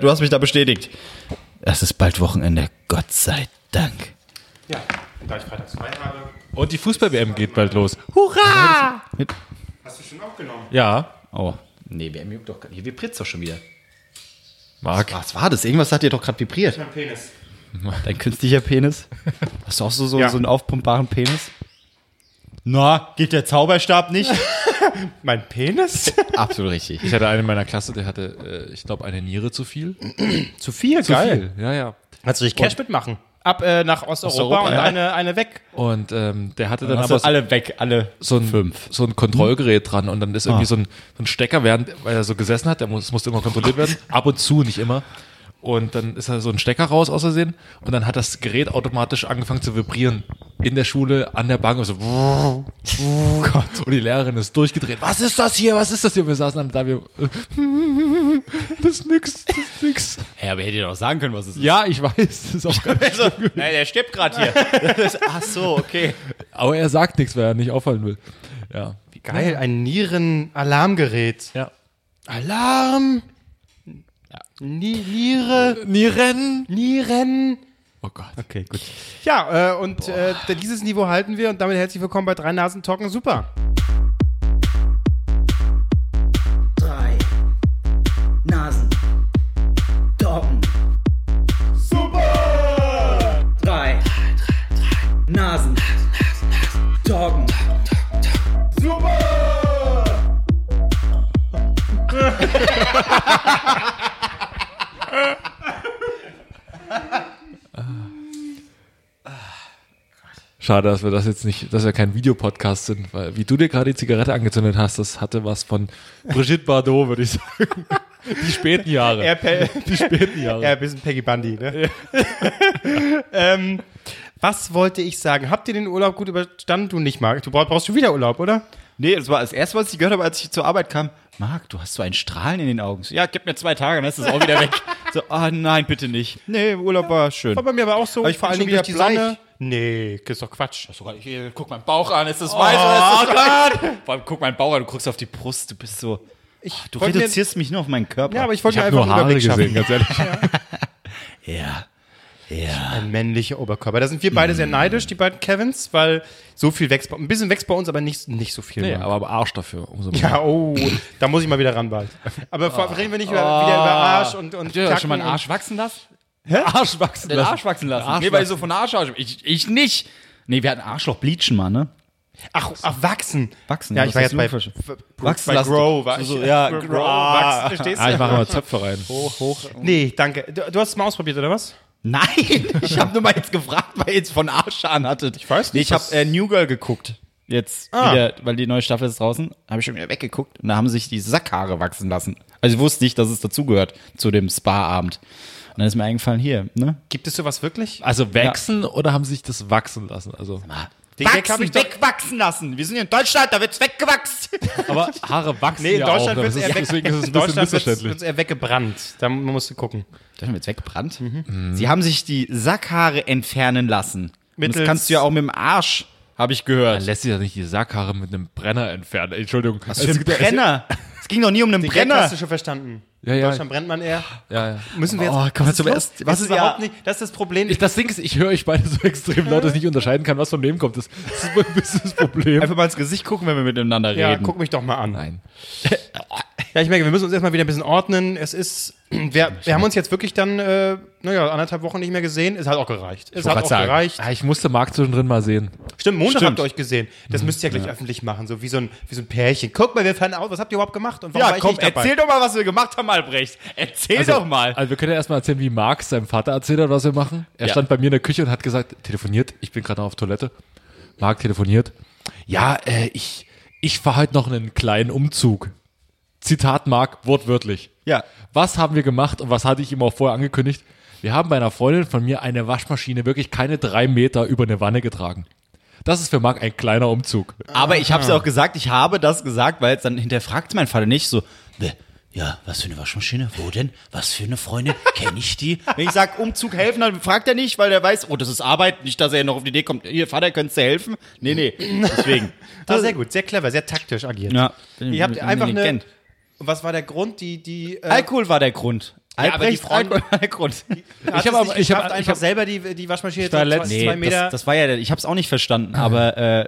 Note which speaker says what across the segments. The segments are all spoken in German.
Speaker 1: Du hast mich da bestätigt. Es ist bald Wochenende, Gott sei Dank.
Speaker 2: Ja, da ich freitags frei habe,
Speaker 3: Und die Fußball-WM geht bald los.
Speaker 2: hast du schon aufgenommen.
Speaker 3: Ja,
Speaker 1: Oh. Nee, wer juckt doch gerade. Hier vibriert doch schon wieder.
Speaker 3: Marc.
Speaker 1: Was war das? Irgendwas hat dir doch gerade vibriert.
Speaker 2: Mein Penis.
Speaker 1: Dein künstlicher Penis? Hast du auch so, so,
Speaker 2: Ja.
Speaker 1: so einen aufpumpbaren Penis? Na, geht der Zauberstab nicht?
Speaker 2: Mein Penis?
Speaker 1: Absolut richtig.
Speaker 3: Ich hatte einen in meiner Klasse, der hatte, äh, ich glaube, eine Niere zu viel.
Speaker 2: Zu viel, geil.
Speaker 3: Viel. Ja, ja.
Speaker 2: Kannst du dich Cash mitmachen? Ab äh, nach Osteuropa
Speaker 1: Osteuropa,
Speaker 2: und
Speaker 1: ja.
Speaker 2: eine, eine weg.
Speaker 3: Und ähm, der hatte dann
Speaker 1: Dann hast
Speaker 3: aber
Speaker 1: du
Speaker 3: so,
Speaker 1: alle weg, alle.
Speaker 3: so, ein, so ein Kontrollgerät dran und dann ist irgendwie so, ein, so ein Stecker, während, weil er so gesessen hat, der muss, musste immer kontrolliert werden. Ab und zu, nicht immer. Und dann ist da so ein Stecker raus aus Versehen und dann hat das Gerät automatisch angefangen zu vibrieren. In der Schule, an der Bank, und so. Oh Und die Lehrerin ist durchgedreht. Was ist das hier? Was ist das hier? Und wir saßen dann da, wir. äh, Das ist nix, das ist nix.
Speaker 1: Ja, aber hätte dir doch sagen können, was es ist.
Speaker 3: Ja, ich weiß, das ist auch geil.
Speaker 1: Also, nein, der stirbt gerade hier. Ach so, okay.
Speaker 3: Aber er sagt nichts, weil er nicht auffallen will. Ja.
Speaker 2: Geil, ein Nieren-Alarmgerät.
Speaker 3: Ja.
Speaker 2: Alarm! Ni Niere,
Speaker 3: Nieren.
Speaker 2: Nieren.
Speaker 3: Oh Gott.
Speaker 1: Okay, gut.
Speaker 2: Ja, äh, und äh, dieses Niveau halten wir und damit herzlich willkommen bei Drei Nasen Talken. Super.
Speaker 4: drei Nasen. Doggen. Super! Drei, Nasen. Doggen.
Speaker 3: Schade, dass wir das jetzt nicht, dass wir kein Videopodcast sind, weil wie du dir gerade die Zigarette angezündet hast, das hatte was von Brigitte Bardot, würde ich sagen. Die späten Jahre.
Speaker 2: Pe
Speaker 3: die späten Jahre.
Speaker 2: Ja, ein bisschen Peggy Bundy, ne? ähm, was wollte ich sagen? Habt ihr den Urlaub gut überstanden? Du nicht, Marc. Du brauchst, brauchst schon wieder Urlaub, oder?
Speaker 1: Nee, das war das erste, was ich gehört habe, als ich zur Arbeit kam. Marc, du hast so ein Strahlen in den Augen. So, Ja, gib mir zwei Tage, dann ist es auch wieder weg. So, ah nein, bitte nicht. Nee, Urlaub war schön.
Speaker 2: War bei mir aber auch so.
Speaker 1: Aber ich vor allen
Speaker 2: bin
Speaker 1: Dingen
Speaker 2: schon
Speaker 1: durch die
Speaker 2: wieder
Speaker 1: Sonne.
Speaker 2: Nee, ist doch Quatsch.
Speaker 1: äh, guck meinen Bauch an, ist das weiß oder ist das Oh Vor allem guck meinen Bauch an, du guckst auf die Brust, du bist so. Ach, du
Speaker 2: wollte mir-
Speaker 1: reduzierst mich nur auf meinen Körper.
Speaker 2: Ja, aber ich wollte
Speaker 3: ich
Speaker 2: mir
Speaker 3: habe
Speaker 2: einfach
Speaker 3: nur
Speaker 2: einen
Speaker 3: Haare
Speaker 2: Überblick
Speaker 3: gesehen,
Speaker 2: schaffen.
Speaker 3: ganz ehrlich.
Speaker 1: ja. Ja.
Speaker 2: Ein männlicher Oberkörper. Da sind wir beide sehr neidisch, die beiden Kevins, weil so viel wächst bei Ein bisschen wächst bei uns, aber nicht, nicht so viel.
Speaker 3: Nee,
Speaker 2: Marc.
Speaker 3: aber am Arsch dafür, umso mehr.
Speaker 2: ja, oh, da muss ich mal wieder ran bald. Aber vor, reden wir nicht über, wieder über Arsch und, und
Speaker 1: Du hast
Speaker 2: Kacken
Speaker 1: schon mal einen
Speaker 2: und-
Speaker 1: Arsch wachsen lassen?
Speaker 3: Arsch wachsen
Speaker 1: Den Arsch wachsen lassen.
Speaker 3: Arsch
Speaker 1: nee, weil ich so
Speaker 3: wachsen.
Speaker 1: von der Arsch aus. Ich, ich nicht. Nee, wir hatten Arschloch bleachen mal, ne?
Speaker 2: Ach, ach, wachsen.
Speaker 1: Wachsen,
Speaker 2: Ja,
Speaker 1: was
Speaker 2: ich war
Speaker 1: hast
Speaker 2: jetzt bei,
Speaker 1: du
Speaker 2: wachsen
Speaker 1: Wachsen
Speaker 2: bei
Speaker 1: lassen.
Speaker 2: Grow. War
Speaker 1: So,
Speaker 2: ich,
Speaker 1: so, ja,
Speaker 2: Grow.
Speaker 1: Grow.
Speaker 2: Wachsen, verstehst du?
Speaker 3: Ah, ich mache mal Zöpfe rein.
Speaker 2: hoch, hoch. Nee, danke. Du, du hast es mal ausprobiert, oder was?
Speaker 1: Nein, ich habe nur mal jetzt gefragt, weil ihr jetzt von Arsch an hattet. Ich
Speaker 2: weiß
Speaker 1: Nee,
Speaker 2: nicht,
Speaker 1: ich habe
Speaker 2: was-
Speaker 1: äh, New Girl geguckt. Jetzt
Speaker 2: Ah.
Speaker 1: wieder, weil die neue Staffel ist draußen, habe ich schon wieder weggeguckt und da haben sich die Sackhaare wachsen lassen. Also ich wusste nicht, dass es dazugehört zu dem Spa-Abend. Und dann ist mir eingefallen, hier, ne?
Speaker 2: Gibt es sowas wirklich?
Speaker 3: Also wachsen oder haben sie sich das wachsen lassen? Also,
Speaker 1: Den
Speaker 2: Wachsen,
Speaker 1: Gag hab ich doch- wegwachsen lassen. Wir sind hier in Deutschland, da wird's weggewachsen.
Speaker 3: aber Haare wachsen
Speaker 2: Nee, in
Speaker 3: ja
Speaker 2: Deutschland
Speaker 3: auch.
Speaker 2: wird
Speaker 3: das
Speaker 2: es
Speaker 3: ist-
Speaker 2: eher, weg,
Speaker 3: deswegen ist es
Speaker 2: in
Speaker 3: ein bisschen
Speaker 2: Deutschland wird's,
Speaker 3: missverständlich.
Speaker 2: wird's eher weggebrannt. Da musst du gucken.
Speaker 1: Deutschland wird's weggebrannt.
Speaker 2: Mhm.
Speaker 1: Mhm. Sie haben sich die Sackhaare entfernen lassen. Und das
Speaker 2: Mittels-
Speaker 1: kannst du ja auch mit dem Arsch, habe ich
Speaker 3: Man
Speaker 1: gehört.
Speaker 3: lässt sich ja nicht die Sackhaare mit einem Brenner entfernen. Entschuldigung. Was
Speaker 1: Für einen Brenner. Es ging doch nie um einen
Speaker 2: Den Gag
Speaker 1: Brenner.
Speaker 2: hast du schon verstanden.
Speaker 3: Ja, ja.
Speaker 2: In Deutschland brennt man eher.
Speaker 3: Ja, ja.
Speaker 2: Müssen wir jetzt.
Speaker 1: Oh, komm,
Speaker 2: was ist
Speaker 1: jetzt aber
Speaker 2: los?
Speaker 1: erst-
Speaker 2: Das
Speaker 1: was
Speaker 2: ist
Speaker 1: ist ja-
Speaker 2: überhaupt nicht. Das ist das Problem.
Speaker 3: Ich, das Ding ist, ich höre euch beide so extrem laut, dass ich nicht unterscheiden kann, was von wem kommt. Das ist ein bisschen das Problem.
Speaker 1: Einfach mal ins Gesicht gucken, wenn wir miteinander
Speaker 2: ja,
Speaker 1: reden.
Speaker 2: guck mich doch mal an.
Speaker 3: Nein.
Speaker 2: Ja, ich merke, wir müssen uns erstmal wieder ein bisschen ordnen. Es ist. Wir, wir haben uns jetzt wirklich dann, äh, naja, anderthalb Wochen nicht mehr gesehen. Es hat auch gereicht. Es hat
Speaker 1: grad
Speaker 2: auch
Speaker 1: sagen.
Speaker 2: gereicht.
Speaker 3: Ah, ich musste Marc zwischendrin mal sehen.
Speaker 2: Stimmt, Montag
Speaker 1: Stimmt.
Speaker 2: habt ihr euch gesehen.
Speaker 3: Mhm.
Speaker 2: Das müsst ihr ja gleich öffentlich machen, so wie so, ein, wie so ein Pärchen. Guck mal, wir fahren aus. Was habt ihr überhaupt gemacht? Und warum war ich nicht dabei?
Speaker 1: doch mal, was wir gemacht haben, Albrecht. Erzähl
Speaker 3: Also wir können ja erstmal erzählen, wie Marc seinem Vater erzählt hat, was wir machen. Er
Speaker 1: Ja.
Speaker 3: stand bei mir in der Küche und hat gesagt, telefoniert, ich bin gerade noch auf Toilette. Marc telefoniert. Ja, äh, ich, ich fahre heute noch einen kleinen Umzug. Zitat Marc, wortwörtlich.
Speaker 1: Ja.
Speaker 3: Was haben wir gemacht und was hatte ich ihm auch vorher angekündigt? Wir haben bei einer Freundin von mir eine Waschmaschine wirklich keine drei Meter über eine Wanne getragen. Das ist für Marc ein kleiner Umzug.
Speaker 1: Aber ich habe es auch gesagt, ich habe das gesagt, weil jetzt dann hinterfragt mein Vater nicht so, "Bäh, ja, was für eine Waschmaschine, wo denn, was für eine Freundin, kenne ich die? Wenn ich sage, Umzug helfen, dann fragt er nicht, weil er weiß, oh, das ist Arbeit, nicht, dass er noch auf die Idee kommt, hier, Vater, könntest du helfen? Nee, nee, deswegen.
Speaker 2: Ah, sehr gut, sehr clever, sehr taktisch agiert.
Speaker 1: Ja,
Speaker 2: Ihr habt
Speaker 1: bin
Speaker 2: einfach
Speaker 1: Legend.
Speaker 2: eine. Und was war der Grund? Die, die. Äh,
Speaker 1: Also, Alkohol war der Grund. Ja, aber die
Speaker 2: Albrecht
Speaker 1: Front-
Speaker 2: Hat
Speaker 3: hab
Speaker 2: es nicht
Speaker 3: aber- ich hab-
Speaker 2: geschafft,
Speaker 3: ich
Speaker 2: einfach
Speaker 3: hab-
Speaker 2: selber die, die Waschmaschine
Speaker 3: Ich war
Speaker 2: zu zwei,
Speaker 3: letzt-
Speaker 2: zwei
Speaker 1: Nee,
Speaker 2: Meter.
Speaker 1: das, das war ja, ich hab's auch nicht verstanden, aber äh,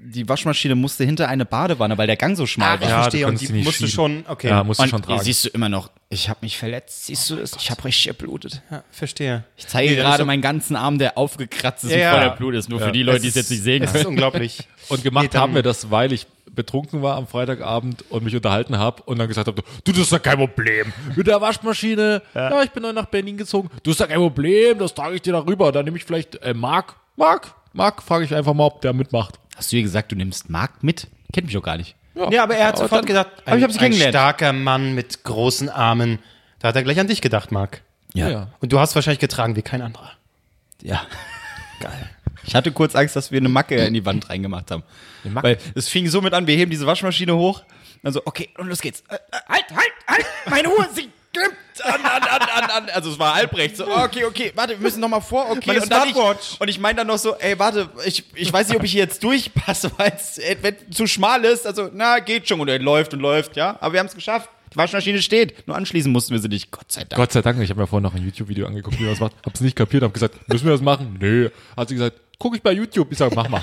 Speaker 1: die Waschmaschine musste hinter eine Badewanne, weil der Gang so schmal
Speaker 2: Ach,
Speaker 1: war.
Speaker 2: Ah, ich verstehe.
Speaker 3: du
Speaker 2: Und
Speaker 3: kannst
Speaker 2: die
Speaker 3: nicht
Speaker 2: musst du schon-
Speaker 3: schieben.
Speaker 2: okay.
Speaker 3: Ja, musst du
Speaker 1: Und
Speaker 3: schon tragen.
Speaker 1: siehst du immer noch, ich habe mich verletzt, siehst du das? Ich habe richtig geblutet.
Speaker 2: ja, verstehe.
Speaker 1: Ich zeige
Speaker 2: dann ist
Speaker 1: gerade
Speaker 2: so-
Speaker 1: meinen ganzen Arm, der aufgekratzt ist
Speaker 2: Ja, ja.
Speaker 1: und voller Blut ist. Nur
Speaker 3: Ja.
Speaker 1: für die Leute,
Speaker 2: Es
Speaker 1: die es jetzt
Speaker 2: ist-
Speaker 1: nicht sehen
Speaker 2: Es ist
Speaker 1: können.
Speaker 2: unglaublich.
Speaker 3: Und gemacht
Speaker 2: dann-
Speaker 3: haben wir das, weil ich betrunken war am Freitagabend und mich unterhalten habe und dann gesagt habe, du, das ist ja kein Problem. Mit der Waschmaschine, ja, ich bin neu nach Berlin gezogen. Du ist ja kein Problem, das trage ich dir da rüber. Dann nehme ich vielleicht äh, Marc, Marc, Marc, frage ich einfach mal, ob der mitmacht.
Speaker 1: Hast du ihr gesagt, du nimmst Marc mit? Kennt mich auch gar nicht.
Speaker 2: Ja, aber er hat sofort gesagt,
Speaker 1: aber ich hab sie kennengelernt.
Speaker 2: ein starker Mann mit großen Armen. Da hat er gleich an dich gedacht, Marc.
Speaker 1: Ja.
Speaker 3: Ja.
Speaker 2: Und du hast wahrscheinlich getragen wie kein anderer.
Speaker 1: Ja. Geil. Ich hatte kurz Angst, dass wir eine Macke in die Wand reingemacht haben. Eine
Speaker 3: Macke?
Speaker 1: Weil es fing so mit an, wir heben diese Waschmaschine hoch. Dann so, okay, und los geht's. Äh, äh, halt, halt, halt, meine Uhr, sie klemmt an, an, an, an, an. Also es war Albrecht, so, okay, okay, warte, wir müssen nochmal vor, okay.
Speaker 2: Meine
Speaker 1: und dann
Speaker 2: Smartwatch.
Speaker 1: ich, und ich meine dann noch so, ey, warte, ich, ich weiß nicht, ob ich hier jetzt durchpasse, weil es äh, wenn zu schmal ist. Also, na, geht schon. Und er läuft und läuft, ja. Aber wir haben es geschafft. Die Waschmaschine steht. Nur anschließen mussten wir sie nicht. Gott sei Dank.
Speaker 3: Gott sei Dank, ich habe mir vorhin noch ein YouTube-Video angeguckt, wie man das macht. Hab's nicht kapiert, hab gesagt, müssen wir das machen? Nö. Hat sie gesagt, guck ich bei YouTube. Ich sage, mach mal.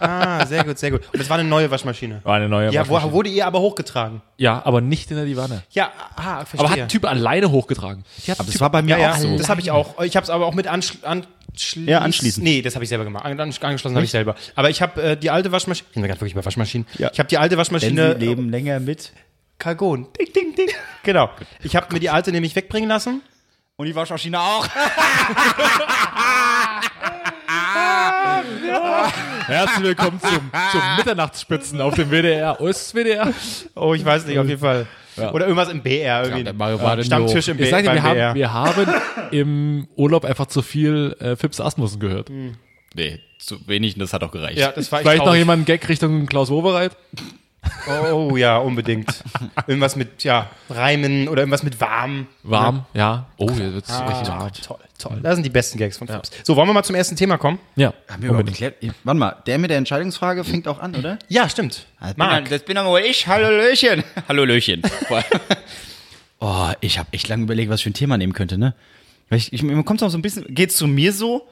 Speaker 2: Ah, sehr gut, sehr gut. Und es war eine neue Waschmaschine.
Speaker 3: War eine neue
Speaker 2: Ja, wo,
Speaker 3: Waschmaschine.
Speaker 2: wurde ihr aber hochgetragen?
Speaker 3: Ja, aber nicht hinter die Wanne.
Speaker 2: Ja, ah, verstehe.
Speaker 3: Aber hat ein Typ alleine hochgetragen. Die hat
Speaker 1: Aber es war bei mir
Speaker 2: ja,
Speaker 1: auch
Speaker 2: ja,
Speaker 1: so.
Speaker 2: das habe ich auch. Ich habe es aber auch mit anschli anschließen.
Speaker 1: Ja, anschließen.
Speaker 2: Nee, das habe ich selber gemacht. An angeschlossen habe ich selber. Aber ich habe äh, die alte Waschmaschine. Reden wir gerade wirklich über Waschmaschinen.
Speaker 1: Ja.
Speaker 2: Ich habe die alte Waschmaschine.
Speaker 1: länger mit.
Speaker 2: Kalgon. Ding, ding, ding. Genau. Ich habe mir die alte nämlich wegbringen lassen.
Speaker 1: Und die Waschmaschine auch.
Speaker 3: Herzlich willkommen zum, zum Mitternachtsspitzen auf dem WDR. Ost WDR.
Speaker 2: Oh, ich weiß nicht, auf jeden Fall. Oder irgendwas im BR. Irgendwie. Stammtisch im BR.
Speaker 3: ich sag dir, wir,
Speaker 2: beim
Speaker 3: haben,
Speaker 2: BR.
Speaker 3: wir haben im Urlaub einfach zu viel äh, Fips Asmussen gehört.
Speaker 1: Nee, zu wenig und das hat auch gereicht.
Speaker 2: ja, das war echt
Speaker 3: Vielleicht noch
Speaker 2: traurig.
Speaker 3: jemand einen Gag Richtung Klaus Wowereit?
Speaker 2: Oh ja, unbedingt. irgendwas mit, ja, Reimen oder irgendwas mit warm.
Speaker 3: Warm, ja. Oh, jetzt wird's richtig warm.
Speaker 2: Toll, toll. Das sind die besten Gags von Fips. So, wollen wir mal zum ersten Thema kommen?
Speaker 3: Ja,
Speaker 1: Haben wir überhaupt geklärt? Warte mal, der mit der Entscheidungsfrage fängt auch an, oder?
Speaker 2: Ja, stimmt. Marc.
Speaker 1: das bin aber ich. Hallöchen. Hallöchen. oh, ich habe echt lange überlegt, was ich für ein Thema nehmen könnte, ne? Weil Ich, ich, mir kommt's auch so ein bisschen, geht's zu mir so?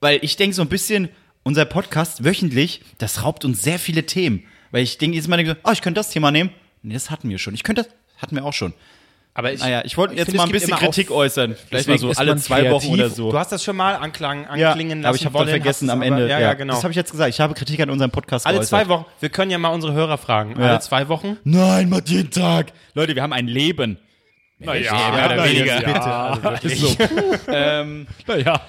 Speaker 1: Weil ich denke so ein bisschen, unser Podcast wöchentlich, das raubt uns sehr viele Themen. Weil ich denke jedes Mal, denk so, oh, ich könnte das Thema nehmen. Nee, das hatten wir schon. Ich könnte das, hatten wir auch schon.
Speaker 2: Aber ich,
Speaker 1: Naja, Ah ich wollte jetzt
Speaker 2: finde,
Speaker 1: mal
Speaker 2: es
Speaker 1: ein
Speaker 2: gibt
Speaker 1: bisschen
Speaker 2: immer auf-
Speaker 1: Kritik äußern. Vielleicht mal
Speaker 3: Deswegen
Speaker 1: so
Speaker 3: ist
Speaker 1: alle
Speaker 3: man
Speaker 1: zwei Wochen
Speaker 3: kreativ.
Speaker 1: oder so.
Speaker 2: Du hast das schon mal anklang, anklingen lassen
Speaker 1: aber ich habe
Speaker 2: wollen,
Speaker 1: dann vergessen
Speaker 2: hast
Speaker 1: am
Speaker 2: es aber-
Speaker 1: Ende.
Speaker 2: Ja, ja, genau.
Speaker 1: Das habe ich jetzt gesagt. Ich habe Kritik an unserem Podcast
Speaker 2: alle
Speaker 1: geäußert.
Speaker 2: zwei Wochen. Wir können ja mal unsere Hörer fragen.
Speaker 1: Ja.
Speaker 2: Alle zwei Wochen.
Speaker 1: Nein, macht jeden Tag. Leute, wir haben ein Leben.
Speaker 3: Naja,
Speaker 1: mehr oder weniger.
Speaker 2: Ah,
Speaker 3: Bitte. Also, So. naja.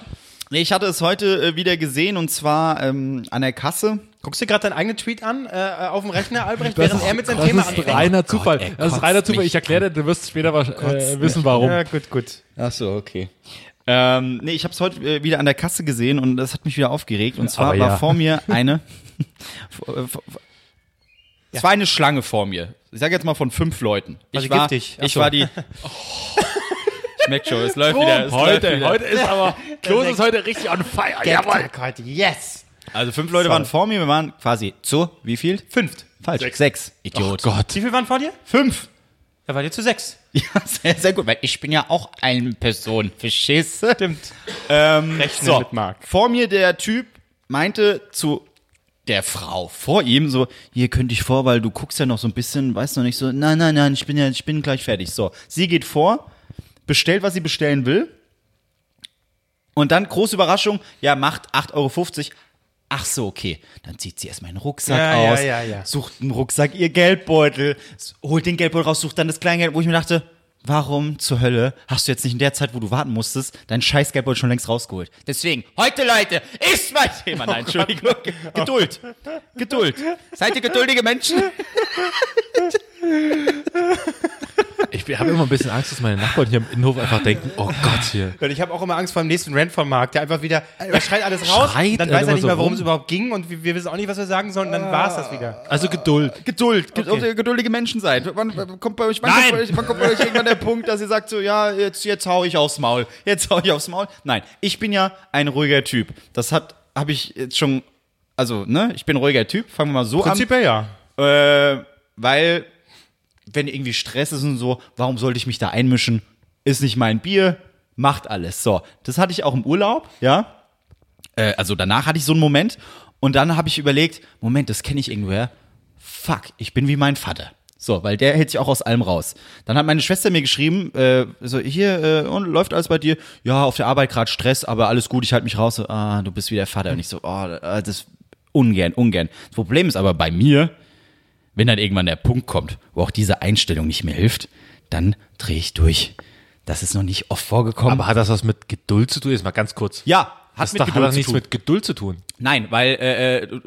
Speaker 1: Nee, Ich hatte es heute äh, wieder gesehen und zwar ähm, an der Kasse.
Speaker 2: Guckst du gerade deinen eigenen Tweet an äh, auf dem Rechner, Albrecht,
Speaker 3: Das
Speaker 2: während
Speaker 3: ist-
Speaker 2: er mit seinem
Speaker 3: das
Speaker 2: Thema
Speaker 3: ist
Speaker 2: anfängt?
Speaker 3: reiner Zufall.
Speaker 1: ey,
Speaker 3: das ist
Speaker 1: kotzt
Speaker 3: reiner Zufall.
Speaker 1: mich
Speaker 3: Ich erkläre dir, du wirst später was- äh, wissen, warum.
Speaker 2: Ja, gut, gut.
Speaker 1: Ach so, okay. Ähm, nee, ich habe es heute äh, wieder an der Kasse gesehen und das hat mich wieder aufgeregt. Und zwar
Speaker 3: Aber ja.
Speaker 1: war vor mir eine. vor- äh, vor- vor- Es war eine Schlange vor mir. Ich sage jetzt mal von fünf Leuten.
Speaker 2: sie
Speaker 1: ich war,
Speaker 2: giftig? Ach
Speaker 1: ich
Speaker 2: so.
Speaker 1: war die. Schmeckt schon, es läuft wieder. Es läuft
Speaker 3: heute,
Speaker 1: wieder.
Speaker 3: heute ist aber, Klose ist heute richtig on fire. Jawohl.
Speaker 2: Gag heute. Yes.
Speaker 1: Also fünf Leute waren vor mir, wir waren quasi zu wie viel?
Speaker 2: Fünft.
Speaker 1: Falsch. Sechs. Idiot.
Speaker 3: Gott.
Speaker 2: Wie viel waren vor dir?
Speaker 1: Fünf.
Speaker 2: Da wart ihr zu sechs.
Speaker 1: Ja, sehr, sehr gut, weil ich bin ja auch eine Person. Verstehst du?
Speaker 2: Stimmt.
Speaker 1: Ähm,
Speaker 2: Rechnen mit Marc.
Speaker 1: Vor mir der Typ meinte zu der Frau vor ihm so, hier könnte ich vor, weil du guckst ja noch so ein bisschen, weißt noch nicht so, nein, nein, nein, ich bin ja, ich bin gleich fertig. So, sie geht vor, bestellt, was sie bestellen will. Und dann, große Überraschung, ja, macht 8,50 Euro. Ach so, okay. Dann zieht sie erstmal einen Rucksack
Speaker 2: Ja, ja,
Speaker 1: aus,
Speaker 2: ja, ja.
Speaker 1: sucht im Rucksack ihr Geldbeutel, s- holt den Geldbeutel raus, sucht dann das Kleingeld, wo ich mir dachte, warum zur Hölle hast du jetzt nicht in der Zeit, wo du warten musstest, dein scheiß Geldbeutel schon längst rausgeholt? Deswegen, heute, Leute, ist mein Thema.
Speaker 2: Oh
Speaker 1: Nein, Entschuldigung. Ge- Geduld. Geduld. Seid ihr geduldige Menschen?
Speaker 3: Ich habe immer ein bisschen Angst, dass meine Nachbarn hier im Innenhof einfach denken, oh Gott, hier.
Speaker 2: Und ich habe auch immer Angst vor dem nächsten Rant von Marc, der einfach wieder, er schreit alles raus,
Speaker 3: Schreit
Speaker 2: dann
Speaker 3: er
Speaker 2: weiß er
Speaker 3: immer
Speaker 2: nicht
Speaker 3: so
Speaker 2: mehr, worum
Speaker 3: rum?
Speaker 2: es überhaupt ging und wir, wir wissen auch nicht, was wir sagen sollen, und dann war es das
Speaker 1: Äh,
Speaker 2: wieder.
Speaker 3: Also Geduld.
Speaker 1: Geduld, ge-
Speaker 2: Okay.
Speaker 1: ob ihr geduldige Menschen seid. Wann, wann kommt bei euch, wann
Speaker 3: Nein!
Speaker 1: kommt bei euch, wann kommt bei euch irgendwann der Punkt, dass ihr sagt so, ja, jetzt, jetzt hau ich aufs Maul, jetzt hau ich aufs Maul. Nein, ich bin ja ein ruhiger Typ. Das hat, habe ich jetzt schon, also ne, ich bin ein ruhiger Typ. Fangen wir mal so
Speaker 2: Prinzipiell ja.
Speaker 1: an, äh, weil wenn irgendwie Stress ist und so, warum sollte ich mich da einmischen? ist nicht mein Bier, macht alles. So, das hatte ich auch im Urlaub, ja. Äh, also danach hatte ich so einen Moment und dann habe ich überlegt, Moment, das kenne ich irgendwoher. Fuck, ich bin wie mein Vater. So, weil der hält sich auch aus allem raus. Dann hat meine Schwester mir geschrieben, äh, so hier äh, und läuft alles bei dir? Ja, auf der Arbeit gerade Stress, aber alles gut, ich halte mich raus. So, ah, du bist wie der Vater. Und ich so, oh, äh, das ungern, ungern. Das Problem ist aber bei mir, wenn dann irgendwann der Punkt kommt, wo auch diese Einstellung nicht mehr hilft, dann drehe ich durch. Das ist noch nicht oft vorgekommen.
Speaker 3: Aber hat das was mit Geduld zu tun? Jetzt mal ganz kurz.
Speaker 1: ja, hat
Speaker 3: das
Speaker 1: mit
Speaker 3: doch- hat
Speaker 1: Geduld
Speaker 3: das
Speaker 1: zu
Speaker 3: nichts
Speaker 1: tun.
Speaker 3: mit Geduld zu tun.
Speaker 1: Nein, weil äh, äh,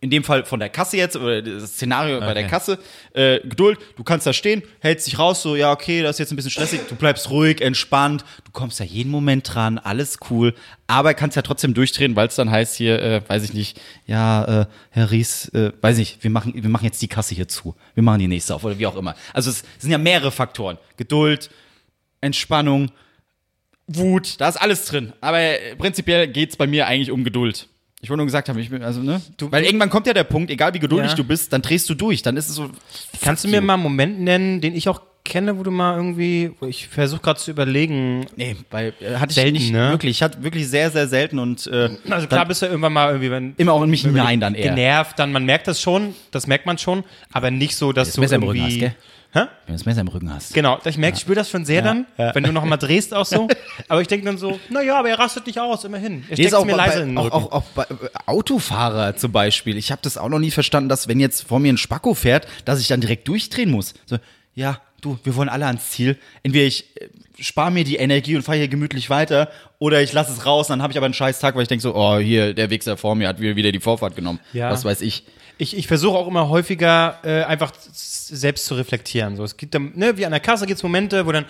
Speaker 1: in dem Fall von der Kasse jetzt, oder das Szenario bei der Kasse, äh, Geduld, du kannst da stehen, hältst dich raus, so, ja, okay, das ist jetzt ein bisschen stressig, du bleibst ruhig, entspannt, du kommst ja jeden Moment dran, alles cool, aber kannst ja trotzdem durchdrehen, weil es dann heißt hier, äh, weiß ich nicht, ja, äh, Herr Ries, äh, weiß ich, wir machen, wir machen jetzt die Kasse hier zu, wir machen die nächste auf oder wie auch immer. Also es sind ja mehrere Faktoren, Geduld, Entspannung, Wut, da ist alles drin. Aber äh, prinzipiell geht's bei mir eigentlich um Geduld. Ich wollte nur gesagt haben, ich bin, also, ne? Weil irgendwann kommt ja der Punkt, egal wie geduldig
Speaker 2: Ja.
Speaker 1: du bist, dann drehst du durch. Dann ist es so.
Speaker 2: Kannst du mir mal einen Moment nennen, den ich auch kenne, wo du mal irgendwie, wo ich versuche gerade zu überlegen.
Speaker 1: Nee, bei, äh, hatte ich
Speaker 2: Selten,
Speaker 1: nicht
Speaker 2: ne?
Speaker 1: wirklich. Ich hatte wirklich sehr, sehr selten und äh,
Speaker 2: Also klar bist du ja irgendwann mal irgendwie, wenn
Speaker 1: immer auch in mich hinein dann eher.
Speaker 2: genervt, dann man merkt das schon, das merkt man schon, aber nicht so, dass du
Speaker 1: Messer im
Speaker 2: irgendwie...
Speaker 1: Rücken hast, gell?
Speaker 2: Hä?
Speaker 1: Wenn du das Messer im Rücken hast.
Speaker 2: Genau, ich merke, ich spüre das schon sehr dann, wenn du noch mal drehst auch so. aber ich denke dann so, naja, aber er rastet nicht aus, immerhin. Er
Speaker 1: Nee,
Speaker 2: steckt
Speaker 1: ist auch
Speaker 2: mir
Speaker 1: bei-
Speaker 2: leise in den
Speaker 1: auch,
Speaker 2: Rücken.
Speaker 1: Auch, auch bei äh, Autofahrer zum Beispiel. Ich habe das auch noch nie verstanden, dass wenn jetzt vor mir ein Spacko fährt, dass ich dann direkt durchdrehen muss. So, ja, du, wir wollen alle ans Ziel. Entweder ich äh, spare mir die Energie und fahre hier gemütlich weiter oder ich lasse es raus und dann habe ich aber einen scheiß Tag, weil ich denke so, oh, hier, der Wichser vor mir hat wieder wieder die Vorfahrt genommen.
Speaker 2: Ja.
Speaker 1: Was weiß ich.
Speaker 2: Ich, ich versuche auch immer häufiger äh, einfach s- selbst zu reflektieren. So, es gibt dann, ne, wie an der Kasse gibt es Momente, wo dann,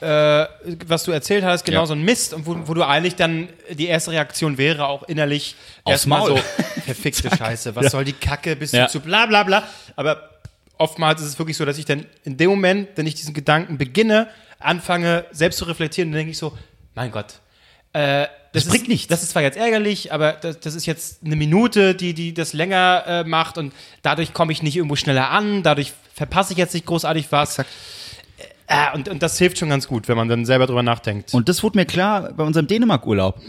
Speaker 2: äh, was du erzählt hast, genau
Speaker 1: Ja.
Speaker 2: so ein Mist und wo, wo du eigentlich dann äh, die erste Reaktion wäre, auch innerlich
Speaker 1: Aufs
Speaker 2: erstmal
Speaker 1: Maul.
Speaker 2: so, verfickte Scheiße, was soll die Kacke, bist
Speaker 1: Ja.
Speaker 2: du zu bla bla bla. Aber oftmals ist es wirklich so, dass ich dann in dem Moment, wenn ich diesen Gedanken beginne, anfange, selbst zu reflektieren, dann denke ich so, mein Gott, das,
Speaker 1: bringt
Speaker 2: ist,
Speaker 1: nichts.
Speaker 2: Das ist zwar jetzt ärgerlich, aber das, das ist jetzt eine Minute, die, die das länger äh, macht und dadurch komme ich nicht irgendwo schneller an, dadurch verpasse ich jetzt nicht großartig was. Äh, und, und das hilft schon ganz gut, wenn man dann selber drüber nachdenkt.
Speaker 1: Und das wurde mir klar bei unserem Dänemark-Urlaub.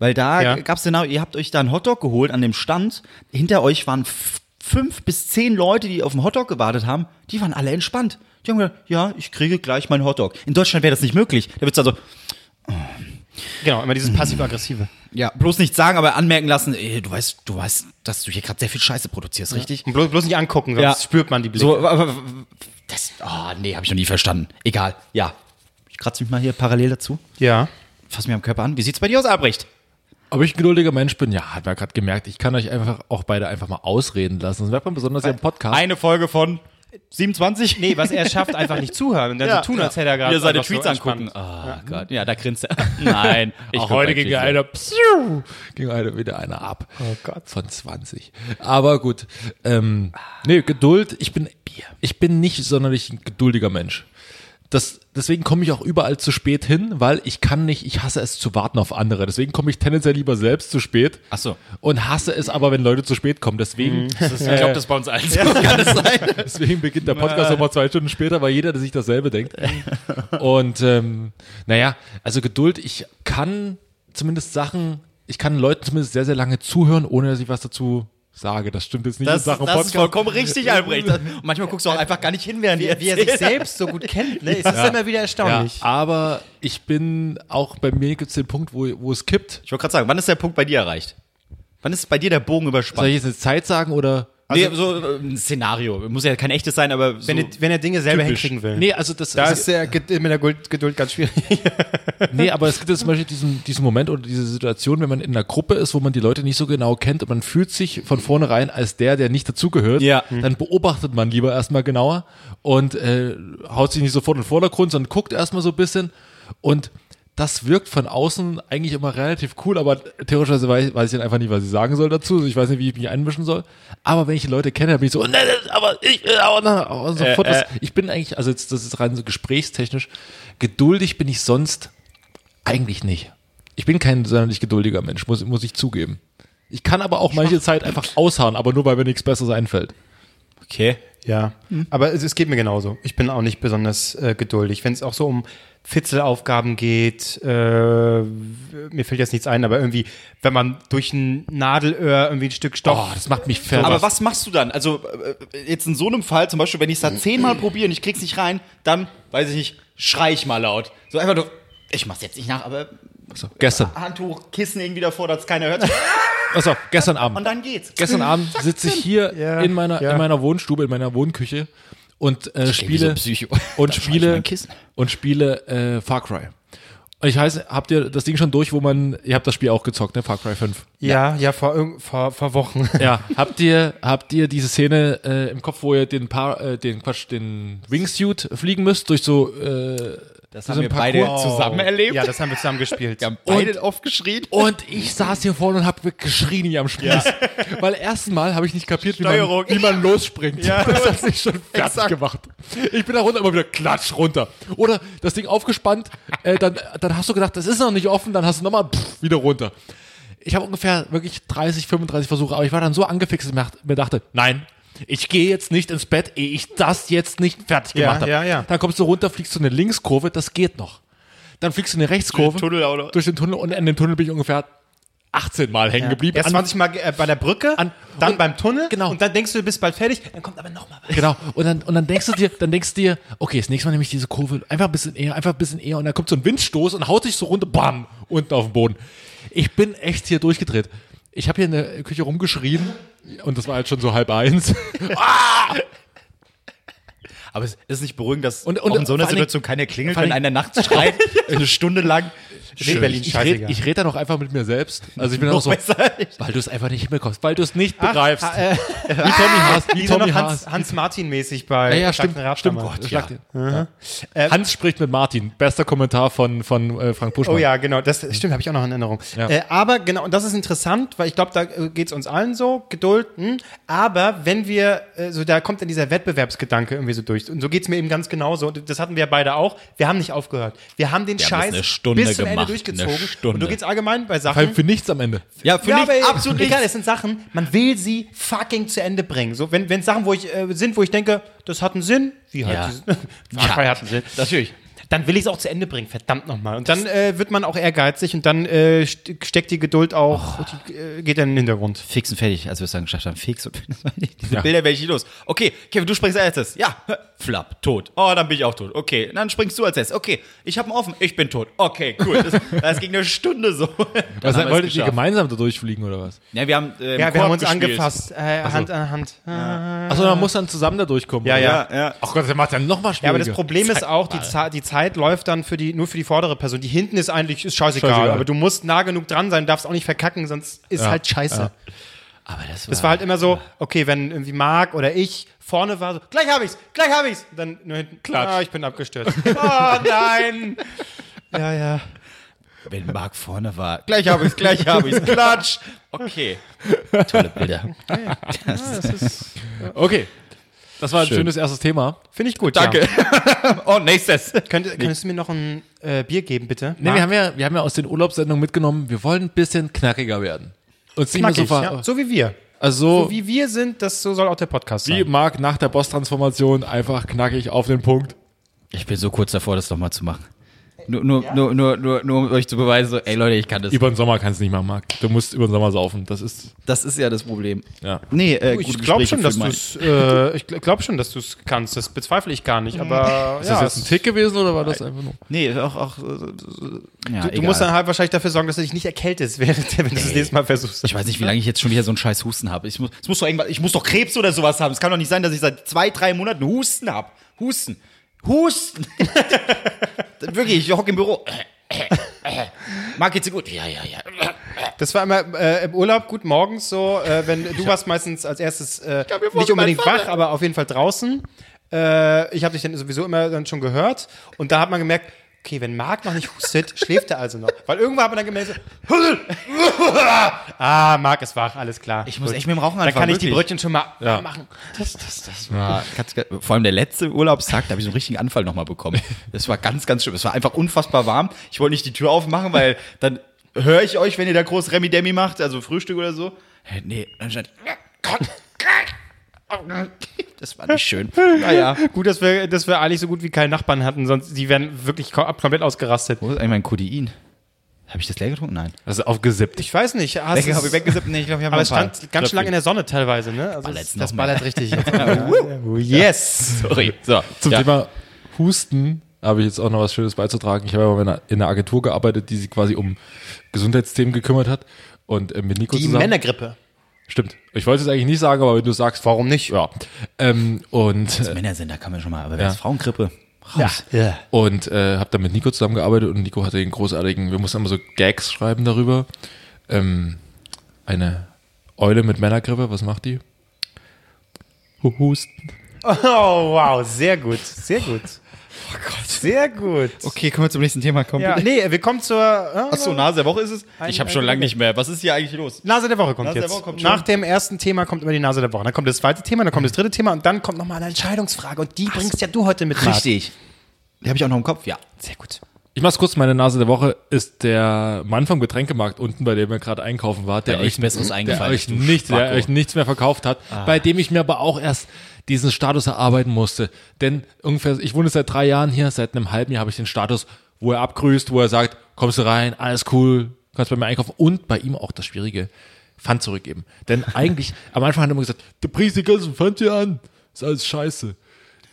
Speaker 1: Weil da
Speaker 2: Ja.
Speaker 1: gab's genau, ihr habt euch da einen Hotdog geholt an dem Stand. Hinter euch waren f- fünf bis zehn Leute, die auf den Hotdog gewartet haben. Die waren alle entspannt. Die haben gedacht, ja, ich kriege gleich meinen Hotdog. In Deutschland wäre das nicht möglich. Da wird's also,
Speaker 2: genau, immer dieses passiv-aggressive.
Speaker 1: ja, bloß nicht sagen, aber anmerken lassen, ey, du weißt, du weißt, dass du hier gerade sehr viel Scheiße produzierst, richtig?
Speaker 2: Und bloß, bloß nicht angucken, sonst
Speaker 1: Ja.
Speaker 2: spürt man die Blicke.
Speaker 1: So, aber- aber- das, ah, nee, habe ich noch nie verstanden. Egal, ja. Ich kratze mich mal hier parallel dazu.
Speaker 2: Ja.
Speaker 1: Fass mir am Körper an. Wie sieht's bei dir aus, Albrecht?
Speaker 3: Ob ich ein geduldiger Mensch bin? Ja, hat man gerade gemerkt. Ich kann euch einfach auch beide einfach mal ausreden lassen. Das merkt man besonders hier im Podcast.
Speaker 1: Eine Folge von 27?
Speaker 2: Nee, was er schafft, einfach nicht zuhören und dann so tun, als hätte er gerade
Speaker 1: Wieder seine
Speaker 2: einfach so
Speaker 1: Tweets angucken.
Speaker 2: entspannt.
Speaker 1: Ah, Gott. Ja, da grinst er. Nein. ich
Speaker 3: auch
Speaker 1: guck
Speaker 3: heute
Speaker 1: bei
Speaker 3: ging
Speaker 1: Tweets.
Speaker 3: einer, psiu, ging einer wieder einer ab. Oh Gott. Von 20. Aber gut. Ähm, nee, Geduld. Ich bin, ich bin nicht sonderlich ein geduldiger Mensch. Das, deswegen komme ich auch überall zu spät hin, weil ich kann nicht, ich hasse es zu warten auf andere. Deswegen komme ich tendenziell lieber selbst zu spät.
Speaker 1: Ach so.
Speaker 3: Und hasse es aber, wenn Leute zu spät kommen. Deswegen,
Speaker 1: Ich glaube, das ist bei uns allen so. Kann das sein?
Speaker 3: Deswegen beginnt der Podcast nochmal zwei Stunden später, weil jeder sich dasselbe denkt. Und ähm, naja, also Geduld, ich kann zumindest Sachen, ich kann Leuten zumindest sehr, sehr lange zuhören, ohne dass ich was dazu sage. Das stimmt jetzt nicht
Speaker 1: Das,
Speaker 3: in Sachen
Speaker 1: das ist
Speaker 3: Podcast.
Speaker 1: vollkommen richtig, Albrecht. Und manchmal guckst du auch einfach gar nicht hin, während
Speaker 2: Wie, wie er sich selbst so gut kennt, ne? Es ist immer wieder
Speaker 3: Ja,
Speaker 2: erstaunlich.
Speaker 3: aber ich bin auch bei mir gibt es den Punkt, wo, wo es kippt.
Speaker 1: Ich wollte gerade sagen, wann ist der Punkt bei dir erreicht? Wann ist bei dir der Bogen
Speaker 3: Soll
Speaker 1: überspannt?
Speaker 3: ich jetzt eine Zeit sagen oder?
Speaker 1: nee, so äh, ein Szenario. Muss ja kein echtes sein, aber so.
Speaker 2: Wenn, er, wenn er Dinge selber
Speaker 3: Typisch.
Speaker 2: hinkriegen will.
Speaker 3: Nee, also das,
Speaker 2: Da
Speaker 3: also-
Speaker 2: ist er mit der Guld- Geduld ganz schwierig.
Speaker 3: Nee, aber es gibt jetzt zum Beispiel diesen, diesen Moment oder diese Situation, wenn man in einer Gruppe ist, wo man die Leute nicht so genau kennt und man fühlt sich von vornherein als der, der nicht dazugehört,
Speaker 1: Ja.
Speaker 3: dann beobachtet man lieber erstmal genauer und äh, haut sich nicht sofort in den Vordergrund, sondern guckt erstmal so ein bisschen und das wirkt von außen eigentlich immer relativ cool, aber theoretischerweise weiß, weiß ich dann einfach nicht, was ich sagen soll dazu. Also Ich weiß nicht, wie ich mich einmischen soll. Aber wenn ich die Leute kenne, dann bin ich so, ne, aber ich, äh, aber, na, aber sofort. was. Ich bin eigentlich, also jetzt, das ist rein so gesprächstechnisch, geduldig bin ich sonst eigentlich nicht. Ich bin kein sonderlich geduldiger Mensch, muss, muss ich zugeben. Ich kann aber auch manche Zeit einfach ausharren, aber nur weil mir nichts Besseres einfällt.
Speaker 1: okay.
Speaker 2: Ja, aber es, es geht mir genauso. Ich bin auch nicht besonders äh, geduldig. Wenn es auch so um Fitzelaufgaben geht, äh, mir fällt jetzt nichts ein, aber irgendwie, wenn man durch ein Nadelöhr irgendwie ein Stück Stoff.
Speaker 3: Oh, das macht mich fertig.
Speaker 1: Aber was machst du dann? Also, äh, jetzt in so einem Fall, zum Beispiel, wenn ich es da zehnmal probiere und ich krieg's nicht rein, dann, weiß ich nicht, schrei ich mal laut. So einfach nur, ich mach's jetzt nicht nach, aber
Speaker 3: so, Also, gestern,
Speaker 1: Handtuch, Kissen irgendwie davor, dass keiner hört.
Speaker 3: also gestern
Speaker 1: Und
Speaker 3: Abend.
Speaker 1: dann geht's. Mhm.
Speaker 3: Gestern Abend sitze ich hier
Speaker 2: Ja,
Speaker 3: in, meiner,
Speaker 2: ja.
Speaker 3: in meiner Wohnstube, in meiner Wohnküche und äh,
Speaker 1: so
Speaker 3: spiele
Speaker 1: ein Psycho.
Speaker 3: und
Speaker 1: Da schmeiß ich
Speaker 3: spiele
Speaker 1: mein Kissen.
Speaker 3: und spiele äh, Far Cry. Und ich heiße, habt ihr das Ding schon durch, wo man, ihr habt das Spiel auch gezockt, ne? Far Cry 5.
Speaker 2: ja, ja, vor, irg- vor, vor Wochen.
Speaker 3: Ja, habt ihr, habt ihr diese Szene äh, im Kopf, wo ihr den Paar, äh, den Quatsch, den Wingsuit fliegen müsst durch so äh, das
Speaker 1: haben wir beide zusammen erlebt.
Speaker 2: Ja, das haben wir zusammen gespielt.
Speaker 1: Wir haben beide oft geschrien.
Speaker 3: Und ich saß hier vorne und habe geschrien wie am Spieß. Weil ersten Mal habe ich nicht kapiert, wie man,
Speaker 1: Steuerung.
Speaker 3: wie man losspringt. Das hat mich schon fertig gemacht. Ich bin da runter, immer wieder klatsch runter. Oder das Ding aufgespannt, äh, dann, dann hast du gedacht, das ist noch nicht offen, dann hast du nochmal pff, wieder runter. Ich habe ungefähr wirklich 30, 35 Versuche, aber ich war dann so angefixt, dass ich mir dacht- mir dachte, nein, ich gehe jetzt nicht ins Bett, ehe ich das jetzt nicht fertig
Speaker 2: Ja,
Speaker 3: gemacht habe.
Speaker 2: ja, ja.
Speaker 3: Dann kommst du runter, fliegst du eine Linkskurve, das geht noch. Dann fliegst du eine Rechtskurve.
Speaker 1: Tunnel auch noch.
Speaker 3: Durch den Tunnel und in dem Tunnel bin ich ungefähr 18 Mal hängen geblieben.
Speaker 2: Erst
Speaker 3: An-
Speaker 2: 20 Mal äh, bei der Brücke,
Speaker 3: An-
Speaker 2: dann
Speaker 3: und-
Speaker 2: beim Tunnel
Speaker 3: genau.
Speaker 2: und dann denkst du, du bist bald fertig, dann kommt aber nochmal was.
Speaker 3: Genau. Und dann, und dann denkst du dir, dann denkst du dir, okay, das nächste Mal nehme ich diese Kurve einfach ein bisschen eher, einfach ein bisschen eher und dann kommt so ein Windstoß und haut dich so runter, bam, unten auf den Boden. Ich bin echt hier durchgedreht. Ich habe hier in der Küche rumgeschrien und das war halt schon so halb eins.
Speaker 1: Aber es ist nicht beruhigend, dass
Speaker 3: Und- und-
Speaker 1: auch in so einer
Speaker 3: vor allen
Speaker 1: Situation keiner klingelt,
Speaker 3: vor allen
Speaker 1: wenn einer nachts schreit, eine Stunde lang.
Speaker 2: Nee, Berlin,
Speaker 3: ich
Speaker 2: scheißegal.
Speaker 3: rede ich red dann auch einfach mit mir selbst. Also ich bin dann auch so,
Speaker 1: besser.
Speaker 3: weil du es einfach nicht hinbekommst, weil du es nicht
Speaker 2: Ach,
Speaker 3: begreifst.
Speaker 2: ah, äh,
Speaker 3: wie Tommy Haas, wie
Speaker 2: wie so
Speaker 3: Tommy
Speaker 2: noch Hans,
Speaker 3: Haas.
Speaker 2: Hans Martin-mäßig bei
Speaker 3: Ja, ja,
Speaker 2: Schlag
Speaker 3: stimmt,
Speaker 2: den Raab
Speaker 3: stimmt.
Speaker 2: damals.
Speaker 3: Schlag den- Mhm. Äh, Ja. Hans spricht mit Martin. Bester Kommentar von, von äh, Frank Buschmann.
Speaker 2: Oh ja, genau, das
Speaker 1: Mhm.
Speaker 2: stimmt, habe ich auch noch in Erinnerung.
Speaker 3: Ja.
Speaker 2: Äh, aber genau, und das ist interessant, weil ich glaube, da geht es uns allen so, Geduld, hm, aber wenn wir, äh, so da kommt dann dieser Wettbewerbsgedanke irgendwie so durch und so geht es mir eben ganz genauso und das hatten wir ja beide auch, wir haben nicht aufgehört. Wir haben den
Speaker 1: Wir haben das
Speaker 2: Scheiß
Speaker 1: eine Stunde
Speaker 2: bis zum
Speaker 1: gemacht,
Speaker 2: Ende durchgezogen
Speaker 1: eine Stunde.
Speaker 2: und so geht es allgemein bei
Speaker 3: Vor allem
Speaker 2: Sachen.
Speaker 3: für nichts am Ende.
Speaker 1: Ja, für mich
Speaker 2: aber
Speaker 1: absolut
Speaker 2: egal,
Speaker 1: nicht.
Speaker 2: es sind Sachen, man will sie fucking zu Ende bringen. So, wenn wenn Sachen, wo ich äh, sind, wo ich denke, das hat einen Sinn, wie halt
Speaker 1: Ja.
Speaker 2: dieses- Far Cry hat einen Sinn.
Speaker 1: Natürlich.
Speaker 2: Dann will ich es auch zu Ende bringen, verdammt nochmal. Und dann äh, wird man auch ehrgeizig und dann äh, st- steckt die Geduld auch, die, äh, geht dann in den Hintergrund.
Speaker 1: Fix und fertig, als wir es dann geschafft haben. Fix und fertig. Diese Bilder werde ich nicht los. Okay, Kevin, du springst als erstes. Ja, flapp, tot. Oh, dann bin ich auch tot. Okay, dann springst du als erstes. Okay, ich habe ihn offen. Ich bin tot. Okay, cool. Das, das ging eine Stunde so. Dann
Speaker 3: Was,
Speaker 1: haben wir es
Speaker 3: Also, wolltet ihr
Speaker 1: geschafft.
Speaker 3: gemeinsam da durchfliegen oder was?
Speaker 1: Ja, wir haben, äh, im
Speaker 2: Ja, wir
Speaker 1: Koop
Speaker 2: haben uns
Speaker 1: gespielt.
Speaker 2: angefasst, äh, Hand an Hand.
Speaker 3: Achso, man muss dann zusammen da durchkommen.
Speaker 2: Ja,
Speaker 3: oder?
Speaker 1: Ja, ja.
Speaker 3: Ach Gott, der macht ja nochmal
Speaker 2: Ja,
Speaker 3: schwieriger.
Speaker 2: aber das Problem ist auch, die, Za- die Zeit läuft dann für die, nur für die vordere Person. Die hinten ist eigentlich ist scheißegal,
Speaker 3: Scheißegal.
Speaker 2: aber du musst nah genug dran sein, darfst auch nicht verkacken, sonst ist
Speaker 3: Ja,
Speaker 2: halt scheiße.
Speaker 3: ja.
Speaker 1: Aber das war,
Speaker 2: Das war halt immer so, okay, wenn irgendwie Marc oder ich vorne war, so, gleich hab ich's, gleich hab ich's. Und dann nur hinten,
Speaker 3: Klatsch.
Speaker 2: Ah, ich bin abgestürzt. oh nein. Ja, ja.
Speaker 1: wenn Marc vorne war. Gleich habe ich gleich habe ich Klatsch. Okay. Tolle Bilder.
Speaker 3: Okay. Das war ein
Speaker 1: Schön.
Speaker 3: schönes erstes Thema.
Speaker 2: Finde ich gut.
Speaker 1: Danke.
Speaker 2: Ja.
Speaker 1: oh, nächstes.
Speaker 2: Könnt, könntest du mir noch ein äh, Bier geben, bitte?
Speaker 3: Nee, wir haben, ja, wir haben ja aus den Urlaubssendungen mitgenommen, wir wollen ein bisschen knackiger werden. Und nicht mehr so,
Speaker 2: Knackig,
Speaker 3: ver
Speaker 2: ja. so wie wir.
Speaker 3: also
Speaker 2: So wie wir sind, das so soll auch der Podcast
Speaker 3: wie
Speaker 2: sein.
Speaker 3: Marc nach der Boss-Transformation einfach knackig auf den Punkt.
Speaker 1: Ich bin so kurz davor, das nochmal zu machen. Nur, nur, nur, nur, nur, nur um euch zu beweisen, so, ey Leute, ich kann das.
Speaker 3: Über den Sommer kannst du nicht machen, Marc. Du musst über den Sommer saufen. Das ist
Speaker 1: Das ist ja das Problem.
Speaker 3: Ja.
Speaker 1: Nee, äh,
Speaker 2: Du, Oh, Ich
Speaker 1: gute
Speaker 2: glaube
Speaker 1: Gespräche
Speaker 2: schon, dass
Speaker 1: führen
Speaker 2: du es äh, ich gl- glaub schon, dass du es kannst. Das bezweifle ich gar nicht. Aber
Speaker 3: Ist
Speaker 2: ja,
Speaker 3: Mhm. das jetzt ein Tick gewesen oder war das einfach nur?
Speaker 1: man- Nee, auch. auch äh, ja,
Speaker 2: du, du musst dann halt wahrscheinlich dafür sorgen, dass du dich nicht erkältest, während, wenn du das nächste Mal versuchst.
Speaker 1: ich weiß nicht, wie lange ich jetzt schon wieder so einen scheiß Husten habe. Ich muss, es muss doch irgendwas, ich muss doch Krebs oder sowas haben. Es kann doch nicht sein, dass ich seit zwei, drei Monaten Husten habe. Husten. Husten. Wirklich, ich hocke im Büro. Äh, Mag geht's dir gut? Ja, ja, ja.
Speaker 2: Das war immer äh, im Urlaub gut morgens so, äh, wenn du warst meistens als erstes äh, nicht unbedingt wach, aber auf jeden Fall draußen. Äh, ich habe dich dann sowieso immer dann schon gehört und da hat man gemerkt, okay, wenn Marc noch nicht hustet, schläft er also noch, weil irgendwann hat man dann gemerkt, so, ah, Marc ist wach, alles klar.
Speaker 1: Ich muss
Speaker 2: Gut.
Speaker 1: echt mit dem Rauchen
Speaker 2: dann
Speaker 1: anfangen.
Speaker 2: kann ich die
Speaker 1: wirklich.
Speaker 2: Brötchen schon mal
Speaker 3: Ja.
Speaker 2: machen.
Speaker 1: Ja, ganz, ganz, vor allem der letzte Urlaubstag, da habe ich so einen richtigen Anfall nochmal bekommen. Das war ganz, ganz schlimm. Es war einfach unfassbar warm. Ich wollte nicht die Tür aufmachen, weil dann höre ich euch, wenn ihr da groß Remi Demi macht, also Frühstück oder so. Hey, nee, anscheinend. Das war nicht schön. Naja.
Speaker 2: Gut, dass wir, dass wir eigentlich so gut wie keinen Nachbarn hatten, sonst die wären wirklich ko- ab- komplett ausgerastet.
Speaker 1: Wo ist eigentlich mein Kodein? Habe ich das leer getrunken? Nein.
Speaker 3: Das ist aufgesippt.
Speaker 2: Ich weiß nicht. Hast
Speaker 1: Weg,
Speaker 2: es-
Speaker 1: habe ich weggesippt? Nee, ich glaube, ich habe
Speaker 2: aber
Speaker 1: noch
Speaker 2: es stand ganz schön lange in der Sonne teilweise, ne? Also
Speaker 1: Ballert
Speaker 2: es-
Speaker 1: noch
Speaker 5: Das
Speaker 1: mehr.
Speaker 5: ballert richtig.
Speaker 2: yes!
Speaker 1: Sorry. So,
Speaker 3: Zum
Speaker 1: ja.
Speaker 3: Thema Husten habe ich jetzt auch noch was Schönes beizutragen. Ich habe ja mal in einer- in einer Agentur gearbeitet, die sich quasi um Gesundheitsthemen gekümmert hat. Und äh, mit Nico
Speaker 5: Die
Speaker 3: zusammen.
Speaker 5: Männergrippe.
Speaker 3: Stimmt. Ich wollte es eigentlich nicht sagen, aber wenn du sagst, warum nicht? Ja. Ähm, und
Speaker 1: Dass Männer sind, da kann man schon mal. Aber wer
Speaker 3: Ja.
Speaker 1: ist Frauengrippe? Raus.
Speaker 3: und äh, habe dann mit Nico zusammengearbeitet und Nico hatte den großartigen, wir mussten immer so Gags schreiben darüber. Ähm, eine Eule mit Männergrippe, was macht die? Hu- Husten.
Speaker 2: Oh, wow, sehr gut, sehr gut. Oh Gott. Sehr gut.
Speaker 1: Okay, können wir zum nächsten Thema kommen.
Speaker 2: Ja, nee, wir kommen zur äh,
Speaker 1: Achso, Nase der Woche ist es?
Speaker 2: Ein-
Speaker 1: ich habe schon
Speaker 2: ein-
Speaker 1: lange nicht mehr. Was ist hier eigentlich los?
Speaker 2: Nase der Woche kommt
Speaker 1: Nase der
Speaker 2: jetzt.
Speaker 1: Woche kommt schon.
Speaker 2: Nach dem ersten Thema kommt immer die Nase der Woche. Dann kommt das zweite Thema, dann kommt das dritte Thema und dann kommt nochmal eine Entscheidungsfrage. Und die bringst ja du heute mit, Marc.
Speaker 1: Richtig. Die habe ich auch noch im Kopf, ja. Sehr gut.
Speaker 3: Ich mach's kurz, meine Nase der Woche ist der Mann vom Getränkemarkt unten, bei dem ihr gerade einkaufen wart, der
Speaker 1: Weil
Speaker 3: euch,
Speaker 1: nichts Besseres
Speaker 3: der
Speaker 1: eingefallen
Speaker 3: euch,
Speaker 1: ist, du
Speaker 3: nicht, der
Speaker 1: Spacko. Ah.
Speaker 3: euch nichts mehr verkauft hat, bei dem ich mir aber auch erst diesen Status erarbeiten musste. Denn ungefähr, ich wohne seit drei Jahren hier, seit einem halben Jahr habe ich den Status, wo er abgrüßt, wo er sagt, kommst du rein, alles cool, kannst bei mir einkaufen und bei ihm auch das Schwierige, Pfand zurückgeben. Denn eigentlich, am Anfang hat er immer gesagt, du bringst den ganzen Pfand hier an, ist alles scheiße.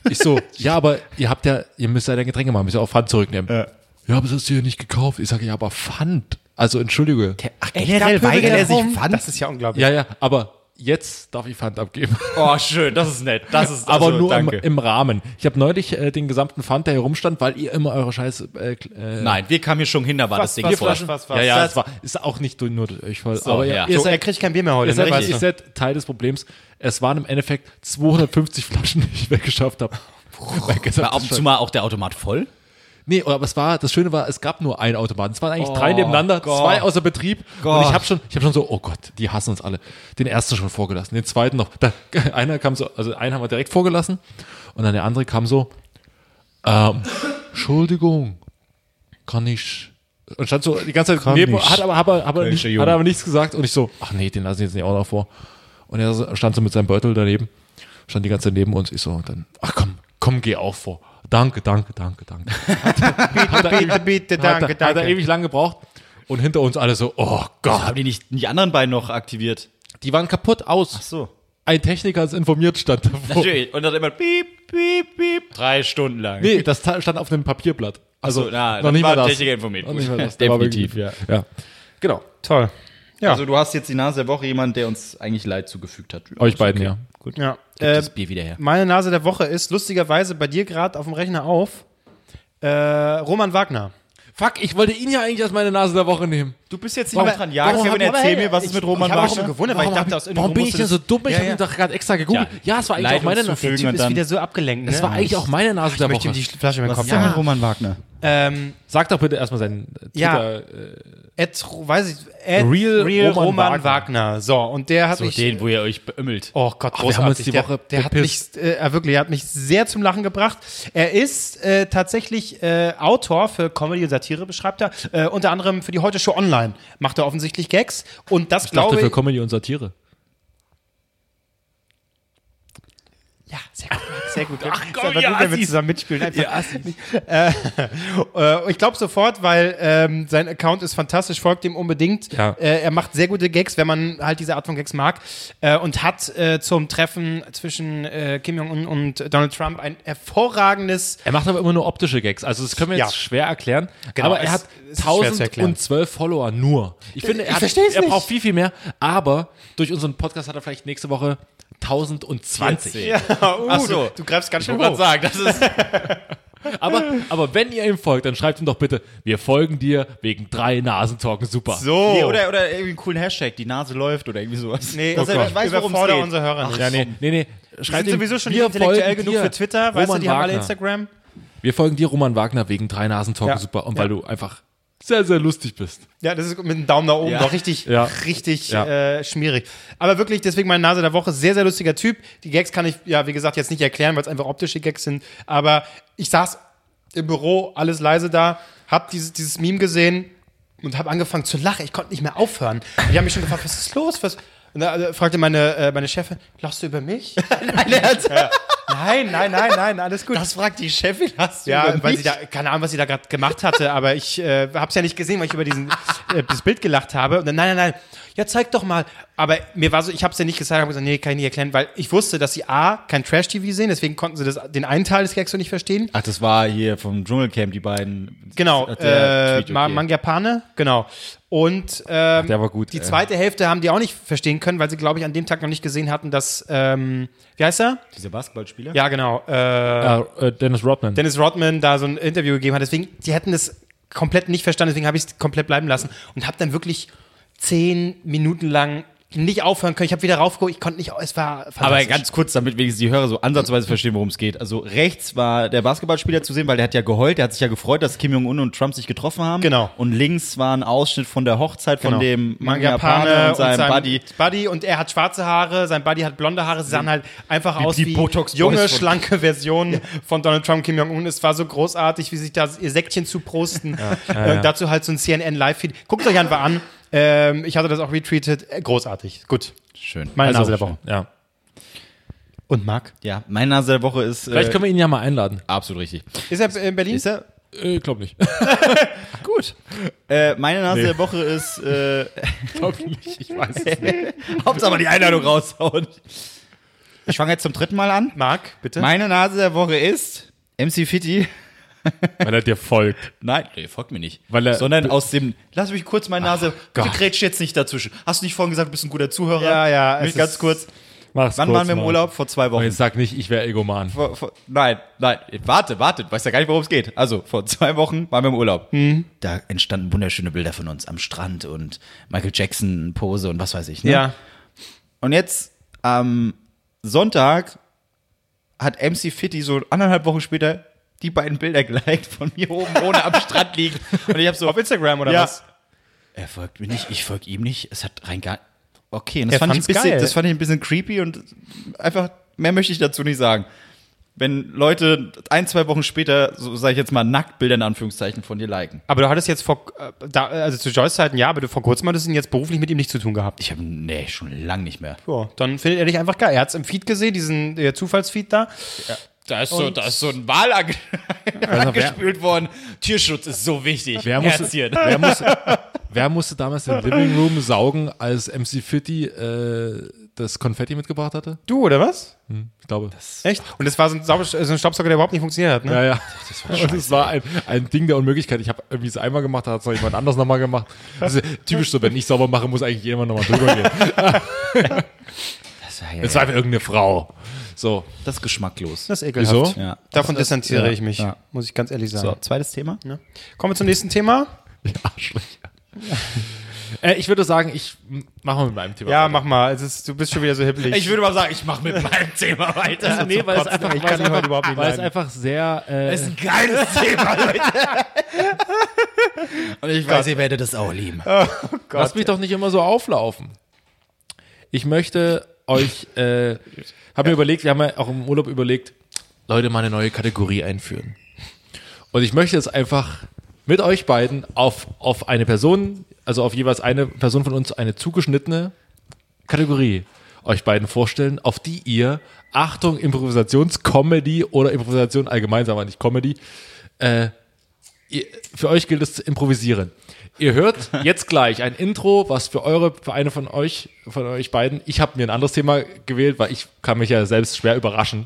Speaker 3: Ich so, ja, aber ihr habt ja, ihr müsst ja dein Getränke machen, müsst ja auch Pfand zurücknehmen. Ja, aber das hast du ja nicht gekauft. Ich sage, ja, aber Pfand. Also entschuldige.
Speaker 1: Ach,
Speaker 2: Da
Speaker 1: generell
Speaker 2: pöbelt
Speaker 1: weigert er sich
Speaker 2: rum.
Speaker 1: Pfand.
Speaker 2: Das ist ja unglaublich.
Speaker 3: Ja, ja, aber jetzt darf ich Pfand abgeben.
Speaker 1: Oh, schön, das ist nett. Das ist
Speaker 3: aber
Speaker 1: also,
Speaker 3: nur im,
Speaker 1: danke.
Speaker 3: im Rahmen. Ich habe neulich äh, den gesamten Pfand, der hier rumstand, weil ihr immer eure Scheiße. Äh, kl- äh,
Speaker 1: Nein, wir kamen hier schon hin, da war das Ding
Speaker 2: was,
Speaker 1: voll.
Speaker 2: was, was, was?
Speaker 3: Ja, ja,
Speaker 1: Das-
Speaker 3: es war, ist auch nicht nur- nur durch euch voll. aber ja,
Speaker 1: ja.
Speaker 3: ihr
Speaker 2: So, er
Speaker 3: seid,
Speaker 2: kriegt kein Bier mehr heute. ne?
Speaker 3: ihr, seid,
Speaker 2: weißt
Speaker 3: ihr
Speaker 2: du?
Speaker 3: seid Teil des Problems. Es waren im Endeffekt 250 Flaschen, die ich weggeschafft habe.
Speaker 1: War ab und zu mal auch der Automat voll?
Speaker 3: Nee, aber es war, das Schöne war, es gab nur einen Automaten. Es waren eigentlich
Speaker 1: Oh
Speaker 3: drei nebeneinander, zwei außer Betrieb. Und ich habe schon, ich habe schon so, oh Gott, die hassen uns alle. Den ersten schon vorgelassen, den zweiten noch. Da, einer kam so, also einen haben wir direkt vorgelassen. Und dann der andere kam so, ähm, Entschuldigung, kann ich. Und stand so die ganze Zeit neben,
Speaker 1: ich.
Speaker 3: hat aber, hat, aber, hat, aber nicht,
Speaker 1: Welcher Junge.
Speaker 3: hat aber nichts gesagt. Und ich so, ach nee, den lassen ich jetzt nicht auch noch vor. Und er so- stand so mit seinem Beutel daneben, stand die ganze Zeit neben uns. Ich so, dann, ach komm, komm, geh auch vor. Danke, danke, danke, danke. Hat er
Speaker 2: Bitte,
Speaker 3: ewig-
Speaker 2: bitte,
Speaker 3: hat er-
Speaker 2: danke,
Speaker 3: Hat er
Speaker 2: danke.
Speaker 3: ewig lang gebraucht. Und hinter uns alle so, oh Gott.
Speaker 1: Haben die nicht die anderen beiden noch aktiviert? Oh.
Speaker 3: Die waren kaputt aus.
Speaker 1: So.
Speaker 3: Ein Techniker ist informiert, stand davor.
Speaker 1: Natürlich. Und dann immer piep, piep, piep. Drei Stunden lang.
Speaker 3: Nee, das ta- stand auf einem Papierblatt. Also
Speaker 1: so, na,
Speaker 3: noch
Speaker 1: dann
Speaker 3: nicht
Speaker 1: war
Speaker 3: mal das.
Speaker 1: Techniker informiert.
Speaker 3: Noch nicht mal das.
Speaker 1: Definitiv,
Speaker 3: Der war wirklich- ja. Genau.
Speaker 2: Toll. Ja.
Speaker 1: Also du hast jetzt die Nase der Woche jemand, der uns eigentlich Leid zugefügt hat.
Speaker 3: Euch beiden, ja.
Speaker 1: Gut.
Speaker 2: ja.
Speaker 1: Äh,
Speaker 2: Äh,
Speaker 1: das Bier wieder her.
Speaker 2: meine Nase der Woche ist lustigerweise bei dir gerade auf dem Rechner auf. Äh, Roman Wagner.
Speaker 3: Fuck, ich wollte ihn ja eigentlich als meine Nase der Woche nehmen.
Speaker 1: Du bist jetzt
Speaker 3: Warum-
Speaker 1: nicht dran. Ja,
Speaker 3: warum
Speaker 1: Kevin,
Speaker 3: hat-
Speaker 1: erzähl
Speaker 3: aber hey,
Speaker 1: mir, was ist mit Roman
Speaker 2: Ich habe auch schon
Speaker 1: Wagner?
Speaker 2: gewundert, weil ich dachte, aus
Speaker 3: Warum bin ich denn so dumm? Ich
Speaker 2: Ja,
Speaker 3: habe
Speaker 2: ja.
Speaker 3: ihn doch gerade extra gegoogelt. Ja, es war eigentlich
Speaker 1: Leid
Speaker 3: auch meine Nase.
Speaker 1: hinzufügen und
Speaker 2: ist
Speaker 1: dann.
Speaker 2: wieder so abgelenkt. Ne?
Speaker 3: Das war eigentlich auch meine Nase der
Speaker 2: möchte ihm
Speaker 3: Woche.
Speaker 2: die Flasche mit Kopf.
Speaker 1: Was ist denn mit Roman Wagner?
Speaker 2: Ähm,
Speaker 3: Sag doch bitte erstmal seinen äh,
Speaker 2: Ja.
Speaker 3: Twitter. äh,
Speaker 2: Ed, weiß ich, Ed,
Speaker 3: Real Roman Wagner.
Speaker 2: Wagner. So, und der hat mich.
Speaker 1: wo ihr euch beömmelt.
Speaker 2: Oh Gott,
Speaker 3: wir
Speaker 2: großartig.
Speaker 3: haben uns die
Speaker 2: der,
Speaker 3: Woche
Speaker 2: der hat mich,
Speaker 3: bepisst.
Speaker 2: äh, er wirklich, er hat mich sehr zum Lachen gebracht. Er ist äh, tatsächlich äh, Autor für Comedy und Satire, beschreibt er. Äh, unter anderem für die Heute Show Online macht er offensichtlich Gags. Und das
Speaker 3: Ich dachte
Speaker 2: glaube
Speaker 3: für
Speaker 2: ich.
Speaker 3: Comedy und Satire.
Speaker 2: Ja, sehr gut. Sehr gut. Ach komm, ja, wenn wir zusammen mitspielen. Einfach. Äh, äh, ich glaube sofort, weil ähm, sein Account ist fantastisch, folgt ihm unbedingt.
Speaker 3: Ja.
Speaker 2: Äh, er macht sehr gute Gags, wenn man halt diese Art von Gags mag. Äh, und hat äh, zum Treffen zwischen äh, Kim Jong-un und Donald Trump ein hervorragendes
Speaker 3: Er macht aber immer nur optische Gags. Also das können wir jetzt
Speaker 2: Ja.
Speaker 3: schwer erklären.
Speaker 2: Genau,
Speaker 3: aber er
Speaker 2: es-
Speaker 3: hat
Speaker 2: es ist schwer zu erklären.
Speaker 3: 1012 Follower nur. Ich finde, er,
Speaker 2: ich
Speaker 3: hat-
Speaker 2: versteh's
Speaker 3: er
Speaker 2: nicht.
Speaker 3: braucht viel, viel mehr. Aber durch unseren Podcast hat er vielleicht nächste Woche 1020.
Speaker 1: Ja.
Speaker 2: Ach
Speaker 1: so.
Speaker 2: uh, du, du greifst ganz schön
Speaker 1: Ich wollte
Speaker 2: hoch.
Speaker 1: sagen, das ist.
Speaker 3: Aber, aber wenn ihr ihm folgt, dann schreibt ihm doch bitte, wir folgen dir wegen drei Nasentalken super.
Speaker 2: So.
Speaker 1: Nee, oder, oder irgendwie einen coolen Hashtag, die Nase läuft oder irgendwie sowas.
Speaker 2: nee,
Speaker 1: dass er
Speaker 2: Gott.
Speaker 1: weiß, worum es
Speaker 2: überfordere
Speaker 1: geht.
Speaker 2: unsere Hörer nicht.
Speaker 3: Ja, nee, nee, nee. Schreibt
Speaker 2: sind
Speaker 3: ihm,
Speaker 2: sowieso schon nicht
Speaker 3: wir
Speaker 2: intellektuell
Speaker 3: folgen
Speaker 2: genug
Speaker 3: dir,
Speaker 2: für Twitter,
Speaker 3: Roman
Speaker 2: weißt du, die haben alle
Speaker 3: Wagner.
Speaker 2: Instagram.
Speaker 3: Wir folgen dir, Roman Wagner, wegen drei Nasentalken
Speaker 2: Ja.
Speaker 3: super. Und weil du einfach sehr, sehr lustig bist.
Speaker 2: Ja, das ist mit dem Daumen nach oben
Speaker 1: Ja.
Speaker 2: noch richtig,
Speaker 3: Ja.
Speaker 2: richtig
Speaker 3: Ja.
Speaker 2: Äh, schmierig. Aber wirklich, deswegen meine Nase der Woche, sehr, sehr lustiger Typ. Die Gags kann ich, ja, wie gesagt, jetzt nicht erklären, weil es einfach optische Gags sind. Aber ich saß im Büro, alles leise da, hab dieses, dieses Meme gesehen und habe angefangen zu lachen. Ich konnte nicht mehr aufhören. Die haben mich schon gefragt, was ist los? Was, Und da äh, fragte meine, äh, meine Chefin, lachst du über mich?
Speaker 1: Nein, Ernst?
Speaker 2: nein, nein, nein, nein, alles gut.
Speaker 1: Das fragt die Chefin, hast du
Speaker 2: ja,
Speaker 1: über
Speaker 2: weil
Speaker 1: mich?
Speaker 2: sie da, keine Ahnung, was sie da gerade gemacht hatte, aber ich äh, habe es ja nicht gesehen, weil ich über diesen, äh, das Bild gelacht habe. Und dann, nein, nein, nein, ja, zeig doch mal. Aber mir war so, ich habe es ja nicht gesagt, habe gesagt, nee, kann ich nicht erklären, weil ich wusste, dass sie A, kein Trash-TV sehen, deswegen konnten sie das, den einen Teil des Gags so nicht verstehen.
Speaker 1: Ach, das war hier vom Dschungelcamp, die beiden.
Speaker 2: Genau,
Speaker 1: Hat der
Speaker 2: äh,
Speaker 1: Tweet,
Speaker 2: Ma-
Speaker 1: okay.
Speaker 2: Mangiapane, genau. Und ähm,
Speaker 1: der war gut,
Speaker 2: die
Speaker 1: ey.
Speaker 2: zweite Hälfte haben die auch nicht verstehen können, weil sie, glaube ich, an dem Tag noch nicht gesehen hatten, dass, ähm, wie heißt er?
Speaker 1: Dieser Basketballspieler?
Speaker 2: Ja, genau. Äh,
Speaker 3: äh, Dennis Rodman.
Speaker 2: Dennis Rodman da so ein Interview gegeben hat. Deswegen, die hätten das komplett nicht verstanden, deswegen habe ich es komplett bleiben lassen und habe dann wirklich zehn Minuten lang nicht aufhören können. Ich habe wieder raufgeholt, ich konnte nicht, au- es war
Speaker 1: Aber
Speaker 2: fantastisch.
Speaker 1: ganz kurz, damit wenigstens die Hörer so ansatzweise verstehen, worum es geht. Also rechts war der Basketballspieler zu sehen, weil der hat ja geheult, der hat sich ja gefreut, dass Kim Jong-un und Trump sich getroffen haben.
Speaker 2: Genau.
Speaker 1: Und links war ein Ausschnitt von der Hochzeit von dem
Speaker 2: Mangapane
Speaker 1: Mangapane Genau. und seinem Buddy. Mhm.
Speaker 2: Buddy und er hat schwarze Haare, sein Buddy hat blonde Haare, sie sahen halt einfach aus
Speaker 1: die
Speaker 2: wie
Speaker 1: Botox-Boys
Speaker 2: junge,
Speaker 1: von-
Speaker 2: schlanke Versionen von Donald Trump, Kim Jong-un. Es war so großartig, wie sich da ihr Säckchen zuprosten. und dazu halt so ein CNN-Live-Feed. Guckt euch einfach an. Ähm, ich hatte das auch retweetet. Äh, Großartig. Gut.
Speaker 1: Schön.
Speaker 2: Meine
Speaker 3: Also,
Speaker 2: Nase der Woche.
Speaker 3: Ja.
Speaker 2: Und Marc?
Speaker 1: Ja, meine Nase der Woche ist
Speaker 3: Vielleicht
Speaker 1: äh,
Speaker 3: können wir ihn ja mal einladen.
Speaker 1: absolut richtig.
Speaker 2: Ist er in Berlin?
Speaker 1: Ist er?
Speaker 3: Äh, glaub nicht.
Speaker 1: Gut. Äh, meine Nase der Woche ist äh, hoffentlich, ich weiß es nicht. Hauptsache mal die Einladung raushauen. Ich fange jetzt zum dritten Mal an.
Speaker 2: Marc, bitte.
Speaker 1: Meine Nase der Woche ist MC Fitti.
Speaker 3: Weil er dir folgt.
Speaker 1: Nein, nee, folgt mir nicht.
Speaker 3: Weil er-
Speaker 1: Sondern aus dem, lass mich kurz meine Nase,
Speaker 3: Gott.
Speaker 1: du grätsch jetzt nicht dazwischen. Hast du nicht vorhin gesagt, du bist ein guter Zuhörer?
Speaker 2: Ja, ja, es
Speaker 1: Mich ganz
Speaker 2: ist-
Speaker 1: kurz.
Speaker 3: Mach's
Speaker 1: Wann
Speaker 3: kurz,
Speaker 1: waren wir im
Speaker 3: Mann.
Speaker 1: Urlaub? Vor zwei
Speaker 3: Oh,
Speaker 1: Wochen.
Speaker 3: jetzt sag nicht, ich wäre Egoman.
Speaker 1: Vor, vor, nein, nein, warte, warte, weiß ja gar nicht, worum es geht. Also, vor zwei Wochen waren wir im Urlaub. Da entstanden wunderschöne Bilder von uns am Strand und Michael Jackson Pose und was weiß ich. Ne?
Speaker 2: ja.
Speaker 1: Und jetzt am Sonntag hat MC Fitty so anderthalb Wochen später die beiden Bilder geliked von mir oben ohne am Strand liegen. Und ich habe so
Speaker 2: Auf Instagram oder
Speaker 1: Ja.
Speaker 2: was?
Speaker 1: er folgt mir nicht, ich folge ihm nicht. Es hat rein gar. Okay, und
Speaker 2: Er
Speaker 1: das, fand ich ein
Speaker 2: fand's
Speaker 1: bisschen,
Speaker 2: geil.
Speaker 1: das fand ich ein bisschen creepy und einfach mehr möchte ich dazu nicht sagen. Wenn Leute ein, zwei Wochen später, so sage ich jetzt mal, Nacktbilder in Anführungszeichen von dir liken.
Speaker 2: Aber du hattest jetzt vor, äh, da, also zu Joyce Zeiten ja, aber du vor kurzem hattest ihn jetzt beruflich mit ihm nichts zu tun gehabt.
Speaker 1: Ich habe, nee, schon lang nicht mehr.
Speaker 2: Ja, dann findet er dich einfach geil. Er hat es im Feed gesehen, diesen äh, Zufallsfeed da.
Speaker 1: Da ist, so, da ist so ein Wal ange angespült worden. Tierschutz ist so wichtig.
Speaker 3: Wer musste,
Speaker 1: Herzchen.
Speaker 3: wer, musste, wer musste damals den Living Room saugen, als MC Fitty äh, das Konfetti mitgebracht hatte?
Speaker 2: Du, oder was?
Speaker 3: Ich glaube.
Speaker 2: Echt? Und es war so ein, Sau so ein Staubsauger, der überhaupt nicht funktioniert hat, ne?
Speaker 3: ja, ja. Und es war ein, ein Ding der Unmöglichkeit. Ich habe irgendwie es einmal gemacht, da hat es noch jemand anders nochmal gemacht. Das ist typisch so, wenn ich sauber mache, muss eigentlich jemand nochmal drüber gehen. Es war einfach irgendeine Frau. So.
Speaker 1: Das ist geschmacklos.
Speaker 2: Das ist ekelhaft.
Speaker 3: Wieso?
Speaker 1: Ja.
Speaker 2: Davon
Speaker 1: Das ist-
Speaker 2: distanziere
Speaker 1: ja,
Speaker 2: ich mich,
Speaker 1: ja.
Speaker 2: muss ich ganz ehrlich
Speaker 1: So,
Speaker 2: sagen.
Speaker 1: zweites Thema.
Speaker 2: Ne? Kommen wir zum nächsten Thema.
Speaker 3: Ja, Arschlöcher. äh, ich würde sagen, ich mache mal mit meinem Thema.
Speaker 2: Ja,
Speaker 3: weiter.
Speaker 2: mach mal. Es ist, du bist schon wieder so hippelig.
Speaker 1: würde mal sagen, ich mache mit meinem Thema weiter.
Speaker 3: Nee, weil es einfach,
Speaker 2: Ich
Speaker 3: weil
Speaker 2: kann ihn heute
Speaker 3: es einfach,
Speaker 2: überhaupt nicht
Speaker 3: weil es
Speaker 2: leiden.
Speaker 3: einfach sehr. Äh,
Speaker 1: ein geiles Thema, Leute. Und ich weiß, ihr werdet es auch lieben.
Speaker 3: Lasst mich doch nicht immer so auflaufen. Ich möchte euch, äh, habe mir überlegt, wir haben ja auch im Urlaub überlegt, Leute mal eine neue Kategorie einführen. Und ich möchte jetzt einfach mit euch beiden auf, auf eine Person, also auf jeweils eine Person von uns, eine zugeschnittene Kategorie euch beiden vorstellen, auf die ihr, Achtung, Improvisationscomedy oder Improvisation allgemein, sagen wir nicht Comedy, äh, ihr, für euch gilt es zu improvisieren. Ihr hört jetzt gleich ein Intro, was für eure, für eine von euch, von euch beiden. Ich habe mir ein anderes Thema gewählt, weil ich kann mich ja selbst schwer überraschen.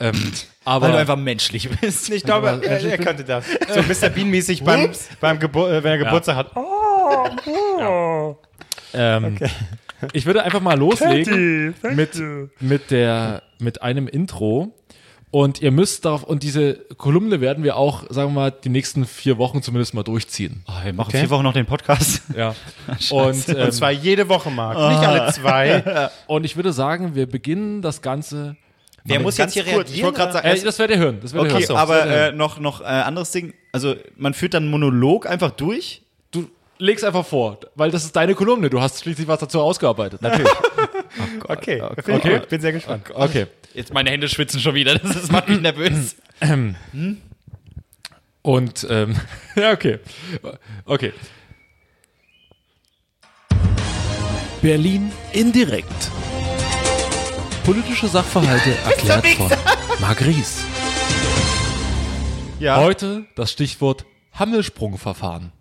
Speaker 3: Ähm, aber
Speaker 1: Weil du einfach menschlich bist.
Speaker 2: Ich glaube,
Speaker 3: Ja,
Speaker 2: er,
Speaker 1: äh,
Speaker 3: ich
Speaker 2: er
Speaker 3: bin-
Speaker 2: könnte das. So Mr. Bean-mäßig beim, beim Gebur äh, wenn er Geburtstag hat. Oh,
Speaker 3: Ähm, Ich würde einfach mal loslegen mit, mit, der, mit einem Intro. Und ihr müsst darauf, und diese Kolumne werden wir auch, sagen wir mal, die nächsten vier Wochen zumindest mal durchziehen.
Speaker 1: wir machen vier Wochen noch den Podcast.
Speaker 3: Ja. Und, ähm,
Speaker 2: Und zwar jede Woche, Marc. Nicht alle zwei.
Speaker 3: und ich würde sagen, wir beginnen das Ganze.
Speaker 2: Wer muss
Speaker 1: Ganz
Speaker 2: jetzt hier
Speaker 1: kurz, Ich wollte gerade
Speaker 2: reagieren?
Speaker 1: sagen,
Speaker 3: Äh, das werdet ihr hören. Das werdet ihr
Speaker 1: okay,
Speaker 3: hören.
Speaker 1: aber äh, noch, noch äh, anderes Ding. Also, man führt dann einen Monolog einfach durch.
Speaker 3: du legst einfach vor, weil das ist deine Kolumne. Du hast schließlich was dazu ausgearbeitet. Natürlich.
Speaker 2: Okay, okay.
Speaker 3: Okay.
Speaker 2: Bin sehr gespannt.
Speaker 3: Okay.
Speaker 1: Jetzt meine Hände schwitzen schon wieder. Das ist- macht mich nervös.
Speaker 3: Und ähm, ja, okay. Okay. Berlin indirekt. Politische Sachverhalte erklärt von Magris.
Speaker 1: Ja.
Speaker 3: Heute das Stichwort Hammelsprungverfahren.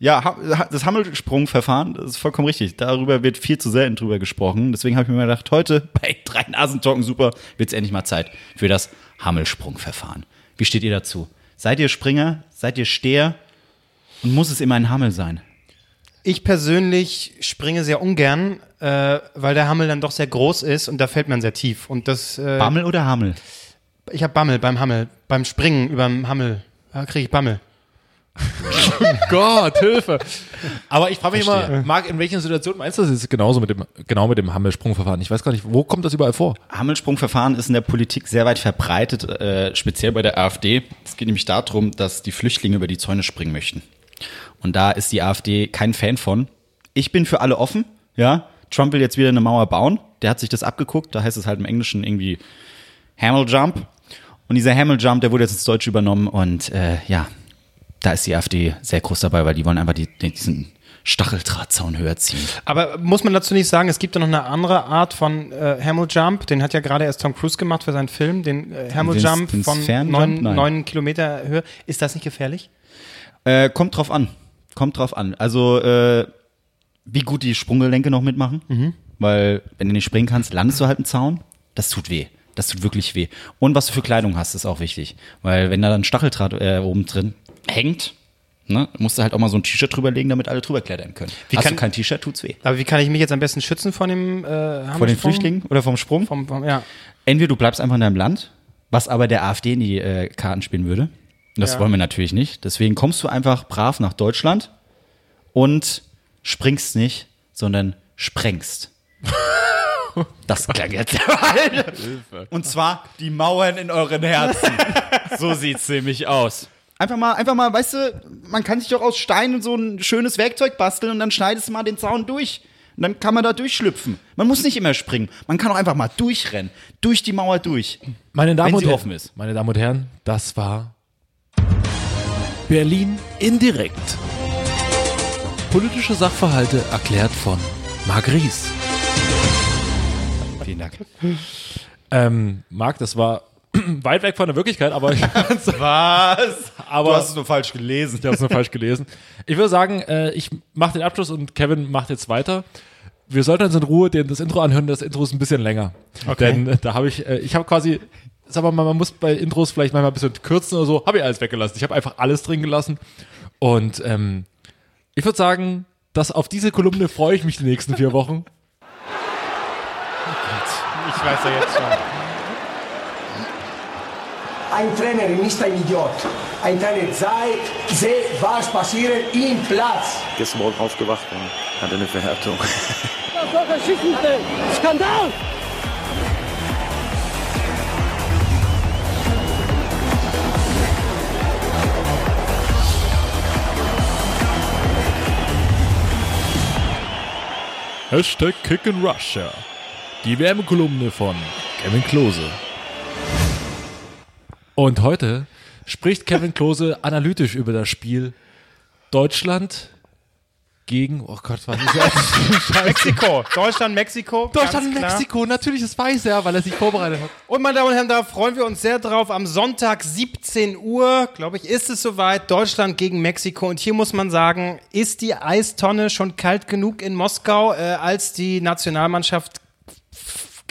Speaker 1: Ja, Ha- Ha- das Hammelsprungverfahren, das ist vollkommen richtig. Darüber wird viel zu selten drüber gesprochen. Deswegen habe ich mir mal gedacht, heute bei drei Nasentalken super wird es endlich mal Zeit für das Hammelsprungverfahren. Wie steht ihr dazu? Seid ihr Springer? Seid ihr Steher? Und muss es immer ein Hammel sein?
Speaker 2: Ich persönlich springe sehr ungern, äh, weil der Hammel dann doch sehr groß ist und da fällt man sehr tief. Und das, äh,
Speaker 1: Bammel oder Hammel?
Speaker 2: ich habe Bammel beim Hammel, beim Springen überm Hammel kriege ich Bammel.
Speaker 3: Gott, Hilfe. Aber ich frage mich
Speaker 1: Verstehe.
Speaker 3: immer, Marc, in welchen Situationen meinst du das jetzt genauso mit dem, genau mit dem Hammelsprungverfahren? Ich weiß gar nicht, wo kommt das überall vor?
Speaker 1: Hammelsprungverfahren ist in der Politik sehr weit verbreitet, äh, speziell bei der AfD. Es geht nämlich darum, dass die Flüchtlinge über die Zäune springen möchten. Und da ist die AfD kein Fan von. Ich bin für alle offen, ja. Trump will jetzt wieder eine Mauer bauen. Der hat sich das abgeguckt. Da heißt es halt im Englischen irgendwie Hammel Jump. Und dieser Hammel Jump, der wurde jetzt ins Deutsche übernommen. Und äh, ja, da ist die AfD sehr groß dabei, weil die wollen einfach die, die, diesen Stacheldrahtzaun höher ziehen.
Speaker 2: Aber muss man dazu nicht sagen, es gibt da noch eine andere Art von äh, Hamel Jump, den hat ja gerade erst Tom Cruise gemacht für seinen Film, den äh, Hamel
Speaker 1: Den-
Speaker 2: Jump
Speaker 1: den
Speaker 2: von
Speaker 1: Fernjump?
Speaker 2: neun,
Speaker 1: Nein.
Speaker 2: neun Kilometer Höhe. Ist das nicht gefährlich?
Speaker 1: Äh, kommt drauf an. Kommt drauf an. Also, äh, wie gut die Sprunggelenke noch mitmachen. Weil, wenn du nicht springen kannst, landest du halt im Zaun. Das tut weh. Das tut wirklich weh. Und was du für Kleidung hast, ist auch wichtig. Weil, wenn da dann Stacheldraht äh, oben drin hängt, ne, musst du halt auch mal so ein T-Shirt drüberlegen, damit alle drüber klettern können. Wie hast
Speaker 2: kann-
Speaker 1: du kein T-Shirt, tut's weh.
Speaker 2: Aber wie kann ich mich jetzt am besten schützen von dem äh, Hammelsprung?
Speaker 1: Vor den Flüchtlingen oder vom Sprung?
Speaker 2: Vom, vom, ja.
Speaker 1: Entweder du bleibst einfach in deinem Land, was aber der AfD in die äh, Karten spielen würde. Und Das
Speaker 2: Ja.
Speaker 1: wollen wir natürlich nicht. Deswegen kommst du einfach brav nach Deutschland und springst nicht, sondern sprengst. Das klang jetzt Und zwar die Mauern in euren Herzen. So sieht's nämlich aus. Einfach mal, einfach mal, weißt du, man kann sich doch aus Steinen so ein schönes Werkzeug basteln und dann schneidest du mal den Zaun durch. Und dann kann man da durchschlüpfen. Man muss nicht immer springen. Man kann auch einfach mal durchrennen. Durch die Mauer durch.
Speaker 3: Meine Damen
Speaker 1: Wenn
Speaker 3: und
Speaker 1: sie
Speaker 3: Herren,
Speaker 1: offen ist.
Speaker 3: Meine Damen und Herren, das war Berlin indirekt. Politische Sachverhalte erklärt von Magris.
Speaker 1: Vielen Dank.
Speaker 3: Ähm, Marc, das war weit weg von der Wirklichkeit, aber ich
Speaker 1: Was?
Speaker 3: aber
Speaker 1: nur falsch gelesen.
Speaker 3: Ich habe es nur falsch gelesen. Ich würde sagen, äh, ich mache den Abschluss und Kevin macht jetzt weiter. Wir sollten uns in Ruhe den, das Intro anhören. Das Intro ist ein bisschen länger. Denn äh, da habe ich, äh, ich habe quasi, sag mal, man muss bei Intros vielleicht manchmal ein bisschen kürzen oder so. Habe ich alles weggelassen. Ich habe einfach alles drin gelassen. Und ähm, ich würde sagen, dass auf diese Kolumne freue ich mich die nächsten vier Wochen.
Speaker 2: Ich weiß ja jetzt schon.
Speaker 5: Ein Trainer ist ein Idiot. Ein Trainer zeigt, seht, was passiert im Platz.
Speaker 6: gestern Morgen aufgewacht und hatte eine Verhärtung.
Speaker 3: Hashtag Kick in Russia. Die Wärmekolumne von Kevin Klose. Und heute spricht Kevin Klose analytisch über das Spiel Deutschland gegen, oh Gott, was ist das?
Speaker 2: Mexiko. Deutschland, Mexiko. ganz
Speaker 3: Deutschland und
Speaker 2: klar.
Speaker 3: Mexiko, natürlich, das weiß er, weil er sich vorbereitet hat.
Speaker 2: Und meine Damen und Herren, da freuen wir uns sehr drauf. Am Sonntag 17 Uhr, glaube ich, ist es soweit. Deutschland gegen Mexiko. Und hier muss man sagen, ist die Eistonne schon kalt genug in Moskau, äh, als die Nationalmannschaft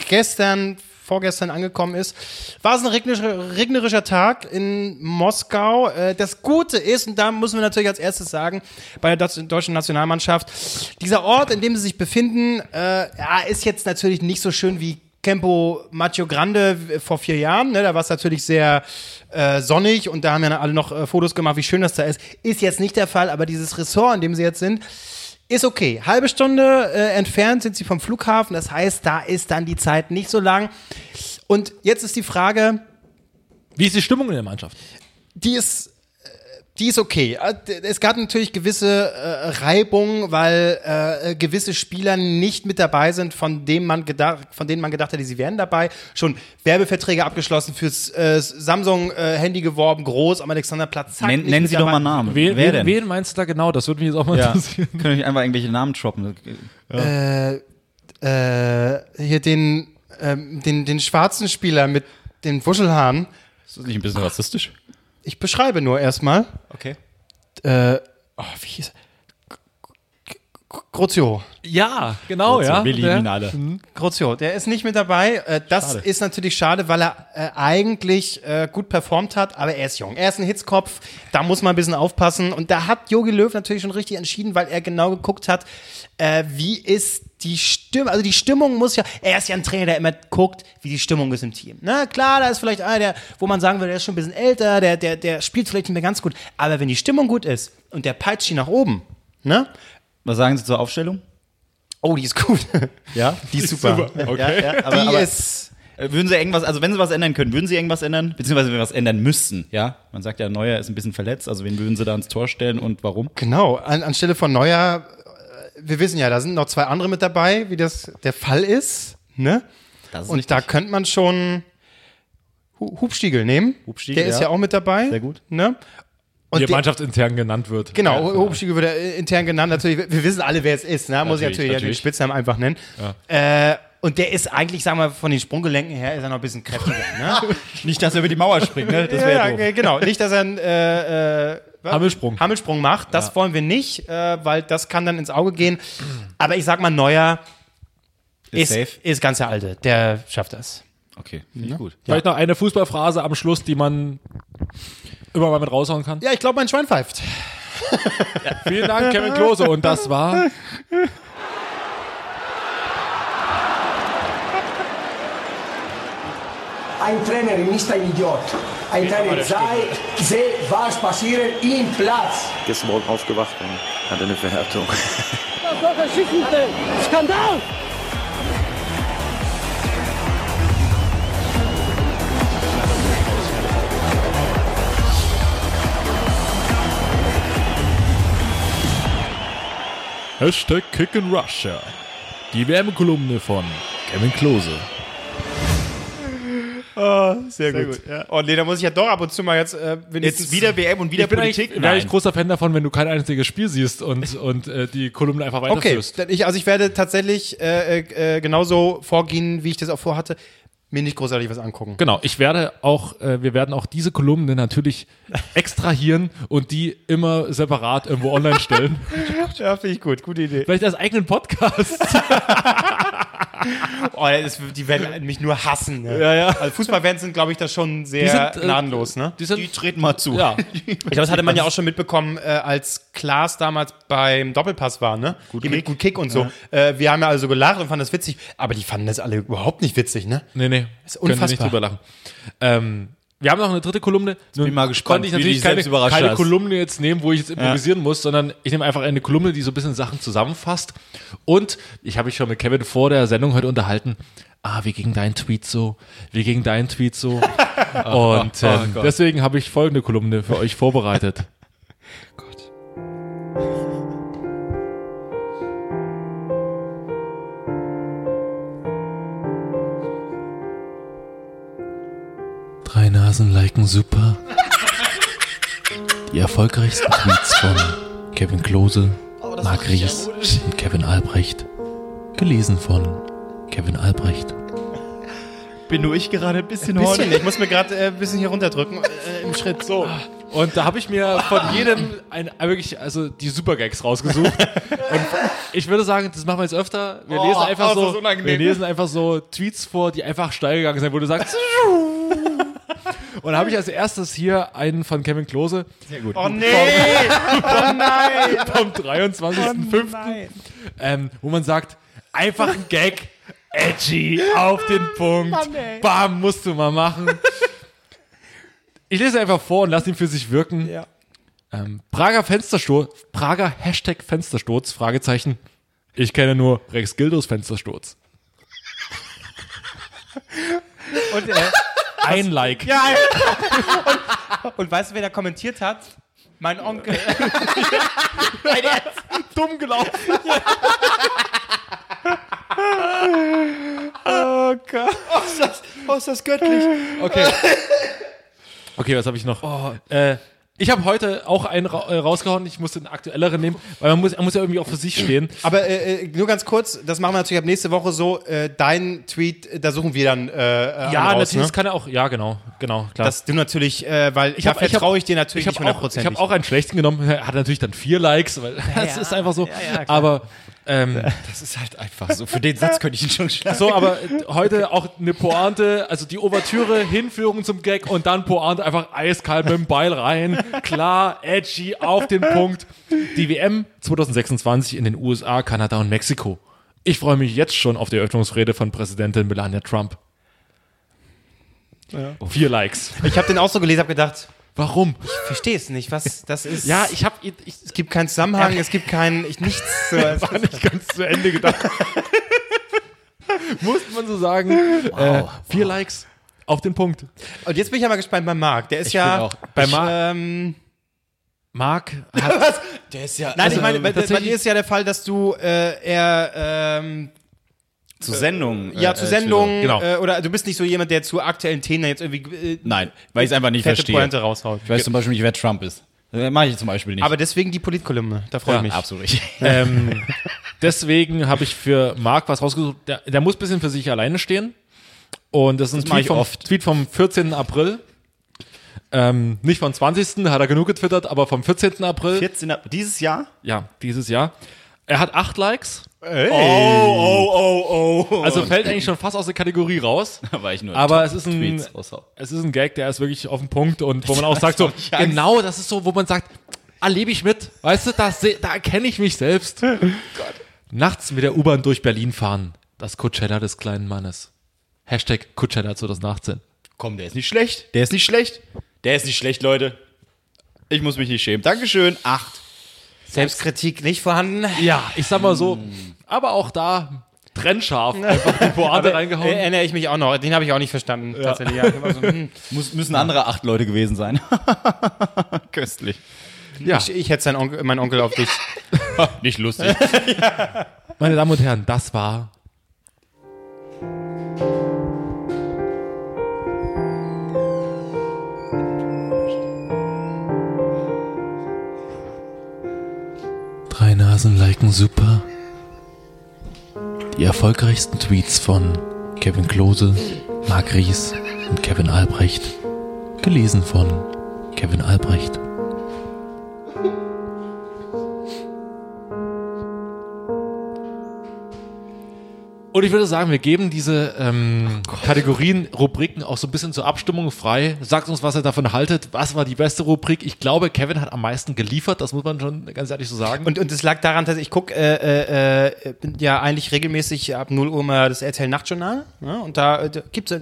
Speaker 2: gestern, vorgestern angekommen ist. War es ein regnerischer, regnerischer Tag in Moskau. Äh, Das Gute ist, und da müssen wir natürlich als erstes sagen, bei der Deu- deutschen Nationalmannschaft, dieser Ort, in dem sie sich befinden, äh, ja, ist jetzt natürlich nicht so schön wie Campo Macho Grande vor vier Jahren. Ne? Da war es natürlich sehr äh, sonnig und da haben ja alle noch äh, Fotos gemacht, wie schön das da ist. Ist jetzt nicht der Fall, aber dieses Ressort, in dem sie jetzt sind, ist okay. Halbe Stunde äh, entfernt sind sie vom Flughafen. Das heißt, da ist dann die Zeit nicht so lang. Und jetzt ist die Frage,
Speaker 3: Wie ist die Stimmung in der Mannschaft?
Speaker 2: die ist äh, Die ist okay. Äh, d- Es gab natürlich gewisse äh, Reibung, weil äh, gewisse Spieler nicht mit dabei sind, von, dem man gedacht, von denen man gedacht hätte, sie wären dabei. Schon Werbeverträge abgeschlossen, fürs äh, Samsung-Handy geworben, groß am Alexanderplatz. zack,
Speaker 1: Nenn,
Speaker 2: nicht
Speaker 1: nennen
Speaker 2: mit
Speaker 1: Sie doch
Speaker 2: dabei.
Speaker 1: mal Namen.
Speaker 3: Wen,
Speaker 1: Wer
Speaker 3: wen,
Speaker 1: denn?
Speaker 3: wen meinst du da genau? Das würde mich jetzt auch mal
Speaker 1: ja.
Speaker 3: interessieren.
Speaker 1: Können euch einfach irgendwelche Namen droppen.
Speaker 2: Äh, hier den, ähm, den, den schwarzen Spieler mit den Wuschelhaaren.
Speaker 1: Ist das nicht ein bisschen rassistisch?
Speaker 2: Ich beschreibe nur erstmal.
Speaker 1: Okay.
Speaker 2: Äh, oh, wie hieß er? Grozio.
Speaker 3: Ja, genau, ja. Mhm.
Speaker 1: Wir lieben ihn alle.
Speaker 2: Grozio, der ist nicht mit dabei. Äh, Das
Speaker 1: Schade.
Speaker 2: ist natürlich schade, weil er äh, eigentlich äh, gut performt hat, aber er ist jung. Er ist ein Hitzkopf, da muss man ein bisschen aufpassen. Und da hat Jogi Löw natürlich schon richtig entschieden, weil er genau geguckt hat, äh, wie ist die Stimmung, also die Stimmung muss ja, er ist ja ein Trainer, der immer guckt, wie die Stimmung ist im Team. Na klar, da ist vielleicht einer, der, wo man sagen würde, der ist schon ein bisschen älter, der, der, der spielt vielleicht nicht mehr ganz gut. Aber wenn die Stimmung gut ist und der peitscht die nach oben, ne?
Speaker 1: Was sagen Sie zur Aufstellung?
Speaker 2: Oh, die ist gut.
Speaker 1: Ja?
Speaker 2: Die ist super.
Speaker 1: Okay. Ja, ja, aber,
Speaker 2: Die
Speaker 1: aber
Speaker 2: ist
Speaker 1: äh, würden Sie irgendwas, also wenn Sie was ändern können, würden Sie irgendwas ändern? Beziehungsweise wenn wir was ändern müssten, ja? Man sagt ja, Neuer ist ein bisschen verletzt, also wen würden Sie da ans Tor stellen und warum?
Speaker 2: Genau, an, anstelle von Neuer, äh, wir wissen ja, da sind noch zwei andere mit dabei, wie das der Fall ist. Ne?
Speaker 1: Das ist
Speaker 2: Und da könnte man schon Hu- Hubstiegel nehmen.
Speaker 1: Hubstiegel,
Speaker 2: der ist
Speaker 1: ja.
Speaker 2: ja auch mit dabei.
Speaker 1: Sehr gut.
Speaker 2: Ne? Und
Speaker 3: Wie
Speaker 2: der-
Speaker 3: er mannschaftsintern genannt wird.
Speaker 2: Genau, Hubstiegel wird er intern genannt. Natürlich, wir wissen alle, wer es ist. Ne? Muss ich
Speaker 3: Natürlich,
Speaker 2: natürlich, Ja, den
Speaker 3: natürlich.
Speaker 2: Spitznamen einfach nennen. Äh, und der ist eigentlich, sagen wir, von den Sprunggelenken her, ist er noch ein bisschen kräftiger. ne?
Speaker 1: Nicht, dass er über die Mauer springt, ne? Das
Speaker 2: ja, ja, genau. Nicht, dass er ein äh, äh, was?
Speaker 3: Hammelsprung.
Speaker 2: Hammelsprung macht. Das wollen wir nicht, äh, weil das kann dann ins Auge gehen. Aber ich sag mal, Neuer ist,
Speaker 1: safe.
Speaker 2: ist ganz der Alte. Der schafft das.
Speaker 1: Okay, finde ich gut.
Speaker 3: Vielleicht noch eine Fußballphrase am Schluss, die man immer mal mit raushauen kann.
Speaker 2: Ja, ich glaube, mein Schwein pfeift.
Speaker 3: Vielen Dank, Kevin Klose. Und das war.
Speaker 5: Ein Trainer ist ein Idiot. Ein Trainer sei, sehe, was passiert im Platz.
Speaker 6: Gestern Morgen aufgewacht und hatte eine Verhärtung.
Speaker 3: Hashtag Kick in Russia. Die Wärmekolumne von Kevin Klose.
Speaker 2: Sehr, gut. Und nee, da muss ich ja doch ab und zu mal jetzt äh, wenigstens
Speaker 1: Jetzt wieder WM und wieder
Speaker 3: Ich bin
Speaker 1: Politik.
Speaker 3: eigentlich, wär ich großer Fan davon, wenn du kein einziges Spiel siehst und, und äh, die Kolumne einfach
Speaker 2: Okay,
Speaker 3: weiterführst.
Speaker 2: dann ich, also ich werde tatsächlich äh, äh, genauso vorgehen, wie ich das auch vorhatte. Mir nicht großartig was angucken.
Speaker 3: Genau, ich werde auch, äh, wir werden auch diese Kolumne natürlich extrahieren und die immer separat irgendwo online stellen.
Speaker 2: Ja, finde ich gut. Gute Idee.
Speaker 3: Vielleicht als eigenen Podcast.
Speaker 2: Oh, das, die werden mich nur hassen. Ne?
Speaker 3: Ja, ja.
Speaker 2: Also Fußballfans sind, glaube ich, da schon
Speaker 3: Die
Speaker 2: sehr
Speaker 3: sind, äh,
Speaker 2: gnadenlos. Ne?
Speaker 3: Die sind,
Speaker 1: Die treten mal zu.
Speaker 3: ja,
Speaker 2: Ich glaube, das hatte man ja auch schon mitbekommen, äh, als Klaas damals beim Doppelpass war, ne? Gut Kick. Mit gut Kick und so. Äh, wir haben ja also gelacht und fanden das witzig, aber die fanden das alle überhaupt nicht witzig, ne?
Speaker 3: Nee, nee.
Speaker 2: Ist
Speaker 3: Können wir nicht
Speaker 2: unfassbar.
Speaker 3: drüber lachen. Ähm, wir haben noch eine dritte Kolumne. Nun
Speaker 1: bin ich mal gespannt,
Speaker 3: konnte ich
Speaker 1: wie du
Speaker 3: natürlich
Speaker 1: dich selbst
Speaker 3: keine,
Speaker 1: überrascht
Speaker 3: keine
Speaker 1: hast.
Speaker 3: Kolumne jetzt nehmen, wo ich jetzt improvisieren muss, sondern ich nehme einfach eine Kolumne, die so ein bisschen Sachen zusammenfasst. Und ich habe mich schon mit Kevin vor der Sendung heute unterhalten. Ah, wie ging dein Tweet so? Wie ging dein Tweet so? Und ähm,
Speaker 1: Oh Gott.
Speaker 3: deswegen habe ich folgende Kolumne für euch vorbereitet. Drei Nasen liken super. Die erfolgreichsten Tweets von Kevin Klose, Marc Ries und Kevin Albrecht. Gelesen von Kevin Albrecht.
Speaker 1: Bin nur ich gerade ein bisschen,
Speaker 2: Bisschen, Oh, ich muss mir gerade äh, ein bisschen hier runterdrücken äh, im Schritt. So.
Speaker 3: Und da habe ich mir von jedem ein, wirklich also die Supergags rausgesucht. Und ich würde sagen, das machen wir jetzt öfter. Wir lesen einfach so, wir lesen einfach so Tweets vor, die einfach steil gegangen sind, wo du sagst. Und da habe ich als erstes hier einen von Kevin Klose
Speaker 2: Oh nee!
Speaker 3: vom 23.05. ähm, wo man sagt, einfach ein Gag, edgy, auf den Punkt, bam, musst du mal machen. Ich lese einfach vor und lasse ihn für sich wirken. Ähm, Prager Fenstersturz, Prager Hashtag Fenstersturz, Fragezeichen. Ich kenne nur Rex Gildos Fenstersturz.
Speaker 2: Und, äh,
Speaker 3: Ein Like.
Speaker 2: und weißt du, wer da kommentiert hat? Mein Onkel.
Speaker 3: Dumm gelaufen.
Speaker 1: Oh, ist das göttlich.
Speaker 3: Okay. Okay, was habe ich noch?
Speaker 2: Oh.
Speaker 3: Äh, ich habe heute auch einen ra äh, rausgehauen. Ich musste einen aktuelleren nehmen, weil man muss, man muss ja irgendwie auch für sich stehen.
Speaker 2: Aber äh, äh, nur ganz kurz, das machen wir natürlich ab nächste Woche so. Äh, dein Tweet, äh, da suchen wir dann. Äh, äh,
Speaker 3: Ja,
Speaker 2: einen raus,
Speaker 3: natürlich,
Speaker 2: ne?
Speaker 3: das kann er auch. Ja, genau, genau, klar.
Speaker 2: Dass du natürlich, äh, weil ich da
Speaker 3: hab- ich hab-
Speaker 2: vertraue ich dir natürlich
Speaker 3: ich
Speaker 2: nicht
Speaker 3: habe auch, ich hab
Speaker 2: hundertprozentig.
Speaker 3: auch einen schlechten genommen, hat natürlich dann vier Likes, weil das ist einfach so. Also aber ähm,
Speaker 1: Das ist halt einfach so. Für den Satz könnte ich ihn schon schlagen.
Speaker 3: so, aber äh, heute auch eine Pointe, also die Ouvertüre, Hinführung zum Gag und dann Pointe einfach eiskalt mit dem Beil rein. Klar, edgy, auf den Punkt. Die WM 2026 in den USA, Kanada und Mexiko. Ich freue mich jetzt schon auf die Eröffnungsrede von Präsidentin Melania Trump. Vier Likes.
Speaker 2: Ich habe den auch so gelesen, habe gedacht,
Speaker 3: Warum?
Speaker 2: ich verstehe es nicht, was das ist.
Speaker 3: Ja, ich habe ich,
Speaker 2: es gibt keinen Zusammenhang, es gibt kein ich, nichts. So, es-
Speaker 3: war nicht ganz zu Ende gedacht. Muss man so sagen. äh, vier Likes auf den Punkt.
Speaker 2: Und jetzt bin ich aber gespannt bei Marc. Der ist ja
Speaker 1: bin auch-
Speaker 2: bei
Speaker 3: Ich-
Speaker 2: Marc. Ähm,
Speaker 3: Marc hat
Speaker 1: Der ist ja
Speaker 2: nein, ich meine, bei, bei
Speaker 3: also, tatsächlich-
Speaker 2: dir ist ja der Fall, dass du äh, eher ähm,
Speaker 1: zu Sendungen.
Speaker 3: Äh,
Speaker 2: ja zu Sendungen
Speaker 3: Entschuldigung, genau.
Speaker 2: äh, oder du bist nicht so jemand, der zu aktuellen Themen jetzt irgendwie äh,
Speaker 1: Nein, weil ich es einfach nicht
Speaker 2: fette
Speaker 1: verstehe.
Speaker 2: Pointe raushaut. Genau.
Speaker 1: Ich weiß zum Beispiel nicht, wer Trump ist. Das mache ich zum Beispiel nicht.
Speaker 2: Aber deswegen die Politkolumne. Da freue ich
Speaker 1: ja,
Speaker 2: mich.
Speaker 1: absolut richtig.
Speaker 3: ähm, deswegen habe ich für Marc was rausgesucht. Der, der muss ein bisschen für sich alleine stehen. Und das ist ein
Speaker 1: mach
Speaker 3: Tweet,
Speaker 1: ich
Speaker 3: vom,
Speaker 1: oft.
Speaker 3: Tweet vom 14. April. Ähm, nicht vom 20. hat er genug getwittert, aber vom 14. April.
Speaker 1: 14. Ab- Dieses Jahr?
Speaker 3: Ja, dieses Jahr. Er hat acht Likes.
Speaker 1: Oh, oh, oh, oh.
Speaker 3: Also fällt eigentlich schon fast aus der Kategorie raus.
Speaker 1: war ich nur
Speaker 3: Aber
Speaker 1: Top-
Speaker 3: es ist ein-
Speaker 1: Tweets Oh, raushauen.
Speaker 3: es ist ein Gag, der ist wirklich auf den Punkt und wo man auch sagt, so,
Speaker 1: hab ich Angst.
Speaker 3: genau, das ist so, wo man sagt, erlebe ich mit, weißt du, das, seh- da erkenne ich mich selbst. Nachts mit der U-Bahn durch Berlin fahren, das Coachella des kleinen Mannes. Hashtag Coachella 2018.
Speaker 1: Komm, der ist nicht schlecht. Der ist nicht schlecht. Der ist nicht schlecht, Leute. Ich muss mich nicht schämen. Dankeschön. Acht.
Speaker 2: Selbstkritik nicht vorhanden.
Speaker 3: Ja, ich sag mal so,
Speaker 2: Mm.
Speaker 3: aber auch da trennscharf einfach die Pointe
Speaker 2: Äh,
Speaker 3: reingehauen.
Speaker 2: erinnere ich mich auch noch. Den habe ich auch nicht verstanden. Tatsächlich. Ja. Also, hm.
Speaker 1: Muss, müssen andere acht Leute gewesen sein. Köstlich.
Speaker 3: Ja,
Speaker 2: ich, ich hätte seinen Onkel, meinen Onkel auf dich.
Speaker 1: Nicht lustig.
Speaker 3: meine Damen und Herren, das war Drei Nasen liken super. Die erfolgreichsten Tweets von Kevin Klose, Marc Ries und Kevin Albrecht. Gelesen von Kevin Albrecht. Und ich würde sagen, wir geben diese ähm, Kategorien, Rubriken auch so ein bisschen zur Abstimmung frei. Sagt uns, was ihr davon haltet. Was war die beste Rubrik? Ich glaube, Kevin hat am meisten geliefert. Das muss man schon ganz ehrlich so sagen.
Speaker 2: Und, und es lag daran, dass ich gucke, äh, äh, äh, bin ja eigentlich regelmäßig ab 0 Uhr mal das RTL Nachtjournal. Ne? Und da, äh, da gibt es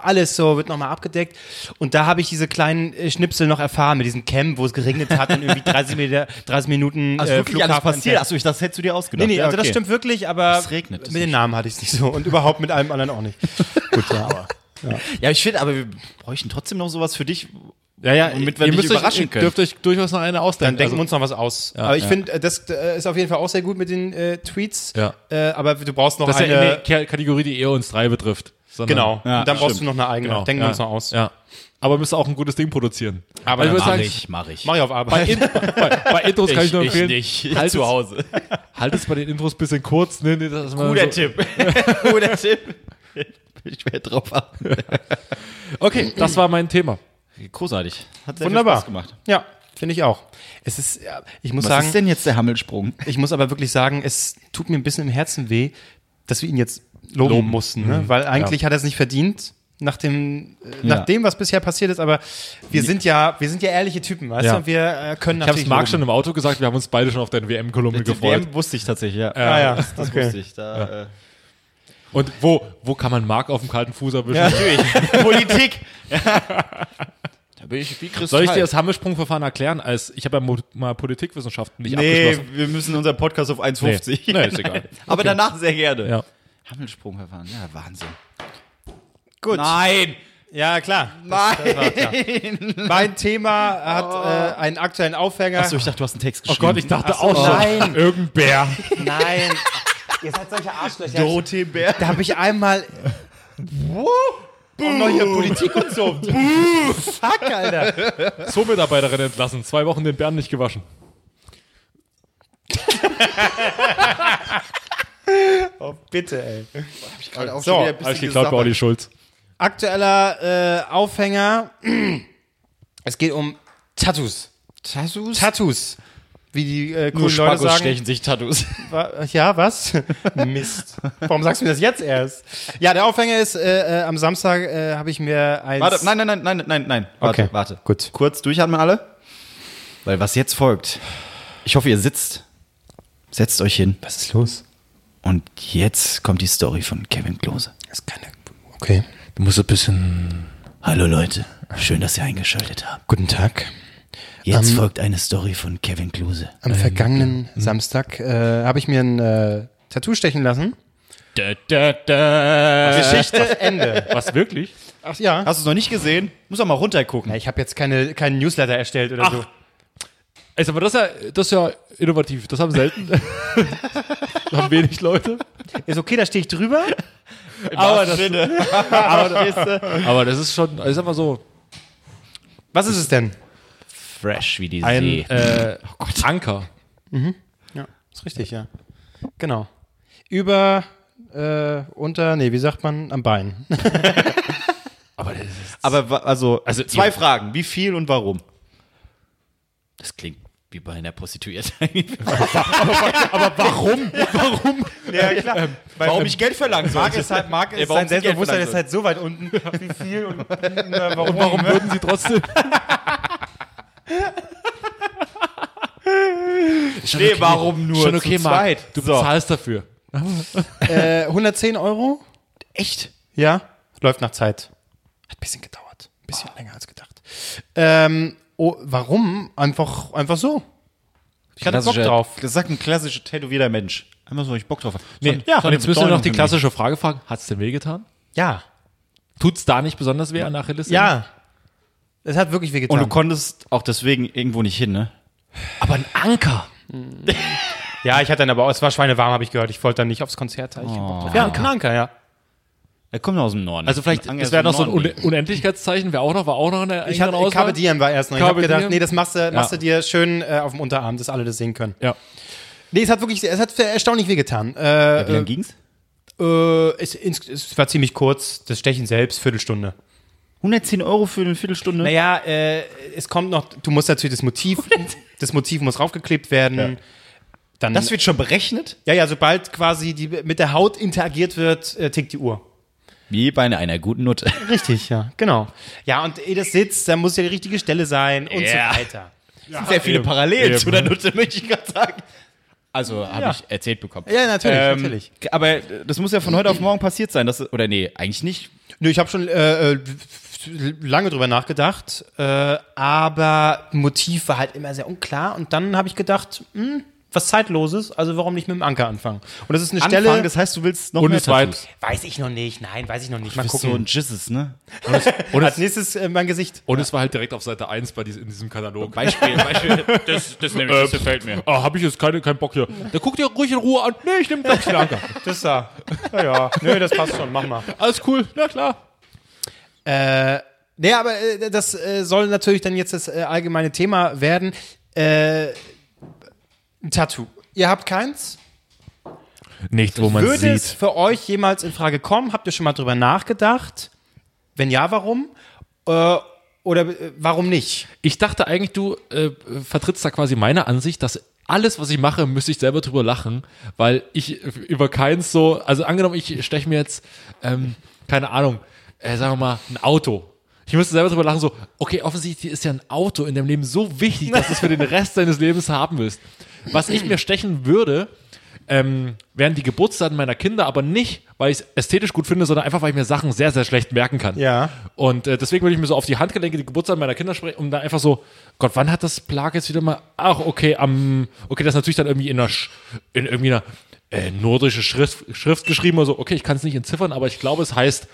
Speaker 2: alles so, wird nochmal abgedeckt. Und da habe ich diese kleinen äh, Schnipsel noch erfahren mit diesem Camp, wo es geregnet hat und irgendwie 30, Meter, 30 Minuten äh,
Speaker 1: Also wirklich alles
Speaker 2: Flughafen-
Speaker 1: passiert. Achso, ich- das hättest du dir ausgedacht.
Speaker 2: Nee, nee,
Speaker 1: Ja,
Speaker 2: also das
Speaker 1: okay.
Speaker 2: stimmt wirklich, aber
Speaker 1: Es regnet, das
Speaker 2: mit den Namen hatte ich es nicht so. Und überhaupt mit allem anderen auch nicht. Gut, ja, aber.
Speaker 1: Ja, ich finde, aber wir bräuchten trotzdem noch sowas für dich.
Speaker 3: Ja, ja,
Speaker 1: womit wir dich
Speaker 3: müsst
Speaker 1: überraschen
Speaker 3: euch,
Speaker 1: können.
Speaker 3: dürft euch durchaus noch eine
Speaker 2: Dann
Speaker 3: ausdenken.
Speaker 2: denken wir
Speaker 3: Also,
Speaker 2: uns noch was aus. aber ich finde, das äh, ist auf jeden Fall auch sehr gut mit den äh, Tweets.
Speaker 3: Ja.
Speaker 2: Äh, aber du brauchst noch
Speaker 3: das ist ja
Speaker 2: eine.
Speaker 3: eine K- Kategorie, die eher uns drei betrifft. sondern-
Speaker 2: genau.
Speaker 1: Ja,
Speaker 2: und dann brauchst du
Speaker 1: stimmt.
Speaker 2: noch eine eigene.
Speaker 3: Genau,
Speaker 2: Denken
Speaker 3: ja,
Speaker 2: wir uns noch aus.
Speaker 3: Ja. Aber müsst ihr auch ein gutes Ding produzieren.
Speaker 2: Aber
Speaker 3: Also
Speaker 2: dann
Speaker 3: ich würde
Speaker 1: Mach
Speaker 3: sagen,
Speaker 1: ich, mach ich.
Speaker 2: Mach ich auf
Speaker 3: bei,
Speaker 2: Arbeit.
Speaker 3: In, bei, bei Intros kann ich nur empfehlen.
Speaker 1: nicht.
Speaker 3: Halt
Speaker 1: zu
Speaker 3: es-
Speaker 1: Hause.
Speaker 3: Halt es bei den Intros ein bisschen kurz. Ne? ne, dass man so,
Speaker 1: Tipp. Guter Tipp. Ich werde drauf achten.
Speaker 3: Okay, das war mein Thema.
Speaker 1: Großartig. Hat sehr
Speaker 2: Wunderbar.
Speaker 1: Viel Spaß gemacht.
Speaker 2: Ja, finde ich auch. Es ist, ja, ich muss
Speaker 1: Was
Speaker 2: sagen,
Speaker 1: ist denn jetzt der Hammelsprung?
Speaker 2: ich muss aber wirklich sagen, es tut mir ein bisschen im Herzen weh, dass wir ihn jetzt loben, mussten, ne? weil eigentlich hat er es nicht verdient. Nach dem, äh, nach
Speaker 1: Ja.
Speaker 2: dem, was bisher passiert ist, aber wir sind ja, wir sind ja ehrliche Typen, weißt
Speaker 3: Ja.
Speaker 2: du? Und wir äh, können
Speaker 3: Ich habe es
Speaker 2: natürlich.
Speaker 3: Marc schon im Auto gesagt, wir haben uns beide schon auf deine WM-Kolumne gefreut.
Speaker 1: wusste ich tatsächlich, ja.
Speaker 2: Ah, ja.
Speaker 1: Das, das
Speaker 2: Okay.
Speaker 1: wusste ich. Da, äh,
Speaker 3: Und wo, wo kann man Marc auf dem kalten Fuß erwischen?
Speaker 1: Natürlich. Politik. Da bin ich wie Christian.
Speaker 3: Soll ich dir das Hammelsprungverfahren erklären? Als ich habe ja Mo- mal Politikwissenschaften nicht
Speaker 1: Nee,
Speaker 3: abgeschlossen.
Speaker 1: wir müssen unseren Podcast auf 1,50.
Speaker 3: Nee. Nee, ist egal.
Speaker 1: Aber danach sehr gerne.
Speaker 3: Ja.
Speaker 1: Hammelsprung verfahren. Ja, Wahnsinn.
Speaker 2: Gut.
Speaker 1: Nein!
Speaker 2: Ja, klar. Nein. Das, das war, klar. Mein Thema hat äh, einen aktuellen Aufhänger.
Speaker 1: Achso, ich dachte, du hast einen Text
Speaker 3: Oh
Speaker 1: geschrieben.
Speaker 3: Gott, ich dachte auch schon.
Speaker 2: nein.
Speaker 3: Irgendein Bär.
Speaker 2: Nein. Ihr seid solche Arschlöcher.
Speaker 1: Dorothee Bär.
Speaker 2: Da habe ich einmal. Wow. Und noch hier Politik und so. Fuck, Alter.
Speaker 3: Zoomitarbeiterin entlassen. Zwei Wochen den Bären nicht gewaschen.
Speaker 2: Oh, Bitte, ey.
Speaker 1: Auch
Speaker 2: So, wieder ein
Speaker 3: Hab ich geklaut bei Olli Schulz.
Speaker 2: Aktueller äh, Aufhänger. Es geht um Tattoos.
Speaker 1: Tattoos?
Speaker 2: Tattoos. Wie die äh,
Speaker 1: Nur
Speaker 2: coolen Leute
Speaker 1: Spackos
Speaker 2: sagen.
Speaker 1: stechen sich Tattoos.
Speaker 2: Wa- Ja, was? Mist. Warum sagst du mir das jetzt erst? Ja, der Aufhänger ist, äh, äh, am Samstag äh, habe ich mir eins.
Speaker 1: Warte, nein, nein, nein, nein, nein, nein. Warte,
Speaker 2: Okay.
Speaker 1: warte.
Speaker 2: Gut.
Speaker 1: Kurz durchatmen alle. Weil was jetzt folgt. Ich hoffe, ihr sitzt. Setzt euch hin.
Speaker 2: Was ist los?
Speaker 1: Und jetzt kommt die Story von Kevin Klose.
Speaker 2: Das ist keine. Okay.
Speaker 3: Du musst ein bisschen.
Speaker 1: Hallo Leute, schön, dass ihr eingeschaltet habt.
Speaker 2: Guten Tag.
Speaker 1: Jetzt
Speaker 2: Ähm,
Speaker 1: folgt eine Story von Kevin Klose.
Speaker 2: Am vergangenen Samstag äh, habe ich mir ein äh, Tattoo stechen lassen.
Speaker 3: Da, da, da.
Speaker 2: Geschichte Ende.
Speaker 3: Was wirklich?
Speaker 2: Ach ja.
Speaker 1: Hast du es noch nicht gesehen? Muss auch mal runtergucken.
Speaker 2: Na, ich habe jetzt keine, keinen Newsletter erstellt oder
Speaker 3: Ach.
Speaker 2: so.
Speaker 3: Also, aber das ist, ja, das ist ja innovativ. Das haben selten. das haben wenig Leute.
Speaker 2: Ist okay, da stehe ich drüber.
Speaker 3: Aber das, aber das ist schon, ich sag mal so,
Speaker 2: Was ist es denn?
Speaker 1: Fresh wie die
Speaker 3: ein
Speaker 1: See.
Speaker 3: äh, Anker.
Speaker 2: Ja, ist richtig, ja. Genau. Über, äh, unter, nee, wie sagt man, am Bein.
Speaker 3: Aber das ist,
Speaker 1: Aber wa- also,
Speaker 3: Also,
Speaker 1: zwei
Speaker 3: ja.
Speaker 1: Fragen. Wie viel und warum? Das klingt wie bei einer Prostituierten.
Speaker 3: warum? Warum?
Speaker 2: Ja, klar.
Speaker 1: Ähm, Warum ich Geld verlangen soll?
Speaker 2: Marc ist halt, Marc
Speaker 1: Ja,
Speaker 2: ist
Speaker 1: warum
Speaker 2: sein
Speaker 1: sie Geld
Speaker 2: Selbstbewusstsein
Speaker 1: verlangen
Speaker 2: ist halt so weit unten. Wie viel und, na, warum?
Speaker 3: Warum würden sie trotzdem?
Speaker 1: Nee, warum nur
Speaker 3: Schon okay,
Speaker 1: zu
Speaker 3: Marc.
Speaker 1: zweit?
Speaker 3: Du
Speaker 1: So.
Speaker 3: bezahlst dafür.
Speaker 2: Äh, 110 Euro?
Speaker 1: Echt?
Speaker 2: Ja. Läuft nach Zeit. Hat ein bisschen gedauert. Ein bisschen länger als gedacht. Ähm, oh, warum? Einfach, einfach so. Ich hatte Bock
Speaker 1: Klassischer-
Speaker 2: drauf.
Speaker 1: Das sagt ein klassischer tätowierter Mensch. Einmal so, ich Bock drauf.
Speaker 3: Nee,
Speaker 1: ja,
Speaker 3: so, und jetzt müssen wir noch die klassische Frage fragen. Hat's denn wehgetan?
Speaker 2: Ja.
Speaker 3: Tut's da nicht besonders weh an Achilles?
Speaker 2: Ja. Es hat wirklich wehgetan.
Speaker 1: Und du konntest auch deswegen irgendwo nicht hin, ne?
Speaker 3: Aber ein Anker.
Speaker 2: Ja, ich hatte dann aber, auch- es war schweinewarm, habe ich gehört. Ich wollte dann nicht aufs Konzert. Ich oh. Ja, ein Anker, ja.
Speaker 1: Er kommt aus dem Norden.
Speaker 3: Also vielleicht,
Speaker 1: Ein Anger
Speaker 3: es
Speaker 1: ist
Speaker 3: wäre
Speaker 1: aus
Speaker 3: noch so
Speaker 1: dem
Speaker 3: ein
Speaker 1: Norden.
Speaker 3: Un Unendlichkeitszeichen, wäre auch noch, war auch noch eine
Speaker 2: Ich hatte
Speaker 3: Auswahl.
Speaker 2: Kabe Diem war erst noch. Ich habe
Speaker 3: Kabe
Speaker 2: gedacht,
Speaker 3: Diem?
Speaker 2: nee, das machst du, machst du dir schön äh, auf dem Unterarm, dass alle das sehen können.
Speaker 3: Ja.
Speaker 2: Nee, es hat wirklich, es hat erstaunlich wehgetan. Äh,
Speaker 1: Wie lange ging's?
Speaker 2: äh, es, ins- es war ziemlich kurz, das Stechen selbst, Viertelstunde.
Speaker 1: 110 Euro für eine Viertelstunde?
Speaker 2: Naja, äh, es kommt noch, du musst natürlich das Motiv, das Motiv muss raufgeklebt werden. Dann,
Speaker 1: Das wird schon berechnet?
Speaker 2: ja, ja, sobald quasi die, mit der Haut interagiert wird, äh, tickt die Uhr.
Speaker 1: Wie bei einer, einer guten Note.
Speaker 2: Richtig, ja, genau. Ja, und ehe das sitzt, dann muss ja die richtige Stelle sein und
Speaker 1: Ja.
Speaker 2: so weiter.
Speaker 1: Sehr viele Parallelen
Speaker 3: Eben.
Speaker 1: zu der Note, möchte ich gerade sagen. Also, habe
Speaker 2: Ja.
Speaker 1: ich erzählt bekommen.
Speaker 2: Ja, natürlich,
Speaker 1: Ähm,
Speaker 2: natürlich.
Speaker 1: Aber äh, das muss ja von heute auf morgen passiert sein. Dass, oder nee, eigentlich nicht.
Speaker 2: Nö, ich habe schon äh, äh, lange drüber nachgedacht, äh, aber Motiv war halt immer sehr unklar und dann habe ich gedacht, hm, was Zeitloses, also warum nicht mit dem Anker anfangen? Und das ist eine Stelle,
Speaker 1: Anfang, das heißt, du willst noch mehr
Speaker 3: Bundesweit.
Speaker 2: weiß ich noch nicht, nein, weiß ich noch nicht, mal
Speaker 1: Mal gucken.
Speaker 2: gucken.
Speaker 1: So ein Jizzes, ne?
Speaker 2: und als nächstes äh, mein Gesicht.
Speaker 3: Und es war halt direkt auf Seite 1 bei diesem, in diesem Katalog.
Speaker 1: Beispiel, Beispiel. Das, das nämlich, das gefällt mir.
Speaker 3: Ah, hab ich jetzt keine, keinen Bock hier. Da guck dir ruhig in Ruhe an. Nee, ich nehme gleich den Anker.
Speaker 2: Das da. Ja, ja, nö, das passt schon, mach mal.
Speaker 3: Alles cool, na klar.
Speaker 2: Naja, aber äh, das äh, soll natürlich dann jetzt das äh, allgemeine Thema werden. Äh, ein Tattoo. Ihr habt keins?
Speaker 3: Nicht, wo man
Speaker 2: Würde es für euch jemals in Frage kommen? Habt ihr schon mal drüber nachgedacht? Wenn ja, warum? Äh, oder äh, warum nicht?
Speaker 3: Ich dachte eigentlich, du äh, vertrittst da quasi meine Ansicht, dass alles, was ich mache, müsste ich selber drüber lachen, weil ich äh, über keins so, also angenommen, ich steche mir jetzt, ähm, keine Ahnung, äh, sagen wir mal, ein Auto. Ich müsste selber drüber lachen, so, okay, offensichtlich ist ja ein Auto in deinem Leben so wichtig, dass du es für den Rest deines Lebens haben willst. Was ich mir stechen würde, ähm, wären die Geburtsdaten meiner Kinder, aber nicht, weil ich es ästhetisch gut finde, sondern einfach, weil ich mir Sachen sehr, sehr schlecht merken kann.
Speaker 2: Ja.
Speaker 3: Und äh, deswegen würde ich mir so auf die Handgelenke die Geburtstag meiner Kinder sprechen, um dann einfach so, Gott, wann hat das Plag jetzt wieder mal, ach, okay, am, okay, das ist natürlich dann irgendwie in einer, Sch- in irgendwie einer äh, nordische Schrift, Schrift geschrieben oder so, okay, ich kann es nicht entziffern, aber ich glaube, es heißt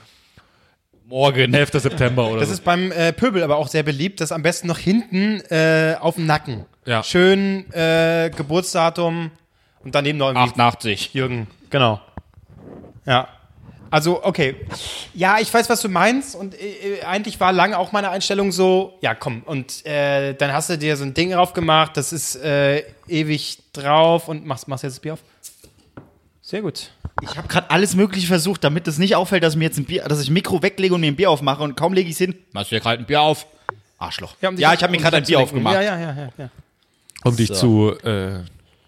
Speaker 3: Morgen, 11. September oder
Speaker 2: Das
Speaker 3: so.
Speaker 2: ist beim äh, Pöbel aber auch sehr beliebt, das am besten noch hinten äh, auf dem Nacken.
Speaker 3: Ja.
Speaker 2: Schön äh, Geburtsdatum und daneben noch irgendwie
Speaker 1: 88.
Speaker 2: Jürgen. Genau. Ja. Also, okay. Ja, ich weiß, was du meinst. Und äh, äh, eigentlich war lange auch meine Einstellung so, ja, komm. Und äh, dann hast du dir so ein Ding raufgemacht, das ist äh, ewig drauf und machst, machst jetzt das Bier auf. Sehr gut.
Speaker 1: Ich habe gerade alles Mögliche versucht, damit es nicht auffällt, dass, mir jetzt ein Bier, dass ich ein Mikro weglege und mir ein Bier aufmache und kaum lege ich es hin. Machst du dir gerade ein Bier auf? Arschloch. Ja,
Speaker 2: um dich-
Speaker 1: ich habe mir
Speaker 2: um
Speaker 1: gerade
Speaker 2: dich
Speaker 1: ein Bier
Speaker 2: abzulenken.
Speaker 1: aufgemacht.
Speaker 2: Ja, ja, ja, ja. ja.
Speaker 3: um dich
Speaker 1: So.
Speaker 3: zu äh,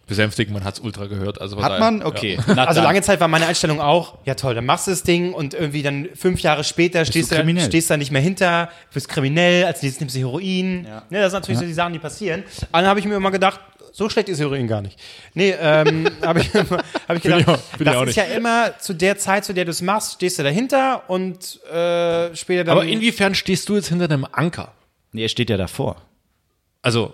Speaker 3: besänftigen, man hat es ultra gehört. Also von
Speaker 1: Hat
Speaker 3: daher-
Speaker 1: man? Okay.
Speaker 3: Ja.
Speaker 1: Na
Speaker 2: Also
Speaker 1: dann.
Speaker 2: lange Zeit war meine Einstellung auch, ja toll, dann machst du das Ding und irgendwie dann fünf Jahre später stehst
Speaker 1: du
Speaker 2: du da,
Speaker 1: kriminell.
Speaker 2: stehst da nicht mehr hinter, bist kriminell, als nächstes nimmst du Heroin. Ne, das sind natürlich so die Sachen, die passieren. Dann habe ich mir immer gedacht, so schlecht ist Heroin gar nicht. Nee, ähm, habe ich, immer- hab ich gedacht,
Speaker 3: ich auch- bin ich
Speaker 2: das
Speaker 3: auch
Speaker 2: ist
Speaker 3: nicht.
Speaker 2: ja immer zu der Zeit, zu der du es machst, stehst du dahinter und äh, später dann...
Speaker 3: Aber
Speaker 1: Ähm,
Speaker 3: inwiefern stehst du jetzt hinter einem Anker?
Speaker 1: Nee, er steht ja davor.
Speaker 3: Also,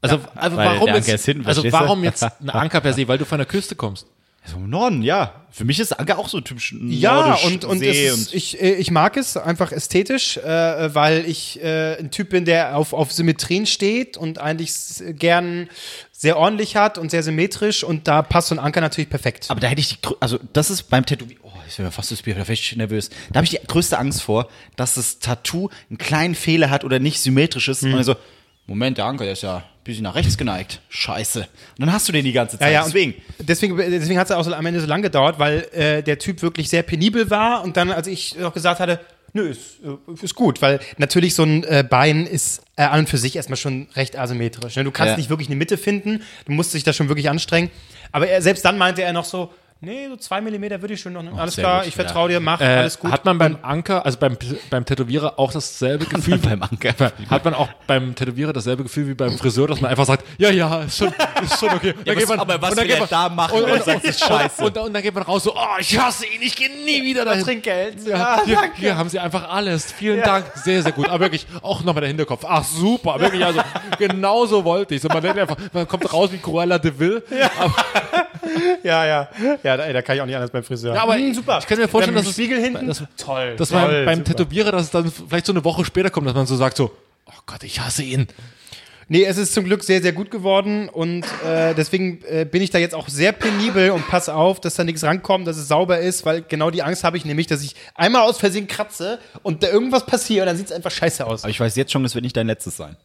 Speaker 3: also, also
Speaker 1: Weil
Speaker 3: warum
Speaker 1: der Anker
Speaker 3: jetzt,
Speaker 1: ist hinten,
Speaker 3: also
Speaker 1: verstehst du?
Speaker 3: warum jetzt ein Anker per se, weil du von der Küste kommst?
Speaker 1: Vom Norden, ja. Für mich ist Anker auch so typisch
Speaker 2: Ja,
Speaker 1: nordisch
Speaker 2: und, und,
Speaker 1: See
Speaker 2: es ist, ich, äh, ich mag es einfach ästhetisch, äh, weil ich äh, ein Typ bin, der auf, auf Symmetrien steht und eigentlich s- gern sehr ordentlich hat und sehr symmetrisch und da passt so ein Anker natürlich perfekt.
Speaker 1: Aber da hätte ich die, grö- also das ist beim Tattoo, oh, ich bin ja fast das Bier, da wäre ich nervös. Da habe ich die größte Angst vor, dass das Tattoo einen kleinen Fehler hat oder nicht symmetrisch
Speaker 2: Hm.
Speaker 1: ist. Und dann so, Moment, der Anker, der ist ja ein bisschen nach rechts geneigt. Scheiße. Und dann hast du den die ganze Zeit.
Speaker 2: und
Speaker 1: Deswegen,
Speaker 2: Deswegen, deswegen hat es auch so, am Ende so lang gedauert, weil äh, der Typ wirklich sehr penibel war und dann, als ich noch gesagt hatte, nö, ist, äh, ist gut, weil natürlich so ein äh, Bein ist äh, an und für sich erstmal schon recht asymmetrisch. Ne? Du kannst
Speaker 1: Ja.
Speaker 2: nicht wirklich eine Mitte finden, du musst dich da schon wirklich anstrengen. Aber er, selbst dann meinte er noch so, nee, so zwei Millimeter würde ich schon noch, nehmen. alles
Speaker 1: sehr
Speaker 2: klar,
Speaker 1: gut,
Speaker 2: ich vertraue dir, mach,
Speaker 3: Äh,
Speaker 2: alles gut.
Speaker 3: Hat man beim Anker, also beim, beim Tätowierer auch dasselbe Gefühl?
Speaker 1: beim Anker.
Speaker 3: Hat man auch beim Tätowierer dasselbe Gefühl wie beim Friseur, dass man einfach sagt, ja, ja, ist schon, ist schon okay. Und dann
Speaker 1: was-
Speaker 3: geht man-
Speaker 1: aber was
Speaker 3: und dann
Speaker 1: will
Speaker 3: geht
Speaker 1: er
Speaker 3: man-
Speaker 1: da machen,
Speaker 3: Und,
Speaker 1: wenn er
Speaker 3: und,
Speaker 1: sagt,
Speaker 3: und,
Speaker 1: das ist scheiße?
Speaker 3: Und, und dann geht man raus so, oh, ich hasse ihn, ich gehe nie wieder dahin.
Speaker 2: Trinkgeld.
Speaker 3: Ja,
Speaker 2: Ah,
Speaker 3: hier,
Speaker 2: danke.
Speaker 3: hier haben sie einfach alles. Vielen Dank, sehr, sehr gut. Aber wirklich, auch nochmal der Hinterkopf. Ach, super, wirklich, also, genau so wollte ich. So, man, denkt einfach, man kommt raus wie Cruella de Vil.
Speaker 2: Ja, ja, ja, da, ey, da kann ich auch nicht anders beim Friseur.
Speaker 3: Ja, aber
Speaker 2: Hm,
Speaker 3: ich kann mir vorstellen,
Speaker 2: Dann
Speaker 3: dass es-
Speaker 2: Spiegel hinten.
Speaker 3: dass-
Speaker 2: toll.
Speaker 3: Dass man
Speaker 2: toll,
Speaker 3: beim
Speaker 2: super.
Speaker 3: Tätowierer, dass es dann vielleicht so eine Woche später kommt, dass man so sagt so, oh Gott, ich hasse ihn.
Speaker 2: Nee, es ist zum Glück sehr, sehr gut geworden und äh, deswegen äh, bin ich da jetzt auch sehr penibel und pass auf, dass da nichts rankommt, dass es sauber ist, weil genau die Angst habe ich nämlich, dass ich einmal aus Versehen kratze und da irgendwas passiert und dann sieht es einfach scheiße aus.
Speaker 1: aber ich weiß jetzt schon, das wird nicht dein letztes sein.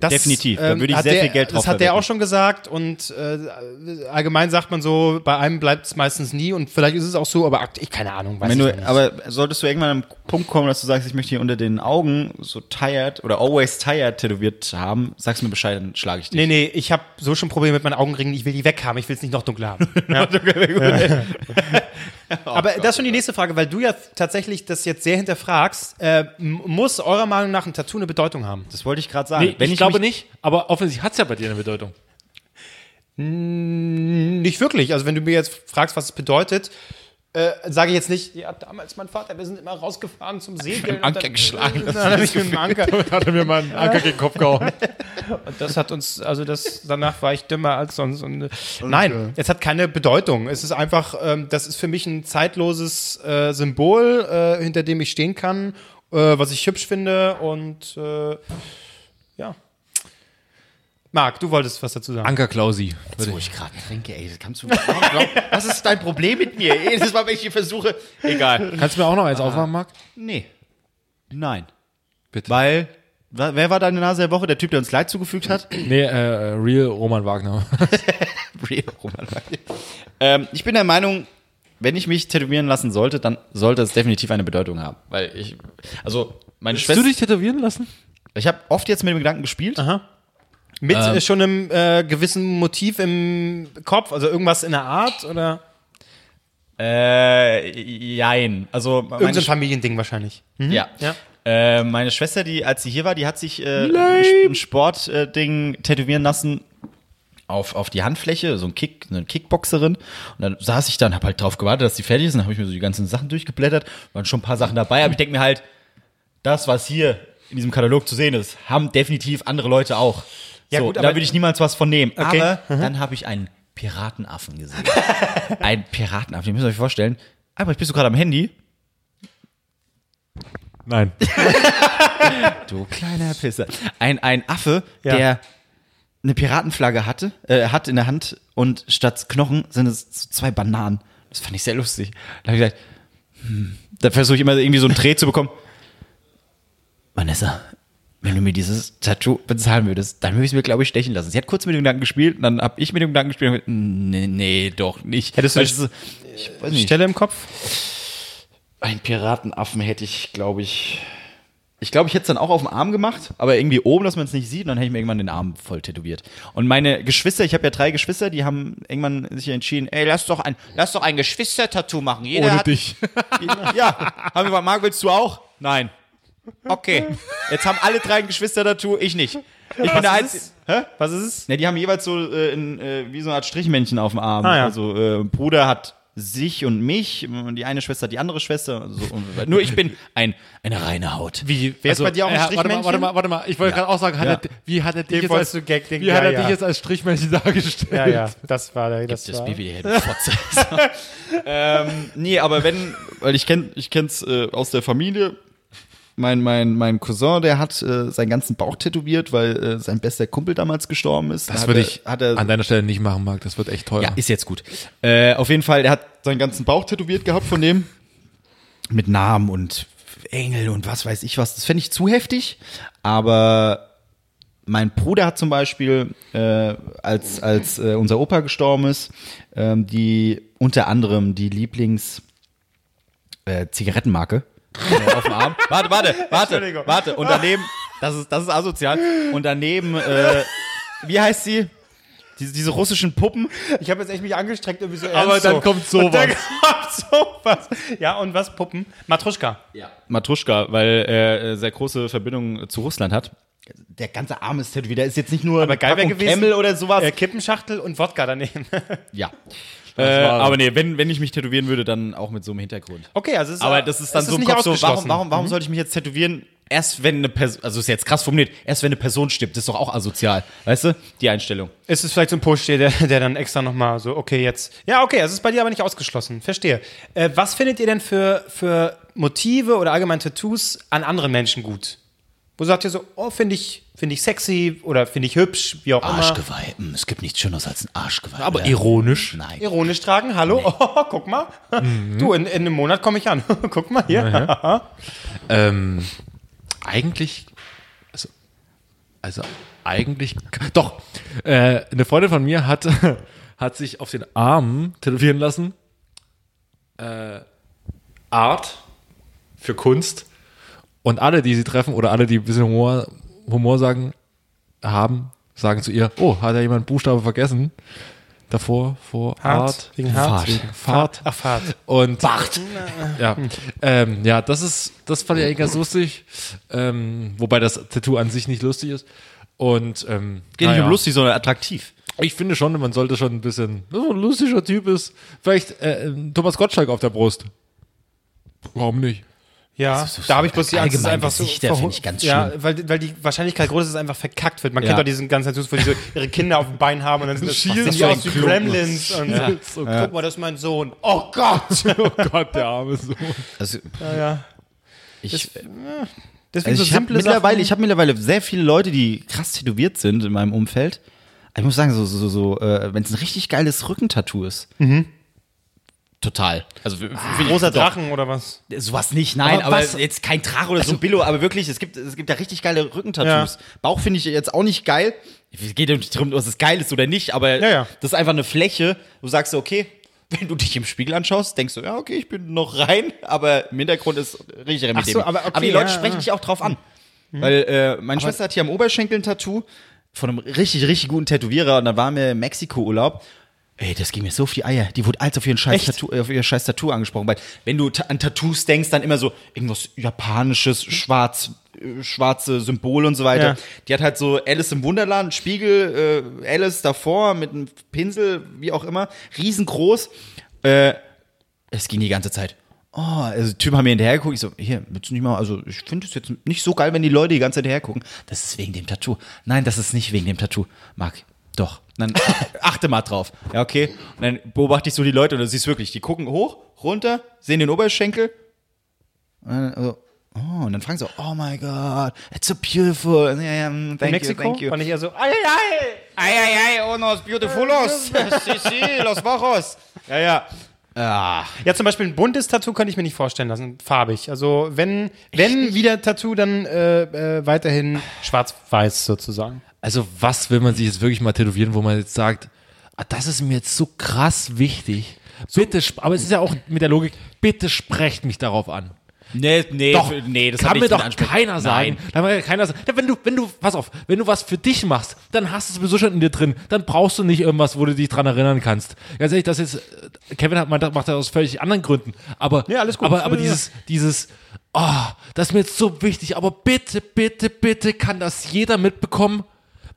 Speaker 2: Das, ähm,
Speaker 1: definitiv, da würde ich
Speaker 2: hat
Speaker 1: sehr
Speaker 2: der,
Speaker 1: viel Geld drauf
Speaker 2: Das hat der
Speaker 1: verwenden.
Speaker 2: auch schon gesagt und äh, allgemein sagt man so, bei einem bleibt es meistens nie und vielleicht ist es auch so, aber akt ich keine Ahnung, weiß
Speaker 1: Wenn
Speaker 2: ich
Speaker 1: du,
Speaker 2: gar nicht.
Speaker 1: aber solltest du irgendwann an einen Punkt kommen, dass du sagst, ich möchte hier unter den Augen so tired oder always tired tätowiert haben, sagst mir Bescheid, dann schlage ich dich.
Speaker 2: Nee, nee, ich habe so schon Probleme mit meinen Augenringen. Ich will die weg haben. Ich will es nicht noch dunkler Oh haben. Ja. Aber das ist schon die nächste Frage, weil du ja tatsächlich das jetzt sehr hinterfragst. Äh, m- muss eurer Meinung nach ein Tattoo eine Bedeutung haben?
Speaker 1: Das wollte ich gerade sagen.
Speaker 3: ich, glaube
Speaker 1: mich-
Speaker 3: nicht, aber offensichtlich hat es ja bei dir eine Bedeutung.
Speaker 2: Nicht wirklich. Also wenn du mir jetzt fragst, was es bedeutet, äh, sage ich jetzt nicht, ja, damals mein Vater, wir sind immer rausgefahren zum Segeln.
Speaker 1: Anker geschlagen.
Speaker 2: Dann, dann hab ich mit dem Anker.
Speaker 3: hat er mir mal einen Anker gegen den Kopf gehauen.
Speaker 2: Das hat uns, also das, danach war ich dümmer als sonst. Und, äh, nein, es hat keine Bedeutung. Es ist einfach, ähm, das ist für mich ein zeitloses äh, Symbol, äh, hinter dem ich stehen kann, äh, was ich hübsch finde und äh, ja. Marc, du wolltest was dazu sagen.
Speaker 3: Anker Klausi.
Speaker 1: Wo ich gerade trinke, ey, das kannst du mir auch glauben. Was ist dein Problem mit mir? Jedes Mal, wenn ich hier versuche. Egal.
Speaker 3: Kannst du mir auch noch eins aufmachen, Marc?
Speaker 1: Nee. Nein.
Speaker 3: Bitte.
Speaker 1: Weil, wa- wer war deine Nase der Woche? Der Typ, der uns Leid zugefügt hat?
Speaker 3: Nee, äh, Real Roman Wagner.
Speaker 1: Real Roman Wagner. ähm, ich bin der Meinung, wenn ich mich tätowieren lassen sollte, dann sollte es definitiv eine Bedeutung haben. Weil ich, also, meine
Speaker 3: Hast du
Speaker 1: Schwester,
Speaker 3: dich tätowieren lassen?
Speaker 1: ich habe oft jetzt mit dem Gedanken gespielt.
Speaker 2: Mit
Speaker 3: Ähm.
Speaker 2: äh, schon einem äh, gewissen Motiv im Kopf, also irgendwas in der Art oder
Speaker 1: Äh, jein. Also, meine
Speaker 2: irgendein Familiending wahrscheinlich.
Speaker 1: Ja.
Speaker 2: Mhm. Ja.
Speaker 1: Äh, meine Schwester, die, als sie hier war, die hat sich äh, ein Sportding äh, Ding tätowieren lassen auf, auf die Handfläche, so ein Kick, eine Kickboxerin. Und dann saß ich dann, hab halt drauf gewartet, dass die fertig ist. Und dann habe ich mir so die ganzen Sachen durchgeblättert. Waren schon ein paar Sachen dabei, aber ich denke mir halt, das, was hier in diesem Katalog zu sehen ist, haben definitiv andere Leute auch. Ja, so,
Speaker 2: gut,
Speaker 1: gut, da
Speaker 2: aber-
Speaker 1: würde ich niemals was von nehmen.
Speaker 2: Okay. Mhm.
Speaker 1: Aber dann habe ich einen Piratenaffen gesehen. ein Piratenaffen, ihr müsst euch vorstellen. Albrecht, bist du gerade am Handy?
Speaker 3: Nein.
Speaker 1: Du kleiner Pisser. Ein, ein Affe,
Speaker 2: Ja.
Speaker 1: der eine Piratenflagge hatte, äh, hat in der Hand und statt Knochen sind es so zwei Bananen. Das fand ich sehr lustig. Da habe ich gesagt, hm, da versuche ich immer irgendwie so einen Dreh zu bekommen. Vanessa, wenn du mir dieses Tattoo bezahlen würdest, dann würde ich es mir, glaube ich, stechen lassen. Sie hat kurz mit dem Gedanken gespielt, und dann habe ich mit dem Gedanken gespielt und gesagt, nee, nee, doch nicht.
Speaker 2: Hättest du
Speaker 1: Weil
Speaker 2: nicht-
Speaker 1: es- ich weiß nicht.
Speaker 2: Stelle im Kopf?
Speaker 1: Ein Piratenaffen hätte ich, glaube ich. Ich glaube, ich hätte es dann auch auf dem Arm gemacht, aber irgendwie oben, dass man es nicht sieht, und dann hätte ich mir irgendwann den Arm voll tätowiert. Und meine Geschwister, ich habe ja drei Geschwister, die haben irgendwann sich entschieden, ey, lass doch ein, lass doch ein Geschwister-Tattoo machen. Jeder
Speaker 3: Ohne
Speaker 1: hat,
Speaker 3: dich.
Speaker 1: Ja, haben wir gesagt, Marc, willst du auch? Nein. Okay. Jetzt haben alle drei ein Geschwister-Tattoo, ich nicht. Ich bin der Einzige. Hä?
Speaker 2: Was ist es?
Speaker 1: Ne, die haben jeweils so äh, in, äh, wie so eine Art Strichmännchen auf dem Arm.
Speaker 2: Ah, ja.
Speaker 1: Also äh, Bruder hat sich und mich, und die eine Schwester hat die andere Schwester. So, und, so weiter. nur ich bin ein, eine reine Haut. Also, äh,
Speaker 2: Wie?
Speaker 1: Wer ist bei dir auch ein
Speaker 3: Ja, Also, äh, warte mal,
Speaker 1: Strichmännchen?
Speaker 3: warte mal, warte mal. Ich wollte gerade auch sagen, hat
Speaker 1: Ja.
Speaker 3: er, wie hat er dich,
Speaker 2: Den
Speaker 3: jetzt als,
Speaker 2: wolltest du Gag, den-
Speaker 3: wie hat
Speaker 2: ja,
Speaker 3: er
Speaker 2: ja.
Speaker 3: dich jetzt als Strichmännchen dargestellt?
Speaker 2: Ja, ja, das war der. Das
Speaker 1: Das
Speaker 2: war.
Speaker 1: BWL mit Fotze. ähm, nee, aber wenn, weil ich kenn, ich kenn's äh, aus der Familie. Mein, mein, mein Cousin, der hat äh, seinen ganzen Bauch tätowiert, weil äh, sein bester Kumpel damals gestorben ist.
Speaker 3: Das
Speaker 1: Hat
Speaker 3: würde
Speaker 1: er-
Speaker 3: ich
Speaker 1: hat er
Speaker 3: an deiner Stelle nicht machen, Marc. Das wird echt teuer.
Speaker 1: Ja, ist jetzt gut. Äh, auf jeden Fall, der hat seinen ganzen Bauch tätowiert gehabt von dem. Mit Namen und Engel und was weiß ich was. Das fände ich zu heftig. Aber mein Bruder hat zum Beispiel, äh, als, als äh, unser Opa gestorben ist, ähm, die unter anderem die Lieblings äh, Zigarettenmarke äh, auf dem Arm. Warte, warte, warte, warte. Und daneben, das ist, das ist asozial. Und daneben, äh, wie heißt sie? Diese, diese russischen Puppen.
Speaker 2: Ich habe jetzt echt mich angestrengt, irgendwie so
Speaker 3: Aber
Speaker 2: ernst
Speaker 3: dann
Speaker 2: so.
Speaker 3: kommt
Speaker 2: Und dann
Speaker 3: sowas.
Speaker 2: kommt sowas. Ja, und was? Puppen? Matruschka.
Speaker 1: Matruschka, weil er äh, sehr große Verbindung zu Russland hat. Der ganze Arm ist tätowiert. Der ist jetzt nicht nur
Speaker 2: Aber geil wär
Speaker 1: Packung
Speaker 2: gewesen-
Speaker 1: Camel oder sowas.
Speaker 2: Äh, Kippenschachtel und Wodka daneben.
Speaker 1: ja. Äh, aber nee, wenn, wenn ich mich tätowieren würde, dann auch mit so einem Hintergrund.
Speaker 2: Okay, also es ist,
Speaker 1: Aber das ist dann
Speaker 2: es
Speaker 1: so im
Speaker 2: nicht
Speaker 1: Kopf so, Mhm. warum,
Speaker 2: ausgeschlossen.
Speaker 1: warum, warum sollte ich mich jetzt tätowieren? Erst wenn eine Person, also ist jetzt krass formuliert, erst wenn eine Person stirbt, ist doch auch asozial. Weißt du? Die Einstellung.
Speaker 2: Ist es vielleicht so ein Push, der, der dann extra nochmal so, okay, jetzt. Ja, okay, es ist bei dir aber nicht ausgeschlossen. Verstehe. Äh, was findet ihr denn für, für Motive oder allgemein Tattoos an anderen Menschen gut? Wo sagt ihr so, oh, finde ich, finde ich sexy oder finde ich hübsch, wie auch immer.
Speaker 1: Arschgeweih. Hm, Es gibt nichts Schöneres als ein Arschgeweih. Aber
Speaker 3: ironisch.
Speaker 1: Nein.
Speaker 2: Ironisch tragen, hallo, oh, guck mal. Du, in, in einem Monat komme ich an. guck mal hier.
Speaker 3: Ähm, eigentlich, also, also eigentlich, doch, äh, eine Freundin von mir hat, hat sich auf den Arm tätowieren lassen. Äh, Art für Kunst. Und alle, die sie treffen oder alle, die ein bisschen Humor, Humor sagen, haben, sagen zu ihr, oh, hat ja jemand Buchstabe vergessen? Davor, vor Art,
Speaker 2: Wegen Hart.
Speaker 3: wegen Fahrt.
Speaker 2: Ach, Fahrt.
Speaker 3: Und Ja, ähm, ja, das ist, das fand ich eigentlich ganz lustig. Ähm, wobei das Tattoo an sich nicht lustig ist. Und ähm,
Speaker 1: Geht nicht
Speaker 3: naja.
Speaker 1: um lustig, sondern attraktiv.
Speaker 3: Ich finde schon, man sollte schon ein bisschen wenn man ein lustiger Typ ist. Vielleicht äh, ähm, Thomas Gottschalk auf der Brust. Warum nicht?
Speaker 2: Ja,
Speaker 1: so-
Speaker 2: da habe ich bloß die Angst, dass es
Speaker 1: allgemein
Speaker 2: einfach so.
Speaker 1: Gesichter
Speaker 2: verhu-
Speaker 1: finde ich ganz
Speaker 2: ja,
Speaker 1: schlimm.
Speaker 2: weil, weil die Wahrscheinlichkeit groß ist, dass es einfach verkackt wird. Man
Speaker 1: Ja.
Speaker 2: kennt doch diesen ganzen Tattoos, wo die so ihre Kinder auf dem Bein haben und dann sind das
Speaker 3: Schielen
Speaker 2: die
Speaker 3: so
Speaker 2: aus
Speaker 3: ein
Speaker 2: wie
Speaker 3: Klumpen.
Speaker 2: Gremlins. Und so, guck mal, das ist mein Sohn. Oh Gott!
Speaker 3: Oh Gott, der arme Sohn.
Speaker 1: Also,
Speaker 2: ja.
Speaker 1: ich,
Speaker 2: Deswegen
Speaker 1: Also
Speaker 2: so
Speaker 1: ich habe
Speaker 2: simple
Speaker 1: mittlerweile,
Speaker 2: Sachen.
Speaker 1: ich hab mittlerweile sehr viele Leute, die krass tätowiert sind in meinem Umfeld. Aber Ich muss sagen, so, so, so äh, wenn es ein richtig geiles Rückentattoo ist. Total. Also
Speaker 2: Mhm. Ah, Großer Drachen oder was?
Speaker 1: Doch, sowas nicht, nein,
Speaker 2: Aber
Speaker 1: aber,
Speaker 2: was- Also
Speaker 1: jetzt kein Drache oder so ein Billo, aber wirklich, es gibt, es gibt da richtig geile Rückentattoos.
Speaker 2: Ja.
Speaker 1: Bauch finde ich jetzt auch nicht geil. Es geht ja nicht darum, ob es geil ist oder nicht, aber
Speaker 2: Ja, ja.
Speaker 1: das ist einfach eine Fläche, wo du sagst so, okay, wenn du dich im Spiegel anschaust, denkst du, ja, okay, ich bin noch rein, aber im Hintergrund ist richtig
Speaker 2: Ach
Speaker 1: mit
Speaker 2: so,
Speaker 1: dem.
Speaker 2: aber okay,
Speaker 1: die Leute
Speaker 2: ja,
Speaker 1: sprechen
Speaker 2: ja.
Speaker 1: dich auch drauf an. Weil äh, meine Schwester hat hier am Oberschenkel ein Tattoo von einem richtig, richtig guten Tätowierer und da waren wir im Mexiko-Urlaub. Ey, das ging mir so auf die Eier. Die wurde als auf, ihren scheiß
Speaker 2: Echt?
Speaker 1: Tattoo, äh, auf ihr scheiß Tattoo angesprochen. Weil wenn du ta an Tattoos denkst, dann immer so irgendwas Japanisches, schwarz, äh, schwarze Symbole und so weiter.
Speaker 2: Ja.
Speaker 1: Die hat halt so Alice im Wunderland, Spiegel, äh, Alice davor mit einem Pinsel, wie auch immer, riesengroß. Äh, es ging die ganze Zeit. Oh, also die Typen haben mir hinterher geguckt. Ich so, hier, willst du nicht mal, also ich finde es jetzt nicht so geil, wenn die Leute die ganze Zeit hergucken. Das ist wegen dem Tattoo. Nein, das ist nicht wegen dem Tattoo. Marc, doch. Dann achte mal drauf. Ja, okay. Und dann beobachte ich so die Leute und du siehst wirklich, die gucken hoch, runter, sehen den Oberschenkel. Und dann, also, Oh, und dann fragen sie, oh my God, it's so beautiful. And, yeah, yeah,
Speaker 2: In
Speaker 1: thank
Speaker 2: Mexiko
Speaker 1: you, thank you.
Speaker 2: fand ich eher so, ei, ei,
Speaker 1: Ay, ay, ay,
Speaker 2: oh,
Speaker 1: unos beautifulos. sí, sí, los bojos. Ja, ja. Ah,
Speaker 2: ei. Ja, zum Beispiel ein buntes Tattoo könnte ich mir nicht vorstellen lassen, farbig. Also wenn, wenn wieder Tattoo, dann äh, äh, weiterhin schwarz-weiß sozusagen.
Speaker 3: Also, was will man sich jetzt wirklich mal tätowieren, wo man jetzt sagt, ah, das ist mir jetzt so krass wichtig. Bitte, sp- aber es ist ja auch mit der Logik, bitte sprecht mich darauf an.
Speaker 1: nee, nee,
Speaker 3: Doch,
Speaker 1: nee, das hat
Speaker 3: kann mir
Speaker 1: nichts
Speaker 3: doch
Speaker 1: mit Ansprechen-
Speaker 3: keiner sein.
Speaker 1: Nein.
Speaker 3: Dann kann mir keiner sein. Ja, wenn du, wenn du, pass auf, wenn du was für dich machst, dann hast du es sowieso schon in dir drin. Dann brauchst du nicht irgendwas, wo du dich dran erinnern kannst. Ganz ehrlich, das jetzt, äh, Kevin hat, macht das macht das aus völlig anderen Gründen. Aber,
Speaker 2: Ja, alles gut.
Speaker 3: aber, aber
Speaker 2: Ja,
Speaker 3: dieses, dieses, ah, das ist mir jetzt so wichtig, aber bitte, bitte, bitte kann das jeder mitbekommen,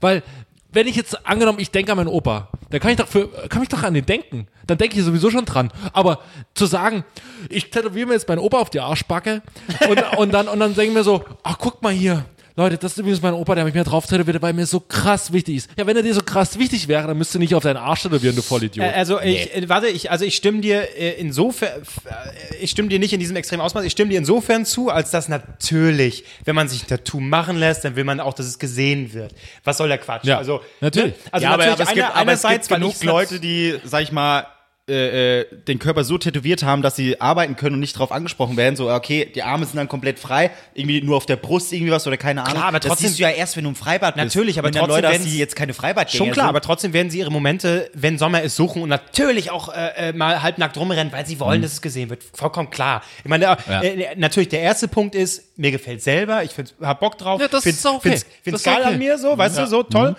Speaker 3: weil, wenn ich jetzt angenommen, ich denke an meinen Opa, dann kann ich doch für, kann ich doch an den denken. Dann denke ich sowieso schon dran. Aber zu sagen, ich tätowiere mir jetzt meinen Opa auf die Arschbacke und, und dann und dann denke ich mir so, ach guck mal hier, Leute, das ist übrigens mein Opa, der mich mir drauf tätowiert, weil mir so krass wichtig ist. Ja, wenn er dir so krass wichtig wäre, dann müsstest du nicht auf deinen Arsch tätowieren, du Vollidiot.
Speaker 2: Äh, Also ich, äh, warte, ich, also ich stimme dir äh, insofern, f- äh, ich stimme dir nicht in diesem extremen Ausmaß, ich stimme dir insofern zu, als dass natürlich, wenn man sich ein Tattoo machen lässt, dann will man auch, dass es gesehen wird. Was soll der Quatsch?
Speaker 3: Ja,
Speaker 2: also,
Speaker 3: natürlich.
Speaker 2: Also
Speaker 1: ja, aber,
Speaker 2: natürlich
Speaker 1: aber es
Speaker 2: einer-
Speaker 1: gibt, aber es gibt
Speaker 2: einerseits, weil
Speaker 1: genug
Speaker 2: ich's
Speaker 1: Leute, die, sag ich mal, äh, äh, den Körper so tätowiert haben, dass sie arbeiten können und nicht drauf angesprochen werden. So, okay, die Arme sind dann komplett frei, irgendwie nur auf der Brust irgendwie was oder keine Ahnung.
Speaker 2: Klar, aber
Speaker 1: das
Speaker 2: trotzdem-
Speaker 1: siehst du ja erst, wenn du im Freibad bist.
Speaker 2: Natürlich, aber
Speaker 1: Und dann
Speaker 2: trotzdem
Speaker 1: Leute, dass
Speaker 2: werden's-
Speaker 1: die jetzt keine Freibadgänger
Speaker 2: Schon klar,
Speaker 1: sind.
Speaker 2: aber trotzdem werden sie ihre Momente, wenn Sommer ist, suchen und natürlich auch äh, äh, mal halbnackt rumrennen, weil sie wollen, dass es gesehen wird. Vollkommen klar. Ich meine, äh,
Speaker 1: Mhm. Ja.
Speaker 2: äh, natürlich, der erste Punkt ist, mir gefällt selber, ich find's, hab Bock drauf,
Speaker 3: Ja, das
Speaker 2: find's,
Speaker 3: ist okay.
Speaker 2: find's,
Speaker 3: Das
Speaker 2: find's
Speaker 3: ist
Speaker 2: geil
Speaker 3: okay. Mhm.
Speaker 2: an mir, so, weißt du, so toll.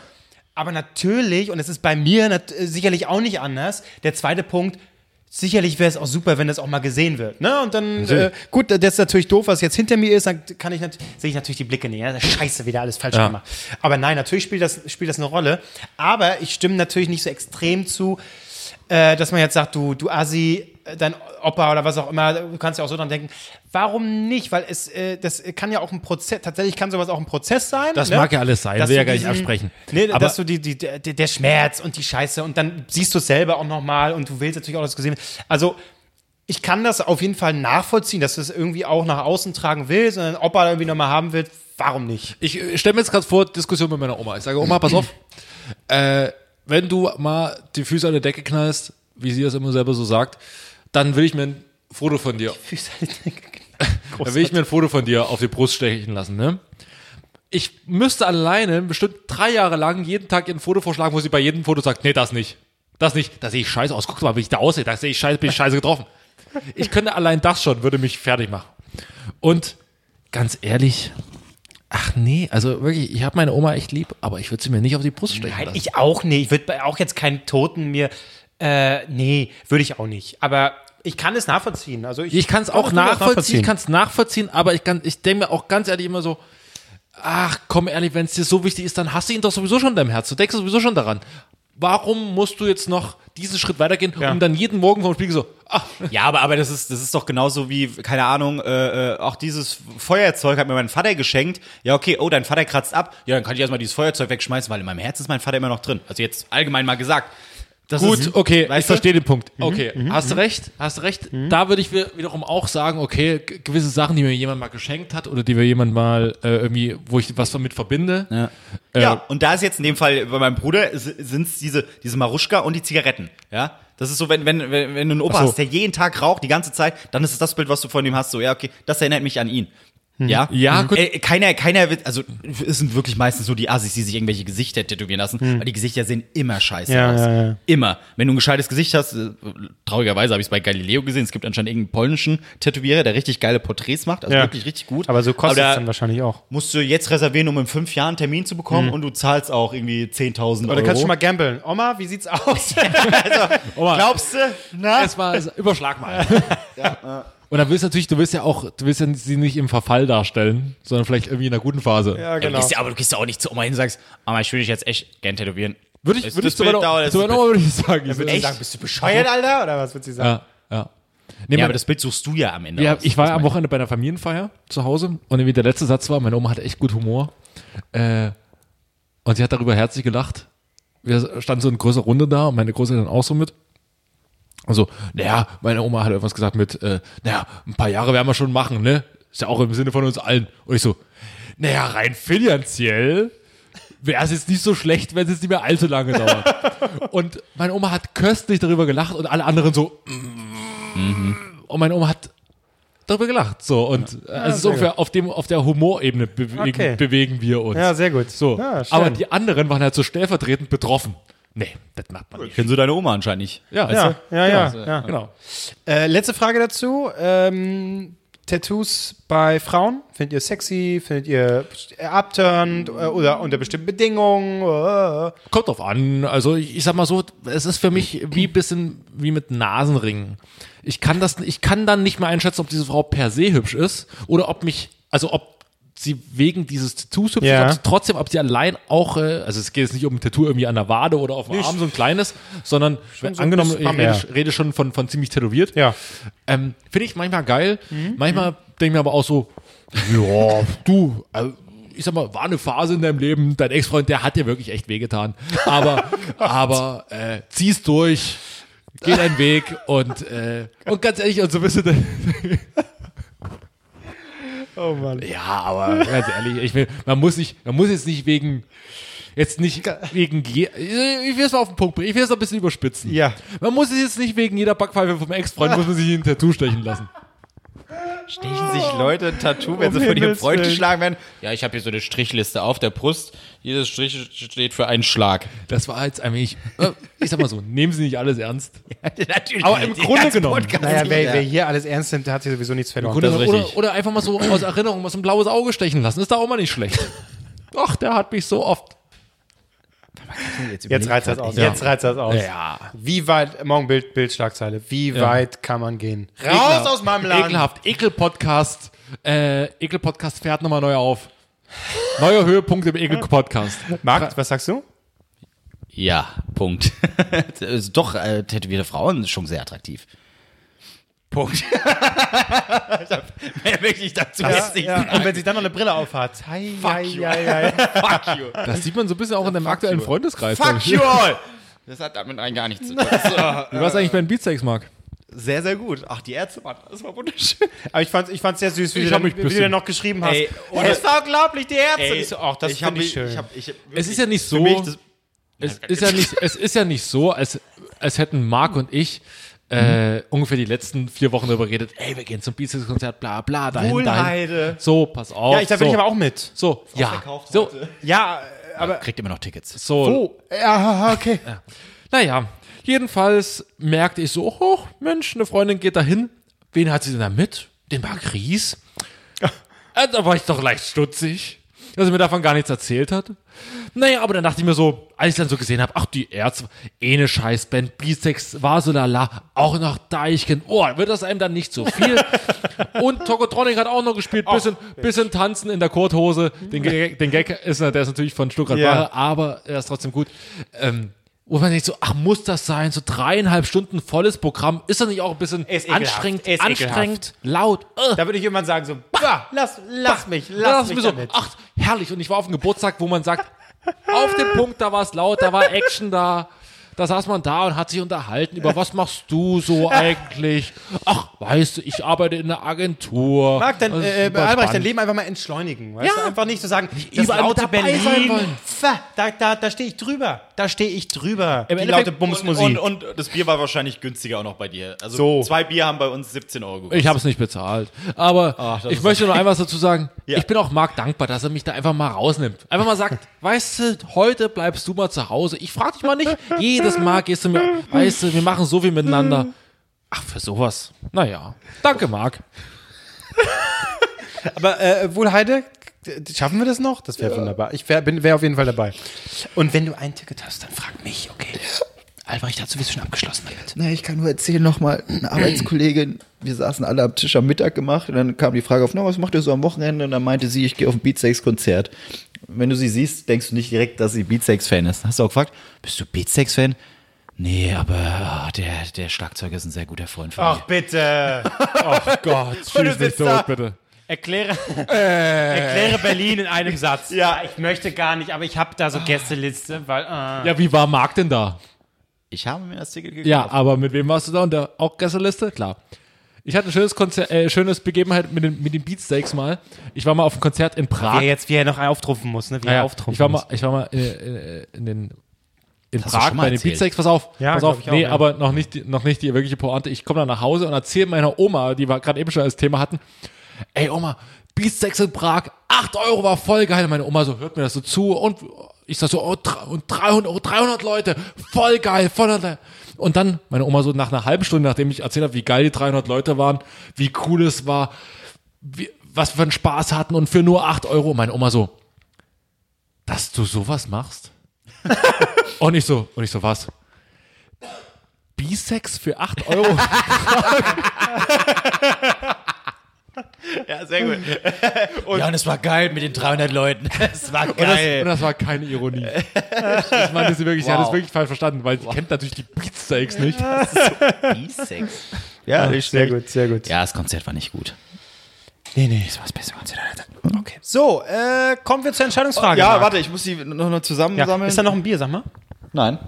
Speaker 2: Aber natürlich, und es ist bei mir nat äh, sicherlich auch nicht anders, der zweite Punkt, sicherlich wäre es auch super, wenn das auch mal gesehen wird. Ne? Und dann, äh, gut, das ist natürlich doof, was jetzt hinter mir ist, dann kann ich nat sehe ich natürlich die Blicke nicht. Ja? Scheiße, wieder alles falsch
Speaker 3: Ja.
Speaker 2: gemacht. Aber nein, natürlich spielt das, spielt das eine Rolle. Aber ich stimme natürlich nicht so extrem zu, äh, dass man jetzt sagt, du, du Assi, äh, dein Opa oder was auch immer, du kannst ja auch so dran denken. Warum nicht? Weil es, äh, das kann ja auch ein Prozess, tatsächlich kann sowas auch ein Prozess sein.
Speaker 3: Das
Speaker 2: ne?
Speaker 3: mag ja alles sein,
Speaker 2: Dass
Speaker 3: will ja
Speaker 2: du
Speaker 3: gar nicht
Speaker 2: diesen-
Speaker 3: absprechen.
Speaker 2: Nee,
Speaker 3: Aber-
Speaker 2: dass du die, die, der, der Schmerz und die Scheiße und dann siehst du es selber auch nochmal und du willst natürlich auch, dass es gesehen wird. Also, ich kann das auf jeden Fall nachvollziehen, dass du es irgendwie auch nach außen tragen willst und dein Opa irgendwie nochmal haben will. Warum nicht?
Speaker 3: Ich äh, stelle mir jetzt gerade vor, Diskussion mit meiner Oma. Ich sage, Oma, pass auf, äh, wenn du mal die Füße an der Decke knallst, wie sie das immer selber so sagt, dann will ich mir ein Foto von dir. Dann will ich mir ein Foto von dir auf die Brust stechen lassen, ne? Ich müsste alleine bestimmt drei Jahre lang jeden Tag ihr ein Foto vorschlagen, wo sie bei jedem Foto sagt, nee, das nicht. Das nicht. Da sehe ich scheiße aus. Guck mal, wie ich da aussehe. Da sehe ich scheiße, bin ich scheiße getroffen. Ich könnte allein das schon, würde mich fertig machen. Und ganz ehrlich, ach nee, also wirklich, ich habe meine Oma echt lieb, aber ich würde sie mir nicht auf die Brust stechen
Speaker 2: Nein,
Speaker 3: lassen.
Speaker 2: ich auch nicht. Ich würde auch jetzt keinen Toten mir. Äh, nee, würde ich auch nicht. Aber ich kann es nachvollziehen. Also ich,
Speaker 3: Ich kann es
Speaker 2: Doch,
Speaker 3: auch
Speaker 2: du kannst
Speaker 3: nachvollziehen, ich kann es nachvollziehen, aber ich, kann- ich denke mir auch ganz ehrlich immer so, ach komm ehrlich, wenn es dir so wichtig ist, dann hast du ihn doch sowieso schon in deinem Herz, du denkst sowieso schon daran. Warum musst du jetzt noch diesen Schritt weitergehen,
Speaker 2: Ja.
Speaker 3: um dann jeden Morgen vom Spiegel so, ah, ach,
Speaker 1: Ja, aber, aber das, ist, das ist doch genauso wie, keine Ahnung, äh, äh, auch dieses Feuerzeug hat mir mein Vater geschenkt. Ja, okay, oh, dein Vater kratzt ab. Ja, dann kann ich erstmal dieses Feuerzeug wegschmeißen, weil in meinem Herz ist mein Vater immer noch drin. Also jetzt allgemein mal gesagt. Das
Speaker 3: Gut,
Speaker 1: ist-
Speaker 3: okay, ich
Speaker 1: Mhm. weißt du?
Speaker 3: verstehe den Punkt. Okay, hast du recht, hast du recht. Da würde ich wir- wiederum auch sagen, okay, g- gewisse Sachen, die mir jemand mal geschenkt hat oder die mir jemand mal äh, irgendwie, wo ich was damit verbinde.
Speaker 2: Äh,
Speaker 1: Ja, und da ist jetzt in dem Fall bei meinem Bruder sind es diese, diese Maruschka und die Zigaretten. Ja, das ist so, wenn, wenn, wenn, wenn du einen Opa
Speaker 3: Ach so.
Speaker 1: hast, der jeden Tag raucht, die ganze Zeit, dann ist es das Bild, was du von ihm hast. So, ja, okay, das erinnert mich an ihn.
Speaker 2: Hm.
Speaker 1: Ja,
Speaker 3: Ja, gut.
Speaker 1: Äh, keiner, keiner wird, also es sind wirklich meistens nur die Assis, die sich irgendwelche Gesichter tätowieren lassen, weil die Gesichter sehen immer scheiße
Speaker 2: Hm. Ja,
Speaker 1: aus.
Speaker 2: ja, ja.
Speaker 1: Immer. Wenn du ein gescheites Gesicht hast, äh, traurigerweise habe ich es bei Galileo gesehen, es gibt anscheinend irgendeinen polnischen Tätowierer, der richtig geile Porträts macht, also
Speaker 2: Ja.
Speaker 1: wirklich richtig gut.
Speaker 2: Aber so kostet
Speaker 1: der-
Speaker 2: es dann wahrscheinlich auch.
Speaker 1: musst du jetzt reservieren, um in fünf Jahren einen Termin zu
Speaker 3: Hm.
Speaker 1: bekommen und du zahlst auch irgendwie 10.000 Euro.
Speaker 2: Oder kannst du schon mal gambeln. Oma, wie sieht's aus? Also,
Speaker 1: Glaubst du? Na?
Speaker 3: Erstmal s- überschlag mal. Und dann willst du natürlich, du willst ja auch, du willst ja sie nicht im Verfall darstellen, sondern vielleicht irgendwie in einer guten Phase.
Speaker 2: ja,
Speaker 1: Ja, du gehst ja, aber du gehst ja auch nicht zu Oma hin und sagst, aber ich will dich jetzt echt gern tätowieren.
Speaker 3: Würde
Speaker 1: Das-
Speaker 3: ich, würde
Speaker 1: das
Speaker 3: ich sogar
Speaker 1: Bild dauert
Speaker 3: noch,
Speaker 1: jetzt
Speaker 3: sogar
Speaker 1: ein
Speaker 3: noch würde ich sagen.
Speaker 2: Würde sie
Speaker 1: Echt?
Speaker 2: sagen, bist du bescheuert, Alter? Oder was wird sie sagen?
Speaker 3: ja, ja. Nee,
Speaker 1: Ja,
Speaker 3: man-
Speaker 1: aber das Bild suchst du ja am Ende.
Speaker 3: Ja,
Speaker 1: aus.
Speaker 3: ich
Speaker 1: Das
Speaker 3: war am
Speaker 1: meine
Speaker 3: Wochenende bei einer Familienfeier zu Hause und irgendwie der letzte Satz war, meine Oma hatte echt gut Humor. Äh, und sie hat darüber herzlich gelacht. Wir standen so in großer Runde da und meine Großeltern auch so mit. Also, naja, meine Oma hat irgendwas gesagt mit, äh, naja, ein paar Jahre werden wir schon machen, ne? Ist ja auch im Sinne von uns allen. Und ich so, naja, rein finanziell wäre es jetzt nicht so schlecht, wenn es jetzt nicht mehr allzu lange dauert. und meine Oma hat köstlich darüber gelacht und alle anderen so. mm. Und meine Oma hat darüber gelacht. So, und äh, also so ungefähr auf, dem, auf der Humorebene bewegen,
Speaker 2: Okay.
Speaker 3: bewegen wir uns.
Speaker 2: Ja, sehr gut.
Speaker 3: So.
Speaker 2: Ja, schön.
Speaker 3: Aber die anderen waren halt so stellvertretend betroffen. Nee, das macht man nicht.
Speaker 1: Kennst du deine Oma anscheinend nicht?
Speaker 3: Ja,
Speaker 2: Ja, ja, ja. ja.
Speaker 3: Genau.
Speaker 2: Äh, letzte Frage dazu. Ähm, Tattoos bei Frauen. Findet ihr sexy? Findet ihr abturnt? Äh, oder unter bestimmten Bedingungen? Äh.
Speaker 3: Kommt drauf an. Also ich, ich sag mal so, es ist für mich wie ein bisschen wie mit Nasenringen. Ich kann das, ich kann dann nicht mehr einschätzen, ob diese Frau per se hübsch ist oder ob mich, also ob sie wegen dieses Tattoos hübsch
Speaker 2: Ja.
Speaker 3: ist, ob sie trotzdem, ob sie allein auch, äh, also es geht jetzt nicht um ein Tattoo irgendwie an der Wade oder auf dem Arm, so ein kleines, sondern wenn,
Speaker 2: so ein
Speaker 3: angenommen,
Speaker 2: bisschen
Speaker 3: ich rede,
Speaker 2: mehr.
Speaker 3: rede schon von, von ziemlich tätowiert.
Speaker 2: Ja.
Speaker 3: Ähm, Finde ich manchmal geil. Manchmal denke ich mir aber auch so, ja, du, äh, ich sag mal, war eine Phase in deinem Leben, dein Ex-Freund, der hat dir wirklich echt wehgetan. Aber, aber äh, zieh's durch, geh deinen Weg und, äh, und ganz ehrlich, und so bist du dann,
Speaker 2: Oh Mann.
Speaker 3: ja, aber ganz ehrlich, ich will, man muss nicht, man muss jetzt nicht wegen, jetzt nicht wegen, je, ich will es mal auf den Punkt bringen, ich will es noch ein bisschen überspitzen.
Speaker 2: Ja.
Speaker 3: Man muss es jetzt nicht wegen jeder Backpfeife vom Ex-Freund, muss man sich ein Tattoo stechen lassen.
Speaker 1: Stechen sich Leute ein Tattoo, wenn
Speaker 2: Um
Speaker 1: sie von ihrem
Speaker 2: Himmels
Speaker 1: Freund
Speaker 2: Willen.
Speaker 1: geschlagen werden? Ja, ich habe hier so eine Strichliste auf der Brust. Jedes Strich steht für einen Schlag.
Speaker 3: Das war jetzt eigentlich, äh, ich sag mal so, nehmen Sie nicht alles ernst.
Speaker 1: Natürlich.
Speaker 3: Aber im Grunde genommen.
Speaker 2: Naja, wer, wer hier alles ernst nimmt, der hat hier sowieso nichts verloren.
Speaker 3: Grunde
Speaker 1: das ist
Speaker 3: genommen oder,
Speaker 1: richtig.
Speaker 3: oder einfach mal so aus Erinnerung was ein blaues Auge stechen lassen. Ist da auch mal nicht schlecht. Doch, der hat mich so oft.
Speaker 2: Jetzt reizt das aus.
Speaker 3: Ja.
Speaker 2: Jetzt reizt das aus.
Speaker 3: Ja.
Speaker 2: Wie weit, morgen Bild, Bildschlagzeile, wie weit kann man gehen? Raus
Speaker 3: Ekelhaft.
Speaker 2: aus meinem Laden.
Speaker 3: Ekelhaft. Ekel-Podcast. Äh, Ekel-Podcast fährt nochmal neu auf. Neuer Höhepunkt im Ekel-Podcast.
Speaker 2: Marc, was sagst du?
Speaker 1: Ja, Punkt. Also Doch, äh, tätowierte Frauen ist schon sehr attraktiv. Punkt. ich hab mehr wirklich dazu jetzt nicht zu
Speaker 2: Und wenn sie dann noch eine Brille aufhat. Hei, hei, hei, hei.
Speaker 1: sagen. Fuck you.
Speaker 3: Das sieht man so ein bisschen auch in deinem aktuellen Freundeskreis. glaub
Speaker 1: Fuck
Speaker 3: ich.
Speaker 1: you all. Also- Das hat damit eigentlich gar nichts zu tun.
Speaker 3: Wie war's eigentlich bei den Beatsteaks, Marc?
Speaker 1: Sehr, sehr gut. Ach, die Ärzte, Mann. Das war wunderschön.
Speaker 2: Aber ich fand's, ich fand's sehr süß, wie,
Speaker 3: Ich
Speaker 2: du
Speaker 3: hab
Speaker 2: dann,
Speaker 3: mich
Speaker 2: wie du
Speaker 3: bisschen-
Speaker 2: dann noch geschrieben hast.
Speaker 1: Ey,
Speaker 2: und das war unglaublich, die Ärzte.
Speaker 1: Ey,
Speaker 2: ich so, ach, das
Speaker 1: ich hab
Speaker 2: finde
Speaker 1: mich-
Speaker 2: ich schön.
Speaker 1: Ich hab, ich,
Speaker 3: Es ist ja nicht so.
Speaker 1: Für mich das,
Speaker 3: Es ist ja nicht, es ist ja nicht so, als, als hätten Marc und ich äh, ungefähr die letzten vier Wochen darüber geredet, ey, wir gehen zum Beatles-Konzert, bla bla, dahin,
Speaker 2: Wohlheide.
Speaker 3: dahin. So, pass auf.
Speaker 2: ja, ich, da
Speaker 3: so,
Speaker 2: bin ich aber auch mit.
Speaker 3: So, ja. So,
Speaker 2: Ja, aber...
Speaker 1: kriegt immer noch Tickets.
Speaker 3: so.
Speaker 2: Oh, ja, okay.
Speaker 3: Naja, jedenfalls merkte ich so, oh, Mensch, eine Freundin geht dahin. Wen hat sie denn da mit? Den Marc Ries? Äh, Da war ich doch leicht stutzig, dass er mir davon gar nichts erzählt hat. Naja, aber dann dachte ich mir so, als ich dann so gesehen habe, ach, die Ärzte, eh ne Scheißband, Bisex, war so lala, auch noch Deichkind, oh, wird das einem dann nicht so viel? Und Tokotronic hat auch noch gespielt, bisschen, bisschen tanzen in der Kurthose. Den, Gag- den Gag ist, der ist natürlich von Stuttgart
Speaker 2: Ja.
Speaker 3: Barre, aber er ist trotzdem gut. Ähm, wo man denkt so, ach, muss das sein? So dreieinhalb Stunden volles Programm. Ist das nicht auch ein bisschen
Speaker 2: Ist ekelhaft,
Speaker 3: anstrengend,
Speaker 2: ist
Speaker 3: anstrengend, laut? Äh.
Speaker 2: Da würde ich irgendwann sagen so, bah, lass, lass mich,
Speaker 3: Ja,
Speaker 2: lass
Speaker 3: das
Speaker 2: mich
Speaker 3: ist mir so,
Speaker 2: damit.
Speaker 3: ach, herrlich. Und ich war auf einem Geburtstag, wo man sagt, auf dem Punkt, da war es laut, da war Action da. Da saß man da und hat sich unterhalten über, was machst du so eigentlich? Ach, weißt du, ich arbeite in einer Agentur.
Speaker 2: Marc, dann,
Speaker 3: Das ist
Speaker 2: äh,
Speaker 3: super
Speaker 2: Albrecht, dein
Speaker 3: spannend.
Speaker 2: Leben einfach mal entschleunigen. Weißt
Speaker 3: Ja.
Speaker 2: du? Einfach nicht zu so sagen, das
Speaker 3: überall
Speaker 2: laute
Speaker 3: dabei
Speaker 2: Berlin,
Speaker 3: sein wollen.
Speaker 2: pfa, da, da, da stehe ich drüber. Da stehe ich drüber.
Speaker 3: Im
Speaker 2: die
Speaker 3: Endeffekt-
Speaker 2: laute Bumsmusik.
Speaker 1: Und, und, und das Bier war wahrscheinlich günstiger auch noch bei dir. Also
Speaker 2: So.
Speaker 1: zwei Bier haben bei uns 17 Euro gekostet.
Speaker 3: Ich habe es nicht bezahlt. Aber
Speaker 1: Ach, das
Speaker 3: ich
Speaker 1: ist-
Speaker 3: möchte nur einmal dazu sagen,
Speaker 1: Ja.
Speaker 3: ich bin auch Marc dankbar, dass er mich da einfach mal rausnimmt. Einfach mal sagt, weißt du, heute bleibst du mal zu Hause. Ich frage dich mal nicht. Jedes Mal gehst du mir, weißt du, wir machen so viel miteinander. Ach, für sowas. Naja. Danke, Marc.
Speaker 2: Aber äh, Wohlheide, k- schaffen wir das noch? Das wäre wunderbar. Ich wäre wär auf jeden Fall dabei. Und wenn du ein Ticket hast, dann frag mich, okay? Albrecht, hast du bist schon abgeschlossen damit?
Speaker 7: Na, ich kann nur erzählen nochmal, eine Arbeitskollegin, wir saßen alle am Tisch am Mittag gemacht und dann kam die Frage auf, na, was macht ihr so am Wochenende? Und dann meinte sie, ich gehe auf ein Beatsex-Konzert. Wenn du sie siehst, denkst du nicht direkt, dass sie Beatsex-Fan ist. Hast du auch gefragt, bist du Beatsex-Fan? Nee, aber ah, der, der Schlagzeuger ist ein sehr guter Freund von
Speaker 2: Ach bitte,
Speaker 3: Gott, schieß mich tot, bitte.
Speaker 2: erkläre, erkläre Berlin in einem Satz. Äh. Ja, ich möchte gar nicht, aber ich habe da so Gästeliste, weil äh.
Speaker 3: Ja, wie war Marc denn da?
Speaker 1: Ich habe mir das Ticket gekauft.
Speaker 3: Ja, aber mit wem warst du da? Und der auch Gästeliste? Klar. Ich hatte ein schönes Konzert, äh, schönes Begebenheit mit den, mit den Beatsteaks mal. Ich war mal auf einem Konzert in Prag.
Speaker 2: Wie er jetzt, wie er noch auftrumpfen muss, ne? Wie
Speaker 3: Ja,
Speaker 2: er
Speaker 3: ja.
Speaker 2: auftrumpfen
Speaker 3: ich war mal,
Speaker 2: muss.
Speaker 3: ich war mal äh, äh, in den in
Speaker 1: Hast du
Speaker 3: Prag
Speaker 1: schon mal
Speaker 3: bei den
Speaker 1: erzählt?
Speaker 3: Beatsteaks, pass auf,
Speaker 2: Ja,
Speaker 3: pass
Speaker 2: glaub
Speaker 3: auf,
Speaker 2: ich auch,
Speaker 3: nee,
Speaker 2: ja.
Speaker 3: aber noch nicht, die- noch nicht die wirkliche Pointe. Ich komme dann nach Hause und erzähle meiner Oma, die wir gerade eben schon als Thema hatten, ey Oma, Beatsteaks in Prag, 8 Euro war voll geil. Und meine Oma so, hört mir das so zu und ich sag so, oh, dr- und 300, Euro, 300 Leute, voll geil, voll geil. Und dann, meine Oma so nach einer halben Stunde, nachdem ich erzählt habe, wie geil die 300 Leute waren, wie cool es war, wie, was wir für einen Spaß hatten und für nur 8 Euro. Meine Oma so, dass du sowas machst? und ich so, und ich so, was? Bisex für 8 Euro?
Speaker 1: Ja, sehr gut. ja, und es war geil mit den 300 Leuten. Es war
Speaker 3: Und das,
Speaker 1: geil.
Speaker 3: und das war keine Ironie. Ich meine, das ist wirklich, sie hat
Speaker 1: Wow.
Speaker 3: das wirklich falsch verstanden, weil sie kennt natürlich die Beatsteaks nicht.
Speaker 1: B-Sex. Ja, nicht schlecht.
Speaker 2: gut, Ah, sehr gut.
Speaker 1: Ja, das Konzert war nicht gut.
Speaker 2: Nee, nee.
Speaker 1: Das war das beste Konzert aller Zeiten.
Speaker 2: Okay. So, äh, kommen wir zur Entscheidungsfrage.
Speaker 7: Ja,
Speaker 2: Marc.
Speaker 7: warte, ich muss die noch, noch
Speaker 2: genau. Ja.
Speaker 7: zusammensammeln.
Speaker 2: Ist da noch ein Bier, sag mal?
Speaker 7: Nein.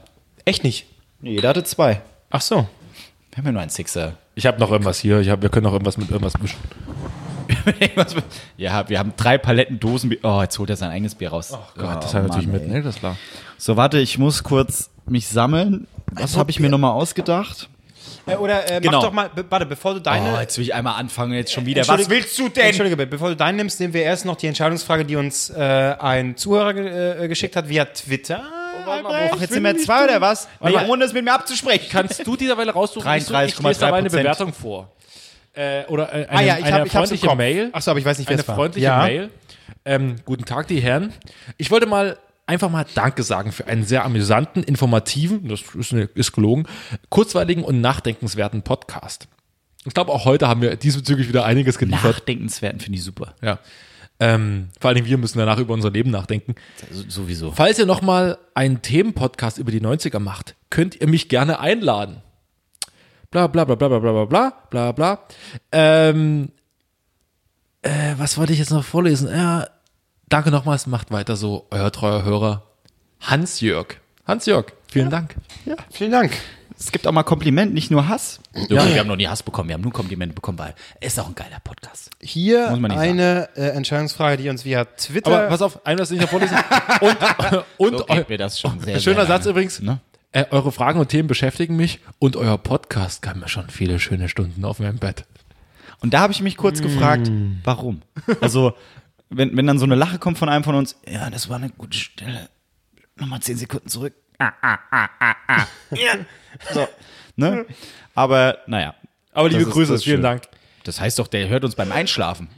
Speaker 2: Echt nicht.
Speaker 7: Nee, jeder hatte zwei.
Speaker 2: Ach so.
Speaker 1: Wir haben ja nur einen Sixer.
Speaker 3: Ich habe noch irgendwas hier, ich hab, wir können noch irgendwas mit irgendwas mischen.
Speaker 1: ja, wir haben drei Paletten Dosenbier. Oh, jetzt holt er sein eigenes Bier raus. Oh
Speaker 3: Gott, das hat natürlich mit, ne, das klar.
Speaker 1: So, warte, ich muss kurz mich sammeln. Was habe ich mir nochmal ausgedacht?
Speaker 2: Äh, oder äh,
Speaker 1: Genau.
Speaker 2: mach doch mal, be warte, bevor du deine.
Speaker 1: Oh, jetzt will ich einmal anfangen, jetzt schon wieder.
Speaker 2: Entschuldige-
Speaker 1: Was willst du denn?
Speaker 2: Entschuldige, bitte, bevor du deinen nimmst, nehmen wir erst noch die Entscheidungsfrage, die uns äh, ein Zuhörer ge äh, geschickt hat via Twitter.
Speaker 1: Oh, Ach, jetzt sind wir zwei oder was? Nee, ohne es mit mir abzusprechen.
Speaker 3: Kannst du dieser Weile raussuchen?
Speaker 1: 33,3%.
Speaker 3: ich lese dabei eine Bewertung vor. Äh, oder äh, eine,
Speaker 2: Ah ja, ich
Speaker 3: eine
Speaker 2: habe hab
Speaker 3: freundliche Mail.
Speaker 2: Achso, aber ich weiß nicht, wer
Speaker 3: eine
Speaker 2: es war.
Speaker 3: freundliche
Speaker 2: ja.
Speaker 3: Mail. Ähm, guten Tag, die Herren. Ich wollte mal einfach mal Danke sagen für einen sehr amüsanten, informativen, das ist, eine, ist gelogen, kurzweiligen und nachdenkenswerten Podcast. Ich glaube, auch heute haben wir diesbezüglich wieder einiges geliefert.
Speaker 1: Nachdenkenswerten finde ich super.
Speaker 3: Ja. Ähm, vor allem wir müssen danach über unser Leben nachdenken.
Speaker 1: So, sowieso.
Speaker 3: Falls ihr nochmal einen Themenpodcast über die 90er macht, könnt ihr mich gerne einladen. Bla bla bla bla bla bla bla bla bla bla. Ähm, äh, was wollte ich jetzt noch vorlesen? Ja, danke nochmals, macht weiter so, euer treuer Hörer Hans-Jörg. Hans-Jörg, vielen Dank.
Speaker 2: Vielen Dank.
Speaker 1: Es gibt auch mal Kompliment, nicht nur Hass. Ja, wir haben noch nie Hass bekommen, wir haben nur Komplimente bekommen, weil ist auch ein geiler Podcast.
Speaker 2: Hier
Speaker 1: Muss man nicht
Speaker 2: eine äh, Entscheidungsfrage, die uns via Twitter.
Speaker 3: Aber pass auf, ein, was ich noch vorlesen. Und, und
Speaker 1: So
Speaker 3: eu-
Speaker 1: geht mir das schon sehr,
Speaker 3: Oh, Schöner
Speaker 1: sehr
Speaker 3: Satz
Speaker 1: lange.
Speaker 3: übrigens.
Speaker 1: Ne?
Speaker 3: Äh, eure Fragen und Themen beschäftigen mich und euer Podcast kann mir schon viele schöne Stunden auf meinem Bett.
Speaker 1: Und da habe ich mich kurz gefragt, warum? Also, wenn, wenn dann so eine Lache kommt von einem von uns, ja, das war eine gute Stelle. Nochmal zehn Sekunden zurück. Ah, ah, ah, ah, ah. Ja. So, ne? Aber naja.
Speaker 3: Aber liebe
Speaker 1: ist-
Speaker 3: Grüße,
Speaker 1: das ist
Speaker 3: vielen
Speaker 1: schön.
Speaker 3: Dank.
Speaker 1: Das heißt doch, der hört uns beim Einschlafen.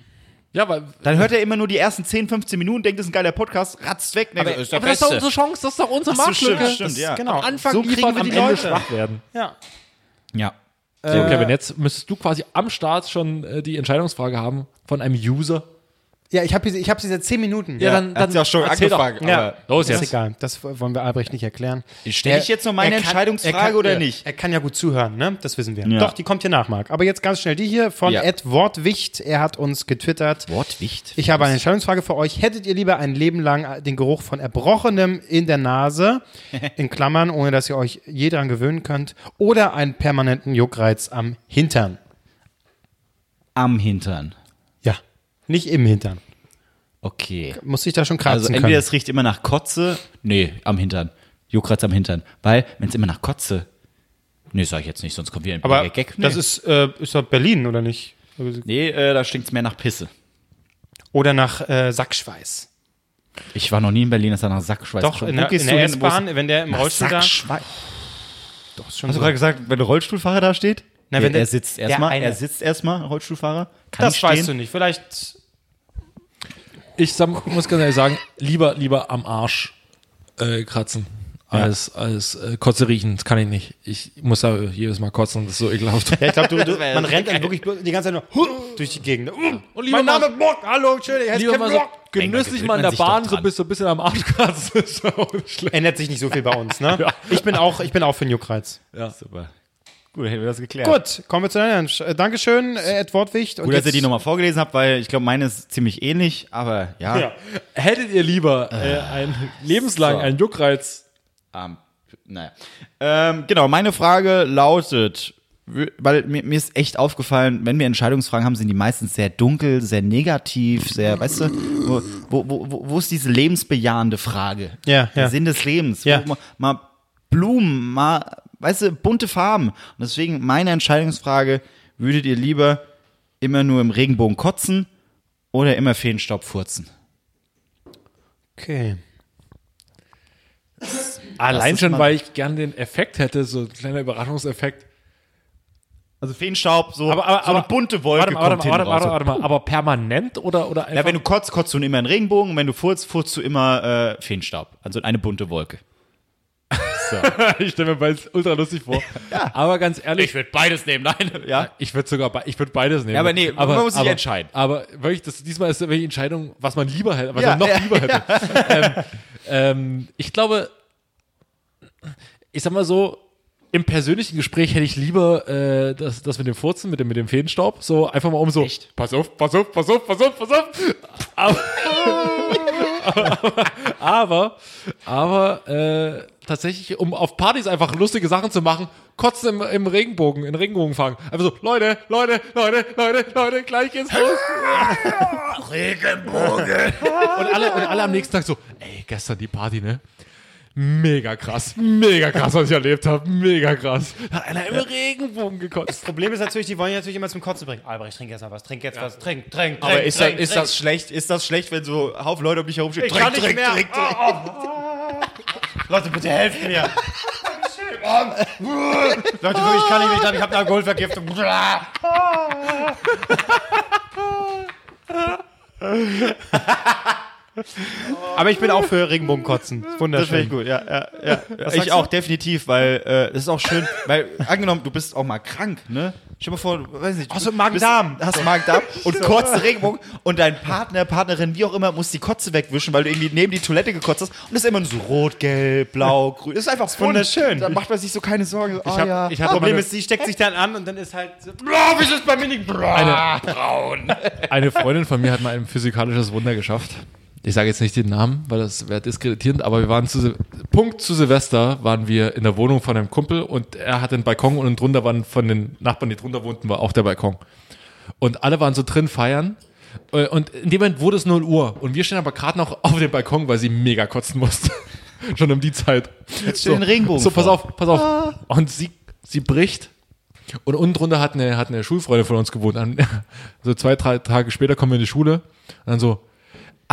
Speaker 3: Ja, weil
Speaker 1: Dann hört er immer nur die ersten 10, 15 Minuten, denkt, das ist ein geiler Podcast, ratzt weg. Aber, ist der
Speaker 3: Aber das ist doch unsere Chance, das ist doch unsere
Speaker 1: Ach so, stimmt,
Speaker 3: Marktlücke.
Speaker 1: stimmt,
Speaker 3: das,
Speaker 1: ja.
Speaker 3: Genau.
Speaker 2: Am
Speaker 3: Anfang
Speaker 2: so
Speaker 3: liefern,
Speaker 2: kriegen wir
Speaker 3: am
Speaker 2: die
Speaker 3: Ende
Speaker 2: Leute.
Speaker 3: schwach werden.
Speaker 2: ja.
Speaker 1: ja.
Speaker 3: So, Kevin, jetzt müsstest du quasi am Start schon äh, die Entscheidungsfrage haben von einem User.
Speaker 2: ja, ich habe ich hab sie seit zehn Minuten.
Speaker 3: dann,
Speaker 1: hat's ja auch schon
Speaker 3: erzähl doch.
Speaker 1: angefangen,
Speaker 3: Ja. Los
Speaker 2: ist
Speaker 3: jetzt.
Speaker 2: egal. Das wollen wir Albrecht nicht erklären.
Speaker 1: Stelle ich jetzt noch meine
Speaker 2: Er kann-
Speaker 1: Entscheidungsfrage
Speaker 2: er kann,
Speaker 1: oder
Speaker 2: er,
Speaker 1: nicht?
Speaker 2: Er kann ja gut zuhören, ne? Das wissen wir.
Speaker 1: Ja.
Speaker 2: Doch, die kommt hier nach, Marc. Aber jetzt ganz schnell die hier von
Speaker 1: Ja.
Speaker 2: Ed Wortwicht. Er hat uns getwittert.
Speaker 1: Wortwicht.
Speaker 2: Ich habe eine Entscheidungsfrage für euch. Hättet ihr lieber ein Leben lang den Geruch von Erbrochenem in der Nase, in Klammern, ohne dass ihr euch je dran gewöhnen könnt, oder einen permanenten Juckreiz am Hintern?
Speaker 1: am Hintern.
Speaker 2: Ja. Nicht im Hintern.
Speaker 1: Okay.
Speaker 2: Muss ich da schon kratzen
Speaker 1: Also
Speaker 2: können.
Speaker 1: entweder es riecht immer nach Kotze. Nee, am Hintern. Juckreiz am Hintern. Weil, wenn es immer nach Kotze. Nee, sag ich jetzt nicht, sonst kommt wieder ein
Speaker 2: Aber
Speaker 1: billiger Gag. Nee,
Speaker 2: das ist, äh, ist doch Berlin, oder nicht?
Speaker 1: nee äh, da stinkt es mehr nach Pisse.
Speaker 2: Oder nach äh, Sackschweiß.
Speaker 1: Ich war noch nie in Berlin, das hat nach Sackschweiß
Speaker 2: Doch,
Speaker 1: gestunken.
Speaker 2: in
Speaker 1: Wo
Speaker 2: der,
Speaker 1: gehst
Speaker 2: in
Speaker 1: du
Speaker 2: der
Speaker 1: hin, wo es-
Speaker 2: S-Bahn, wenn der im
Speaker 1: Nach
Speaker 2: Rollstuhl da...
Speaker 1: Sackschweiß.
Speaker 2: Doch, ist schon
Speaker 1: Hast du
Speaker 2: so.
Speaker 1: gerade gesagt, wenn der Rollstuhlfahrer da steht?
Speaker 2: Na,
Speaker 1: Nee,
Speaker 2: wenn der-
Speaker 1: er sitzt
Speaker 2: der
Speaker 1: erstmal,
Speaker 2: eine-
Speaker 1: er sitzt erstmal, Rollstuhlfahrer. Kann
Speaker 2: Das
Speaker 1: ich
Speaker 2: weißt du
Speaker 1: stehen?
Speaker 2: nicht. Vielleicht
Speaker 3: Ich sag, muss ganz ehrlich sagen, lieber, lieber am Arsch äh, kratzen. Als, als äh, Kotze riechen, das kann ich nicht. Ich muss da jedes Mal kotzen, das ist so ekelhaft.
Speaker 2: Ja, ich glaube, du, du, man rennt dann wirklich die ganze Zeit nur huh, durch die Gegend. Uh,
Speaker 3: Und lieber
Speaker 2: mein Name
Speaker 3: mal-
Speaker 2: ist Bock, hallo, schön, ich heiße
Speaker 3: Lieber
Speaker 2: Kevin
Speaker 3: mal so
Speaker 2: Bock.
Speaker 3: genüsslich
Speaker 1: Ey, da gewöhnt
Speaker 3: mal in der
Speaker 1: man sich
Speaker 3: Bahn,
Speaker 1: doch
Speaker 3: so
Speaker 1: dran.
Speaker 3: bist du ein bisschen am Arsch kratzen. Das ist auch nicht schlecht.
Speaker 2: Ändert sich nicht so viel bei uns, ne? Ich bin auch, ich bin auch für den Juckreiz.
Speaker 1: Super. Gut, hätten wir das geklärt.
Speaker 2: Gut, kommen wir zu deiner Entsch- äh, Dankeschön, äh, Ed Wortwicht. Und
Speaker 1: Gut, dass ihr
Speaker 2: jetzt-
Speaker 1: die nochmal vorgelesen habt, weil ich glaube, meine ist ziemlich ähnlich, aber ja.
Speaker 2: Ja.
Speaker 3: Hättet ihr lieber äh, ein, lebenslang einen Juckreiz
Speaker 1: Ähm, Am- naja. Ähm, genau, meine Frage lautet: wür- weil mir, mir ist echt aufgefallen, wenn wir Entscheidungsfragen haben, sind die meistens sehr dunkel, sehr negativ, sehr, weißt du, wo, wo, wo- wo, wo ist diese lebensbejahende Frage?
Speaker 2: Ja,
Speaker 1: Der
Speaker 2: ja.
Speaker 1: Sinn des Lebens.
Speaker 2: Ja.
Speaker 1: Wo man- Mal Blumen, mal, weißt du, bunte Farben. Und deswegen meine Entscheidungsfrage, würdet ihr lieber immer nur im Regenbogen kotzen oder immer Feenstaub furzen?
Speaker 2: Okay.
Speaker 3: Allein
Speaker 1: ist
Speaker 3: schon,
Speaker 1: mal-
Speaker 3: weil ich gern den Effekt hätte, so ein kleiner Überraschungseffekt.
Speaker 1: Also Feenstaub, so, so eine bunte Wolke
Speaker 3: Warte mal, warte mal,
Speaker 1: kommt
Speaker 3: warte mal,
Speaker 1: hin raus.
Speaker 3: warte mal, warte mal. Aber permanent oder, oder einfach?
Speaker 1: Ja, wenn du kotzt, kotzt du immer in Regenbogen und wenn du furzt, furzt du immer äh, Feenstaub. Also eine bunte Wolke.
Speaker 3: ich stelle mir beides ultra lustig vor. Aber ganz ehrlich. Ich würde beides nehmen, nein. Ja. Ich würde sogar be ich würd beides nehmen.
Speaker 1: Ja, aber nee, man muss sich
Speaker 3: aber,
Speaker 1: entscheiden.
Speaker 3: Aber wirklich, das, diesmal ist wirklich die Entscheidung, was man lieber hätte, was
Speaker 1: Ja,
Speaker 3: man noch
Speaker 1: ja,
Speaker 3: lieber hätte. ähm, ähm, ich glaube, ich sag mal so, im persönlichen Gespräch hätte ich lieber äh, das, das mit dem Furzen, mit dem, mit dem Feenstaub, so einfach mal um so. Echt? Pass auf, pass auf, pass auf, pass auf, pass auf. Aber, aber äh, tatsächlich, um auf Partys einfach lustige Sachen zu machen, kotzen im, im Regenbogen, in Regenbogen fangen. Einfach so, Leute, Leute, Leute, Leute, Leute, gleich geht's los. Regenbogen. Und alle, und alle am nächsten Tag so, ey, gestern die Party, ne? Mega krass, mega krass, was ich erlebt habe, mega krass. Hat einer im Regenbogen gekotzt.
Speaker 2: Problem ist natürlich, die wollen ja natürlich immer zum Kotzen bringen. Albrecht, trink erst mal was, trink jetzt was, trink, trink, trink.
Speaker 1: Aber ist,
Speaker 2: trink,
Speaker 1: das, ist das schlecht? Ist das schlecht, wenn so ein Haufen Leute um dich herumstehen?
Speaker 2: Ich kann nicht mehr. Ah, Leute, bitte helft mir. Leute, ich kann nicht mehr, ich glaube, ich habe eine Alkoholvergiftung. Ah. Aber ich bin auch für Regenbogenkotzen. Ist
Speaker 1: Das finde ich
Speaker 2: Wunderschön.
Speaker 1: gut, ja. ja, ja.
Speaker 2: sagst
Speaker 1: Ich auch, definitiv, weil äh, das ist auch schön, weil angenommen, du bist auch mal krank, ne? Stell dir mal vor, du, weiß nicht.
Speaker 2: Hast
Speaker 1: du
Speaker 2: du Magen-Darm?
Speaker 1: bist- Hast Magen-Darm und kotzt Regenbogen und dein Partner, Partnerin, wie auch immer, muss die Kotze wegwischen, weil du irgendwie neben die Toilette gekotzt hast und das ist immer so rot, gelb, blau, grün. Das ist einfach bunt.
Speaker 2: wunderschön.
Speaker 1: Dann macht man sich so keine Sorgen. So, ich
Speaker 3: hab-
Speaker 1: ja.
Speaker 3: ich hatte
Speaker 2: Problem
Speaker 3: meine-
Speaker 2: ist, sie steckt sich dann an und dann ist halt so, Bro, wie ist es bei mir nicht? Bro.
Speaker 3: Eine Freundin von mir hat mal ein physikalisches Wunder geschafft. Ich sage jetzt nicht den Namen, weil das wäre diskreditierend, aber wir waren zu Sil- Punkt zu Silvester waren wir in der Wohnung von einem Kumpel und er hatte einen Balkon und drunter waren von den Nachbarn, die drunter wohnten, war auch der Balkon. Und alle waren so drin feiern. Äh, Und in dem Moment wurde es 0 Uhr. Und wir stehen aber gerade noch auf dem Balkon, weil sie mega kotzen musste. Schon um die Zeit. Jetzt
Speaker 1: stell dir den Regenbogen
Speaker 3: So, pass
Speaker 1: vor.
Speaker 3: auf, pass auf. Und sie, sie bricht und unten drunter hat eine, hat eine Schulfreundin von uns gewohnt. An, so zwei, drei Tage später kommen wir in die Schule. Und dann so,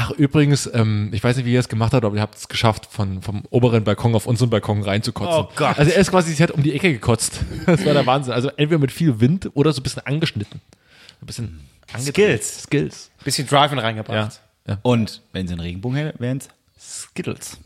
Speaker 3: ach übrigens, ähm, ich weiß nicht, wie ihr es gemacht habt, aber ihr habt es geschafft, von, vom oberen Balkon auf unseren Balkon reinzukotzen.
Speaker 2: Oh Gott.
Speaker 3: Also er ist quasi, sie hat um die Ecke gekotzt. Das war der Wahnsinn. Also entweder mit viel Wind oder so ein bisschen angeschnitten. Ein bisschen angedreht.
Speaker 2: Skills.
Speaker 3: Skills.
Speaker 2: Bisschen Drive in reingebracht.
Speaker 1: Und wenn sie einen Regenbogen hätten, wären es Skittles.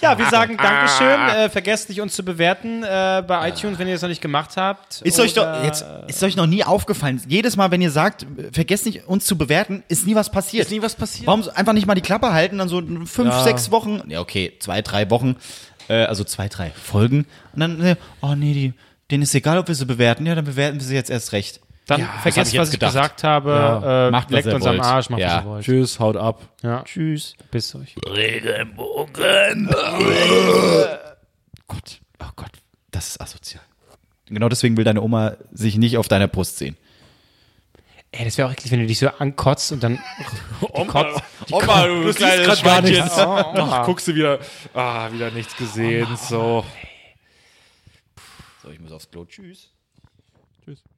Speaker 2: Ja, wir sagen
Speaker 1: Ah.
Speaker 2: Dankeschön. Äh, vergesst nicht, uns zu bewerten äh, bei iTunes, wenn ihr das noch nicht gemacht habt.
Speaker 1: Ist euch,
Speaker 2: Oder-
Speaker 1: doch, jetzt, ist euch noch nie aufgefallen. Jedes Mal, wenn ihr sagt, vergesst nicht, uns zu bewerten, ist nie was passiert.
Speaker 3: Ist nie was passiert.
Speaker 1: Warum so- einfach nicht mal die Klappe halten, dann so fünf, sechs Wochen, ja okay, zwei, drei Wochen, äh, also zwei, drei Folgen. Und dann, äh, oh nee, die, denen ist egal, ob wir sie bewerten. Ja, dann bewerten wir sie jetzt erst recht.
Speaker 2: Dann
Speaker 1: das hab
Speaker 2: vergesst,
Speaker 1: ich jetzt
Speaker 2: was ich
Speaker 1: gedacht.
Speaker 2: gesagt habe. äh,
Speaker 1: Macht, was
Speaker 2: leckt
Speaker 1: ihr
Speaker 2: uns am
Speaker 1: wollt.
Speaker 2: Arsch, macht,
Speaker 1: Ja.
Speaker 2: was ihr wollt.
Speaker 3: Tschüss, haut ab.
Speaker 2: Ja.
Speaker 1: Tschüss.
Speaker 2: Bis euch.
Speaker 1: Gott, oh Gott, das ist asozial. Genau deswegen will deine Oma sich nicht auf deiner Brust sehen.
Speaker 2: Ey, das wäre auch eklig, wenn du dich so ankotzt und dann
Speaker 1: Oh
Speaker 2: kotzt.
Speaker 3: Oma, du, du
Speaker 2: kleines
Speaker 3: grad gar
Speaker 2: Schweinchen.
Speaker 3: nichts.
Speaker 2: Oh, Oma.
Speaker 3: Ach, guckst du wieder, ah, wieder nichts gesehen, so.
Speaker 1: So, ich muss aufs Klo. Tschüss.
Speaker 3: Tschüss.